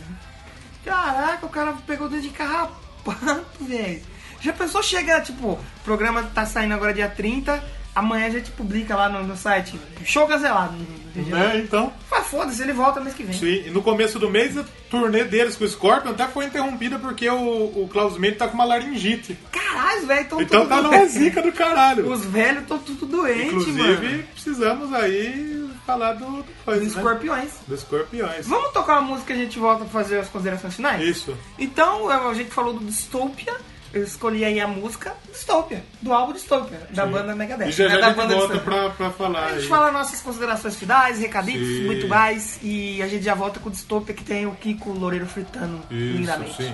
Speaker 1: Caraca, o cara pegou dentro de carrapato, velho. Já pensou chegar, tipo, o programa tá saindo agora dia 30, amanhã a gente publica lá no, no site. Show cancelado.
Speaker 2: Né, então.
Speaker 1: Mas foda-se, ele volta mês que vem.
Speaker 2: Sim, e no começo do mês, a turnê deles com o Scorpion até foi interrompida porque o, o Klaus Mendes tá com uma laringite.
Speaker 1: Caralho, velho, tão
Speaker 2: Então
Speaker 1: tudo
Speaker 2: tá numa
Speaker 1: doente.
Speaker 2: zica do caralho.
Speaker 1: Os velhos estão tudo doente,
Speaker 2: Inclusive,
Speaker 1: mano.
Speaker 2: precisamos aí falar do, do coisa,
Speaker 1: Os
Speaker 2: né?
Speaker 1: escorpiões.
Speaker 2: Dos escorpiões.
Speaker 1: Vamos tocar uma música e a gente volta pra fazer as considerações finais?
Speaker 2: Isso.
Speaker 1: Então, a gente falou do Dystopia, eu escolhi aí a música Dystopia, do álbum Dystopia, da banda Megadeth.
Speaker 2: E já já
Speaker 1: né, da
Speaker 2: a gente
Speaker 1: banda
Speaker 2: volta
Speaker 1: Dystopia.
Speaker 2: pra, pra falar
Speaker 1: A gente
Speaker 2: aí.
Speaker 1: fala nossas considerações finais, recaditos,
Speaker 2: Sim.
Speaker 1: muito mais, e a gente já volta com o Dystopia, que tem o Kiko Loureiro fritando
Speaker 2: Isso,
Speaker 1: lindamente.
Speaker 2: sim.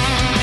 Speaker 9: Thank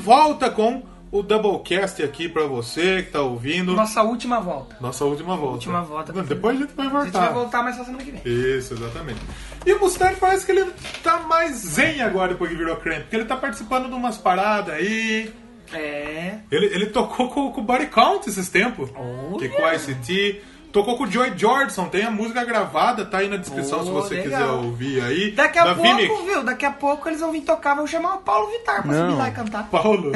Speaker 2: volta com o Doublecast aqui pra você que tá ouvindo.
Speaker 1: Nossa última volta.
Speaker 2: Nossa última volta.
Speaker 1: Última volta.
Speaker 2: Não, Depois a gente vai voltar.
Speaker 1: A gente vai voltar mais só semana que vem.
Speaker 2: Isso, exatamente. E o Mustaine parece que ele tá mais zen agora depois que virou crente, porque ele tá participando de umas paradas aí.
Speaker 1: É.
Speaker 2: Ele, ele tocou com, com o Body Count esses tempos. Que com a ICT. Tocou com o Joy Jordison, tem a música gravada, tá aí na descrição
Speaker 1: Oh,
Speaker 2: se você
Speaker 1: legal.
Speaker 2: quiser ouvir aí.
Speaker 1: Daqui a
Speaker 2: Da
Speaker 1: pouco,
Speaker 2: Vinic.
Speaker 1: viu? Daqui a pouco eles vão vir tocar, vão chamar o Paulo Vittar pra subir lá e cantar.
Speaker 2: Paulo,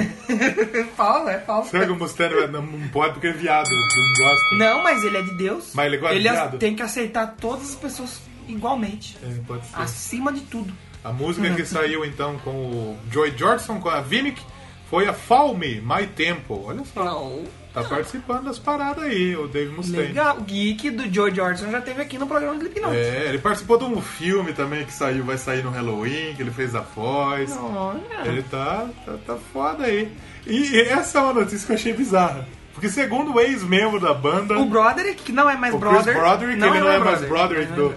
Speaker 1: Paulo, é Paulo.
Speaker 2: será que o Mustaine vai- não, não pode porque é viado, não gosta?
Speaker 1: Não, mas ele é de Deus.
Speaker 2: Mas ele é guardado.
Speaker 1: ac- tem que aceitar todas as pessoas igualmente.
Speaker 2: É, pode ser.
Speaker 1: Acima de tudo.
Speaker 2: A música que saiu então com o Joy Jordison, com a Vimic, foi a Fall Me, My Tempo. Olha só, tá participando das paradas aí, o Dave Mustaine.
Speaker 1: Legal. O geek do George Orson já teve aqui no programa do Slipknot.
Speaker 2: É, ele participou de um filme também que saiu, vai sair no Halloween, que ele fez a voz.
Speaker 1: Olha.
Speaker 2: Ele tá, tá, tá foda aí. E essa é uma notícia que eu achei bizarra. Porque segundo o ex-membro da banda,
Speaker 1: O Broderick, que não é mais
Speaker 2: o Chris
Speaker 1: brother.
Speaker 2: Broderick, ele não é mais Broderick,
Speaker 1: Não é
Speaker 2: do,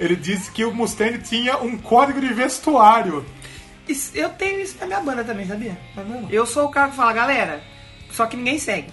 Speaker 2: ele disse que o Mustaine tinha um código de vestuário.
Speaker 1: Isso- Eu tenho isso na minha banda também, sabia?
Speaker 2: Tá
Speaker 1: Eu sou o cara que fala, galera, só que ninguém segue.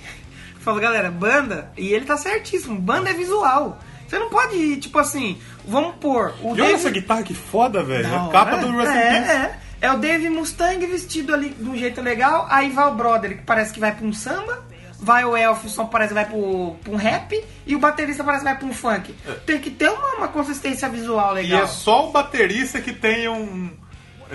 Speaker 1: Eu Falo, galera, banda, e ele tá certíssimo, banda é visual. Você não pode ir, tipo assim, vamos pôr o
Speaker 2: E olha essa
Speaker 1: Dave-
Speaker 2: guitarra que foda, velho.
Speaker 1: Da
Speaker 2: A capa
Speaker 1: hora.
Speaker 2: do Rust in
Speaker 1: é,
Speaker 2: Peace.
Speaker 1: é. É o Dave Mustang vestido ali de um jeito legal, aí vai o Broderick, que parece que vai pra um samba, vai o Elfson, parece que vai pro, pra um rap, e o baterista parece que vai pra um funk. Tem que ter uma, uma consistência visual
Speaker 2: É. E
Speaker 1: legal.
Speaker 2: é só o baterista que tem um.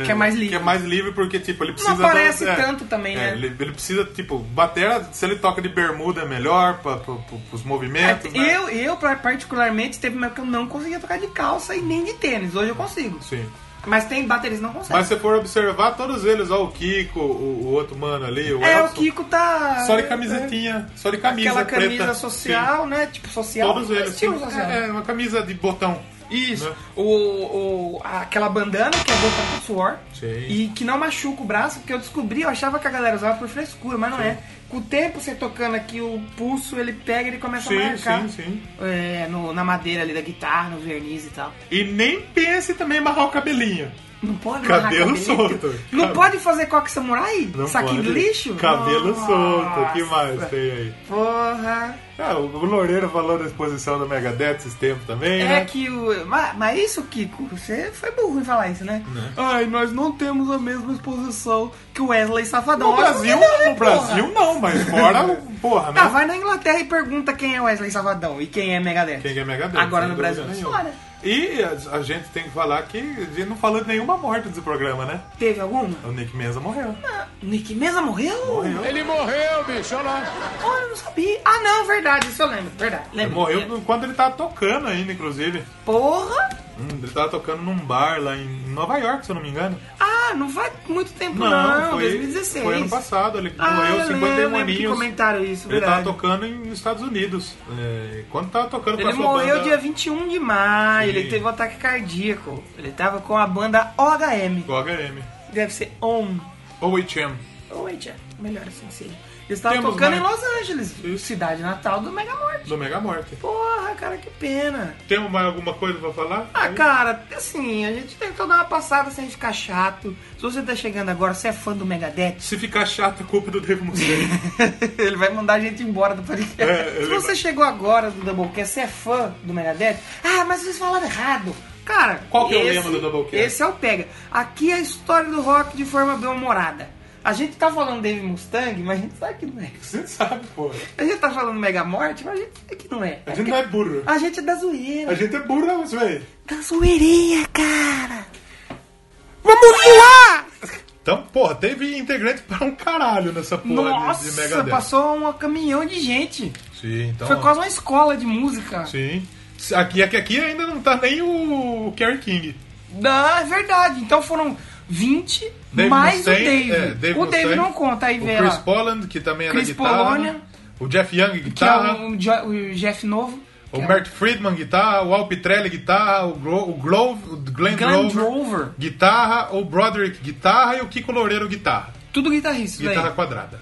Speaker 1: Que é mais livre.
Speaker 2: Que é mais livre porque, tipo, ele precisa.
Speaker 1: aparece
Speaker 2: é,
Speaker 1: tanto também,
Speaker 2: é,
Speaker 1: né?
Speaker 2: Ele, ele precisa, tipo, batera, se ele toca de bermuda é melhor pra, pra, pra- pros movimentos. né?
Speaker 1: Eu, eu, pra- particularmente, teve uma época que eu não conseguia tocar de calça e nem de tênis. Hoje eu consigo.
Speaker 2: Sim.
Speaker 1: Mas tem baterista que não consegue.
Speaker 2: Mas se for observar, todos eles, ó, o Kiko, o, o outro mano ali, o
Speaker 1: é,
Speaker 2: Elson,
Speaker 1: o Kiko tá. é,
Speaker 2: Só de camisetinha, só de camisa.
Speaker 1: Aquela camisa
Speaker 2: preta.
Speaker 1: social, né? Tipo
Speaker 2: Sim.
Speaker 1: social.
Speaker 2: Todos eles.
Speaker 1: Estilo
Speaker 2: sim.
Speaker 1: social.
Speaker 2: É, é, uma camisa de botão.
Speaker 1: Isso.
Speaker 2: Né?
Speaker 1: O, o- aquela bandana que é boa pra suor.
Speaker 2: Sim.
Speaker 1: E que não machuca o braço, porque eu descobri, eu achava que a galera usava por frescura, mas não é. Com o tempo você tocando aqui, o pulso ele pega e ele começa
Speaker 2: Sim,
Speaker 1: a marcar.
Speaker 2: sim, sim.
Speaker 1: É, no- na madeira ali da guitarra, no verniz e tal.
Speaker 2: E nem pense também em amarrar o cabelinho.
Speaker 1: Não pode
Speaker 2: Cabelo
Speaker 1: amarrar
Speaker 2: solto.
Speaker 1: Não
Speaker 2: Cabe-
Speaker 1: pode fazer coque samurai?
Speaker 2: Não
Speaker 1: Saquinho de
Speaker 2: pode.
Speaker 1: lixo?
Speaker 2: Cabelo
Speaker 1: Nossa,
Speaker 2: solto. que mais tem aí?
Speaker 1: Porra.
Speaker 2: Ah, o Loureiro falou da exposição do Megadeth esses tempos também,
Speaker 1: É
Speaker 2: né?
Speaker 1: que o. Mas, mas isso, Kiko, você foi burro em falar isso, né? Ai, nós não temos a mesma exposição que o Wesley Safadão.
Speaker 2: No
Speaker 1: Olha,
Speaker 2: Brasil,
Speaker 1: não tem nada,
Speaker 2: no Brasil não, mas fora, porra,
Speaker 1: porra. Ah,
Speaker 2: né?
Speaker 1: vai na Inglaterra e pergunta quem é Wesley Safadão e quem é Megadeth.
Speaker 2: Quem é Megadeth?
Speaker 1: Agora
Speaker 2: sem
Speaker 1: no
Speaker 2: dúvida
Speaker 1: Brasil,
Speaker 2: nenhuma.
Speaker 1: fora.
Speaker 2: E a, a gente tem que falar que a gente não falou de nenhuma morte desse programa, né?
Speaker 1: Teve alguma? Ah,
Speaker 2: O Nick Menza morreu.
Speaker 1: Nick Mesa morreu?
Speaker 2: Morreu. Ele
Speaker 1: Olha, eu não sabia. Ah, não, verdade, isso eu lembro. Verdade. Lembro.
Speaker 2: morreu enquanto ele tava tocando ainda, inclusive.
Speaker 1: Porra!
Speaker 2: Hum, ele tava tocando num bar lá em Nova York, se eu não me engano.
Speaker 1: Ah, não faz muito tempo não, 2016.
Speaker 2: Foi ano passado, ele
Speaker 1: Ah,
Speaker 2: morreu
Speaker 1: eu
Speaker 2: 51
Speaker 1: lembro que
Speaker 2: aninhos.
Speaker 1: comentaram isso,
Speaker 2: Ele tá tava
Speaker 1: verdade.
Speaker 2: tocando em- nos Estados Unidos. É, quando tava tocando com
Speaker 1: Ele
Speaker 2: a sua
Speaker 1: morreu
Speaker 2: banda...
Speaker 1: dia 21 de maio,
Speaker 2: Sim.
Speaker 1: ele teve um ataque cardíaco. Ele tava com a banda OHM.
Speaker 2: Do HM.
Speaker 1: Deve ser OM.
Speaker 2: Ou HM.
Speaker 1: Ou HM, melhor assim seja. Eles estavam
Speaker 2: Temos
Speaker 1: tocando
Speaker 2: mais-
Speaker 1: em Los Angeles, cidade natal do Megamorte.
Speaker 2: Do Mega Morte.
Speaker 1: Porra, cara, que pena.
Speaker 2: Temos mais alguma coisa pra falar?
Speaker 1: Ah,
Speaker 2: Aí?
Speaker 1: cara, assim, a gente tentou dar uma passada sem ficar chato. Se você tá chegando agora, você é fã do Megadeth,
Speaker 2: Se ficar chato, a culpa é do Dave Mustaine.
Speaker 1: ele vai mandar a gente embora do podcast.
Speaker 2: É, ele
Speaker 1: Se você
Speaker 2: vai.
Speaker 1: chegou agora do Doublecast, você é fã do Megadeth? Ah, mas vocês falaram errado. Cara,
Speaker 2: Qual que é o
Speaker 1: esse-
Speaker 2: lema do Doublecast?
Speaker 1: Esse é o pega. Aqui é a história do rock de forma bem humorada. A gente tá falando Dave Mustang, mas a gente sabe que não é.
Speaker 2: Você sabe, pô.
Speaker 1: A gente tá falando Mega Morte, mas a gente sabe que não é.
Speaker 2: A gente não é burro.
Speaker 1: A gente é da zoeira.
Speaker 2: A gente é burro, né, mas, velho.
Speaker 1: Da zoeirinha, cara. Vamos voar!
Speaker 2: Então, porra, teve integrante para um caralho nessa porra de, de
Speaker 1: Nossa,
Speaker 2: Megadeth.
Speaker 1: passou um caminhão de gente.
Speaker 2: Sim, então...
Speaker 1: Foi quase uma escola de música.
Speaker 2: Sim. Aqui, aqui, aqui ainda não tá nem o o Kerry King.
Speaker 1: Não, é verdade. Então foram 20
Speaker 2: Dave
Speaker 1: mais
Speaker 2: Mustaine,
Speaker 1: o Dave.
Speaker 2: é, Dave
Speaker 1: o Dave
Speaker 2: Mustaine,
Speaker 1: não conta, aí
Speaker 2: O
Speaker 1: vem
Speaker 2: Chris
Speaker 1: lá.
Speaker 2: Poland, que também é da
Speaker 1: Chris
Speaker 2: guitarra.
Speaker 1: Polonia.
Speaker 2: O Jeff Young,
Speaker 1: Que é
Speaker 2: guitarra.
Speaker 1: o, Jo- o Jeff Novo.
Speaker 2: o
Speaker 1: que é
Speaker 2: Bert Friedman, guitarra. O Al Pitrelli, guitarra. O, Gro o Glove, o
Speaker 1: Glenn
Speaker 2: Glenn, Grover,
Speaker 1: Grover.
Speaker 2: guitarra. O Broderick, guitarra. E o Kiko Loureiro, guitarra.
Speaker 1: Tudo guitarrista,
Speaker 2: Guitarra
Speaker 1: velho.
Speaker 2: quadrada.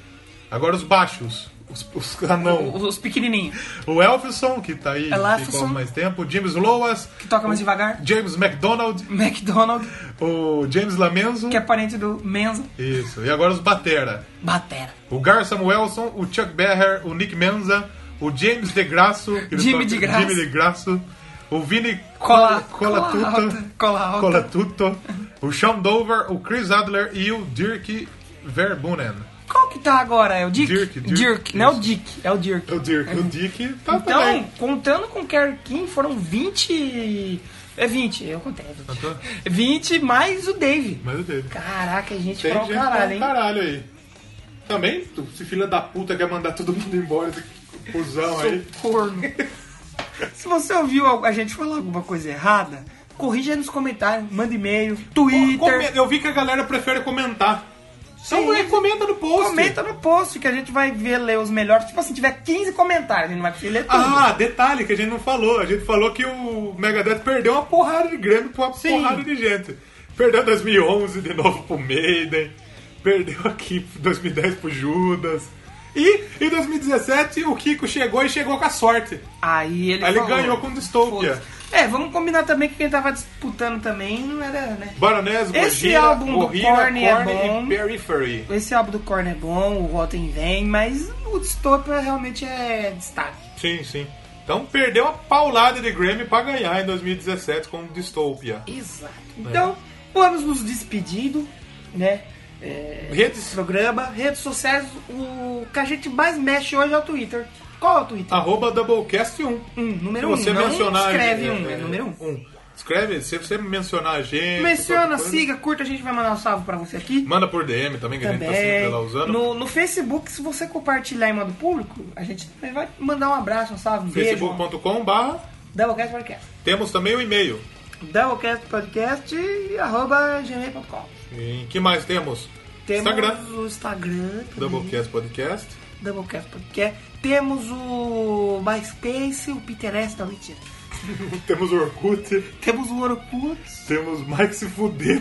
Speaker 2: Agora os baixos. Os, os anão.
Speaker 1: Os pequenininhos.
Speaker 2: O Elfison, que tá aí
Speaker 1: É Elfison.
Speaker 2: ficou mais tempo. James Loas.
Speaker 1: Que toca mais devagar.
Speaker 2: James McDonald.
Speaker 1: McDonald,
Speaker 2: O James Lamenzo.
Speaker 1: que é parente do Menza.
Speaker 2: Isso. E agora os Batera.
Speaker 1: Batera.
Speaker 2: O Gar Samuelson, o Chuck Berger, o Nick Menza, o James DeGrasso. que ele
Speaker 1: Jimmy
Speaker 2: toca-
Speaker 1: DeGrasso.
Speaker 2: Jimmy DeGrasso. O Vini
Speaker 1: Cola,
Speaker 2: Cola- Colatuto.
Speaker 1: alta, Cola alta.
Speaker 2: Colatuto. O Sean Dover, o Chris Adler e o Dirk Verbunen.
Speaker 1: Qual que tá agora? É o Dirk?
Speaker 2: Dirk, Dirk.
Speaker 1: Não é o
Speaker 2: Isso.
Speaker 1: Dick, é o Dirk.
Speaker 2: O Dirk, o Dick tá
Speaker 1: Então,
Speaker 2: também.
Speaker 1: contando com o Kerry King, foram 20... É 20, eu contei. é 20. 20 mais o Dave.
Speaker 2: Mas o dele.
Speaker 1: Caraca, gente,
Speaker 2: Tem
Speaker 1: pra um
Speaker 2: gente pra
Speaker 1: caralho,
Speaker 2: um
Speaker 1: hein?
Speaker 2: caralho aí. Também, tu- esse filho da puta quer mandar todo mundo embora, esse cuzão aí.
Speaker 1: Sou corno. Se você ouviu algo- a gente falar alguma coisa errada, corrija aí nos comentários, manda e-mail, Twitter.
Speaker 2: Come- Eu vi que a galera prefere comentar. Então é, comenta no post.
Speaker 1: Comenta no post que a gente vai ver ler os melhores. Tipo assim, tiver 15 comentários, a gente não vai conseguir ler tudo.
Speaker 2: Ah, detalhe que a gente não falou. A gente falou que o Megadeth perdeu uma porrada de Grêmio pra uma
Speaker 1: Sim.
Speaker 2: porrada de gente. Perdeu 2011 de novo pro Maiden. Perdeu aqui 2010 pro Judas. E em 2017 o Kiko chegou e chegou com a sorte.
Speaker 1: Aí ele,
Speaker 2: Aí ele
Speaker 1: falou.
Speaker 2: ganhou com o Dystopia.
Speaker 1: Foda-se. É, vamos combinar também que quem tava disputando também não era, né?
Speaker 2: Baroness, Gojira,
Speaker 1: Esse álbum do
Speaker 2: Gojira,
Speaker 1: Korn é bom.
Speaker 2: e Periphery.
Speaker 1: Esse álbum do Korn é bom, o Rotten vem, mas o Dystopia realmente é destaque.
Speaker 2: Sim, sim. Então perdeu a paulada de Grammy pra ganhar em 2017 com Dystopia.
Speaker 1: Exato. Então, vamos nos despedindo, né? É,
Speaker 2: Redes,
Speaker 1: programa, redes sociais, o que a gente mais mexe hoje é o Twitter. Qual é o Twitter?
Speaker 2: arroba Doublecast1.
Speaker 1: Um,
Speaker 2: Ah, Se
Speaker 1: número um.
Speaker 2: você
Speaker 1: não
Speaker 2: mencionar...
Speaker 1: escreve
Speaker 2: é,
Speaker 1: um, é, número um.
Speaker 2: Escreve, se você mencionar a gente...
Speaker 1: Menciona,
Speaker 2: qualquer coisa,
Speaker 1: siga, curta, a gente vai mandar um salve pra você aqui.
Speaker 2: Manda por DM também, que a gente tá sempre
Speaker 1: Também.
Speaker 2: lá usando.
Speaker 1: No, no Facebook, se você compartilhar em modo público, a gente também vai mandar um abraço, um salve, um beijo.
Speaker 2: facebook.com barra
Speaker 1: Doublecast Podcast.
Speaker 2: Temos também o e-mail.
Speaker 1: Doublecast Podcast arroba gmail.com.
Speaker 2: E que mais temos?
Speaker 1: Temos
Speaker 2: Instagram.
Speaker 1: o Instagram. também,
Speaker 2: Doublecast Podcast.
Speaker 1: Doublecast Podcast. Temos o MySpace, o Pinterest, não, mentira.
Speaker 2: Temos o Orkut.
Speaker 1: Temos o Orkut.
Speaker 2: Temos Mike se fuder.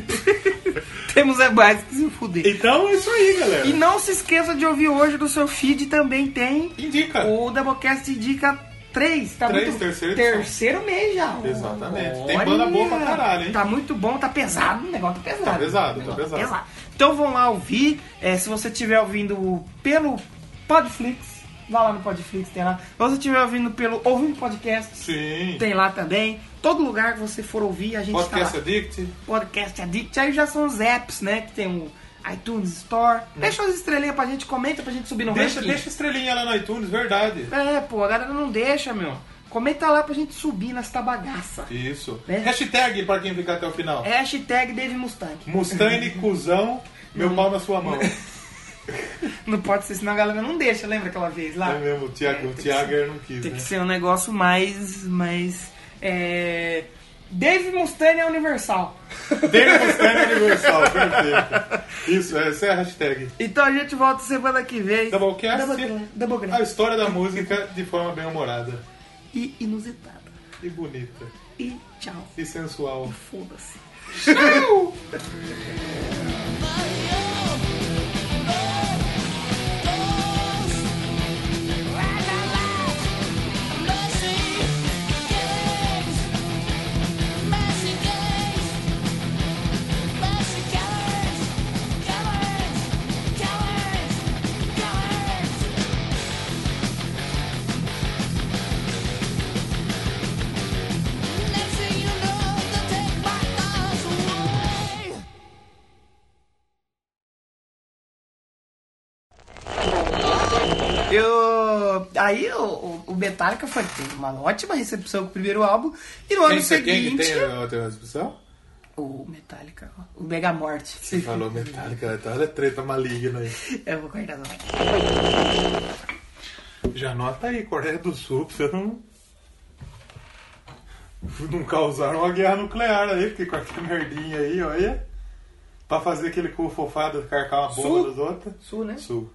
Speaker 1: Temos é mais que se fuder.
Speaker 2: então é isso aí, galera.
Speaker 1: E não se esqueça de ouvir hoje no seu feed também tem
Speaker 2: Indica.
Speaker 1: o Doublecast Indica 3. Tá
Speaker 2: Três,
Speaker 1: muito...
Speaker 2: terceira edição.
Speaker 1: terceiro mês já.
Speaker 2: Exatamente. Tem banda boa pra caralho, hein?
Speaker 1: Tá muito bom, tá pesado, o negócio tá pesado.
Speaker 2: Tá pesado,
Speaker 1: O negócio
Speaker 2: tá pesado.
Speaker 1: Então vão lá ouvir. É, se você estiver ouvindo pelo Podflix, vá lá no Podflix, tem lá. Se você estiver ouvindo pelo Ouvindo Podcast,
Speaker 2: Sim.
Speaker 1: tem lá também. Todo lugar que você for ouvir, a gente
Speaker 2: Podcast
Speaker 1: tá lá.
Speaker 2: Addict.
Speaker 1: Podcast Addict. Aí já são os apps, né? Que tem o iTunes Store. Deixa as estrelinhas pra gente, comenta pra gente subir no
Speaker 2: Né. Deixa,
Speaker 1: ranking.
Speaker 2: deixa estrelinha lá no iTunes, verdade.
Speaker 1: É, pô, a galera não deixa, meu. Comenta lá pra gente subir nessa bagaça.
Speaker 2: Isso.
Speaker 1: É.
Speaker 2: Hashtag pra quem ficar até o final.
Speaker 1: Hashtag Dave Mustang.
Speaker 2: Mustaine, cuzão,
Speaker 1: Uhum.
Speaker 2: meu pau na sua mão.
Speaker 1: Não pode ser, senão a galera não deixa, lembra aquela vez lá?
Speaker 2: É mesmo, o Thiago, o
Speaker 1: tem que
Speaker 2: Thiago
Speaker 1: ser-
Speaker 2: não quis,
Speaker 1: Tem que
Speaker 2: né?
Speaker 1: ser um negócio mais. mais. É. Dave Mustaine é universal.
Speaker 2: Dele Mustaine Universal, perfeito. Isso, essa é a hashtag.
Speaker 1: Então a gente volta semana que vem.
Speaker 2: Doublecast,
Speaker 1: Doublecast. Doublecast.
Speaker 2: a história da música de forma bem humorada.
Speaker 1: E inusitada.
Speaker 2: E bonita.
Speaker 1: E tchau.
Speaker 2: E sensual.
Speaker 1: Foda-se.
Speaker 8: Next thing you know, they take my thoughts away.
Speaker 1: Eu... Aí o, o- o Metallica foi, teve uma ótima recepção com o primeiro álbum. E no ano
Speaker 2: é quem
Speaker 1: seguinte.
Speaker 2: que tem né? a transmissão?
Speaker 1: O Metallica, ó. o Megamorte. Você
Speaker 2: Falou Metallica, tá? olha a treta maligna aí.
Speaker 1: Eu vou guardar não.
Speaker 2: Já anota aí, Coreia do Sul, pra você não. Não causaram uma guerra nuclear aí, porque com aquela merdinha aí, olha. Pra fazer aquele cu fofado, carcar uma bomba
Speaker 1: Sul?
Speaker 2: dos outros.
Speaker 1: Sul, né?
Speaker 2: Sul.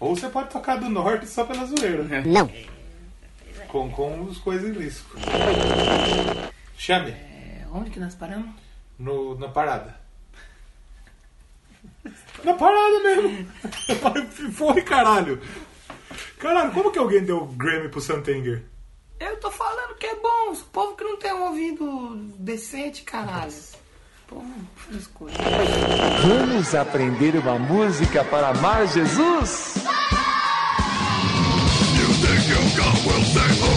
Speaker 2: Ou você pode tocar do norte só pela zoeira.
Speaker 4: Não.
Speaker 2: Com, com os coisas em risco. Chame.
Speaker 1: É, onde que nós paramos?
Speaker 2: No, na parada. Na parada mesmo. Foi, caralho. Caralho, como que alguém deu Grammy pro Santenger?
Speaker 1: Eu tô falando que é bom, o povo que não tem um ouvido decente, caralho. Povo frescura.
Speaker 10: Vamos aprender uma música para amar Jesus?
Speaker 11: You think you got will save the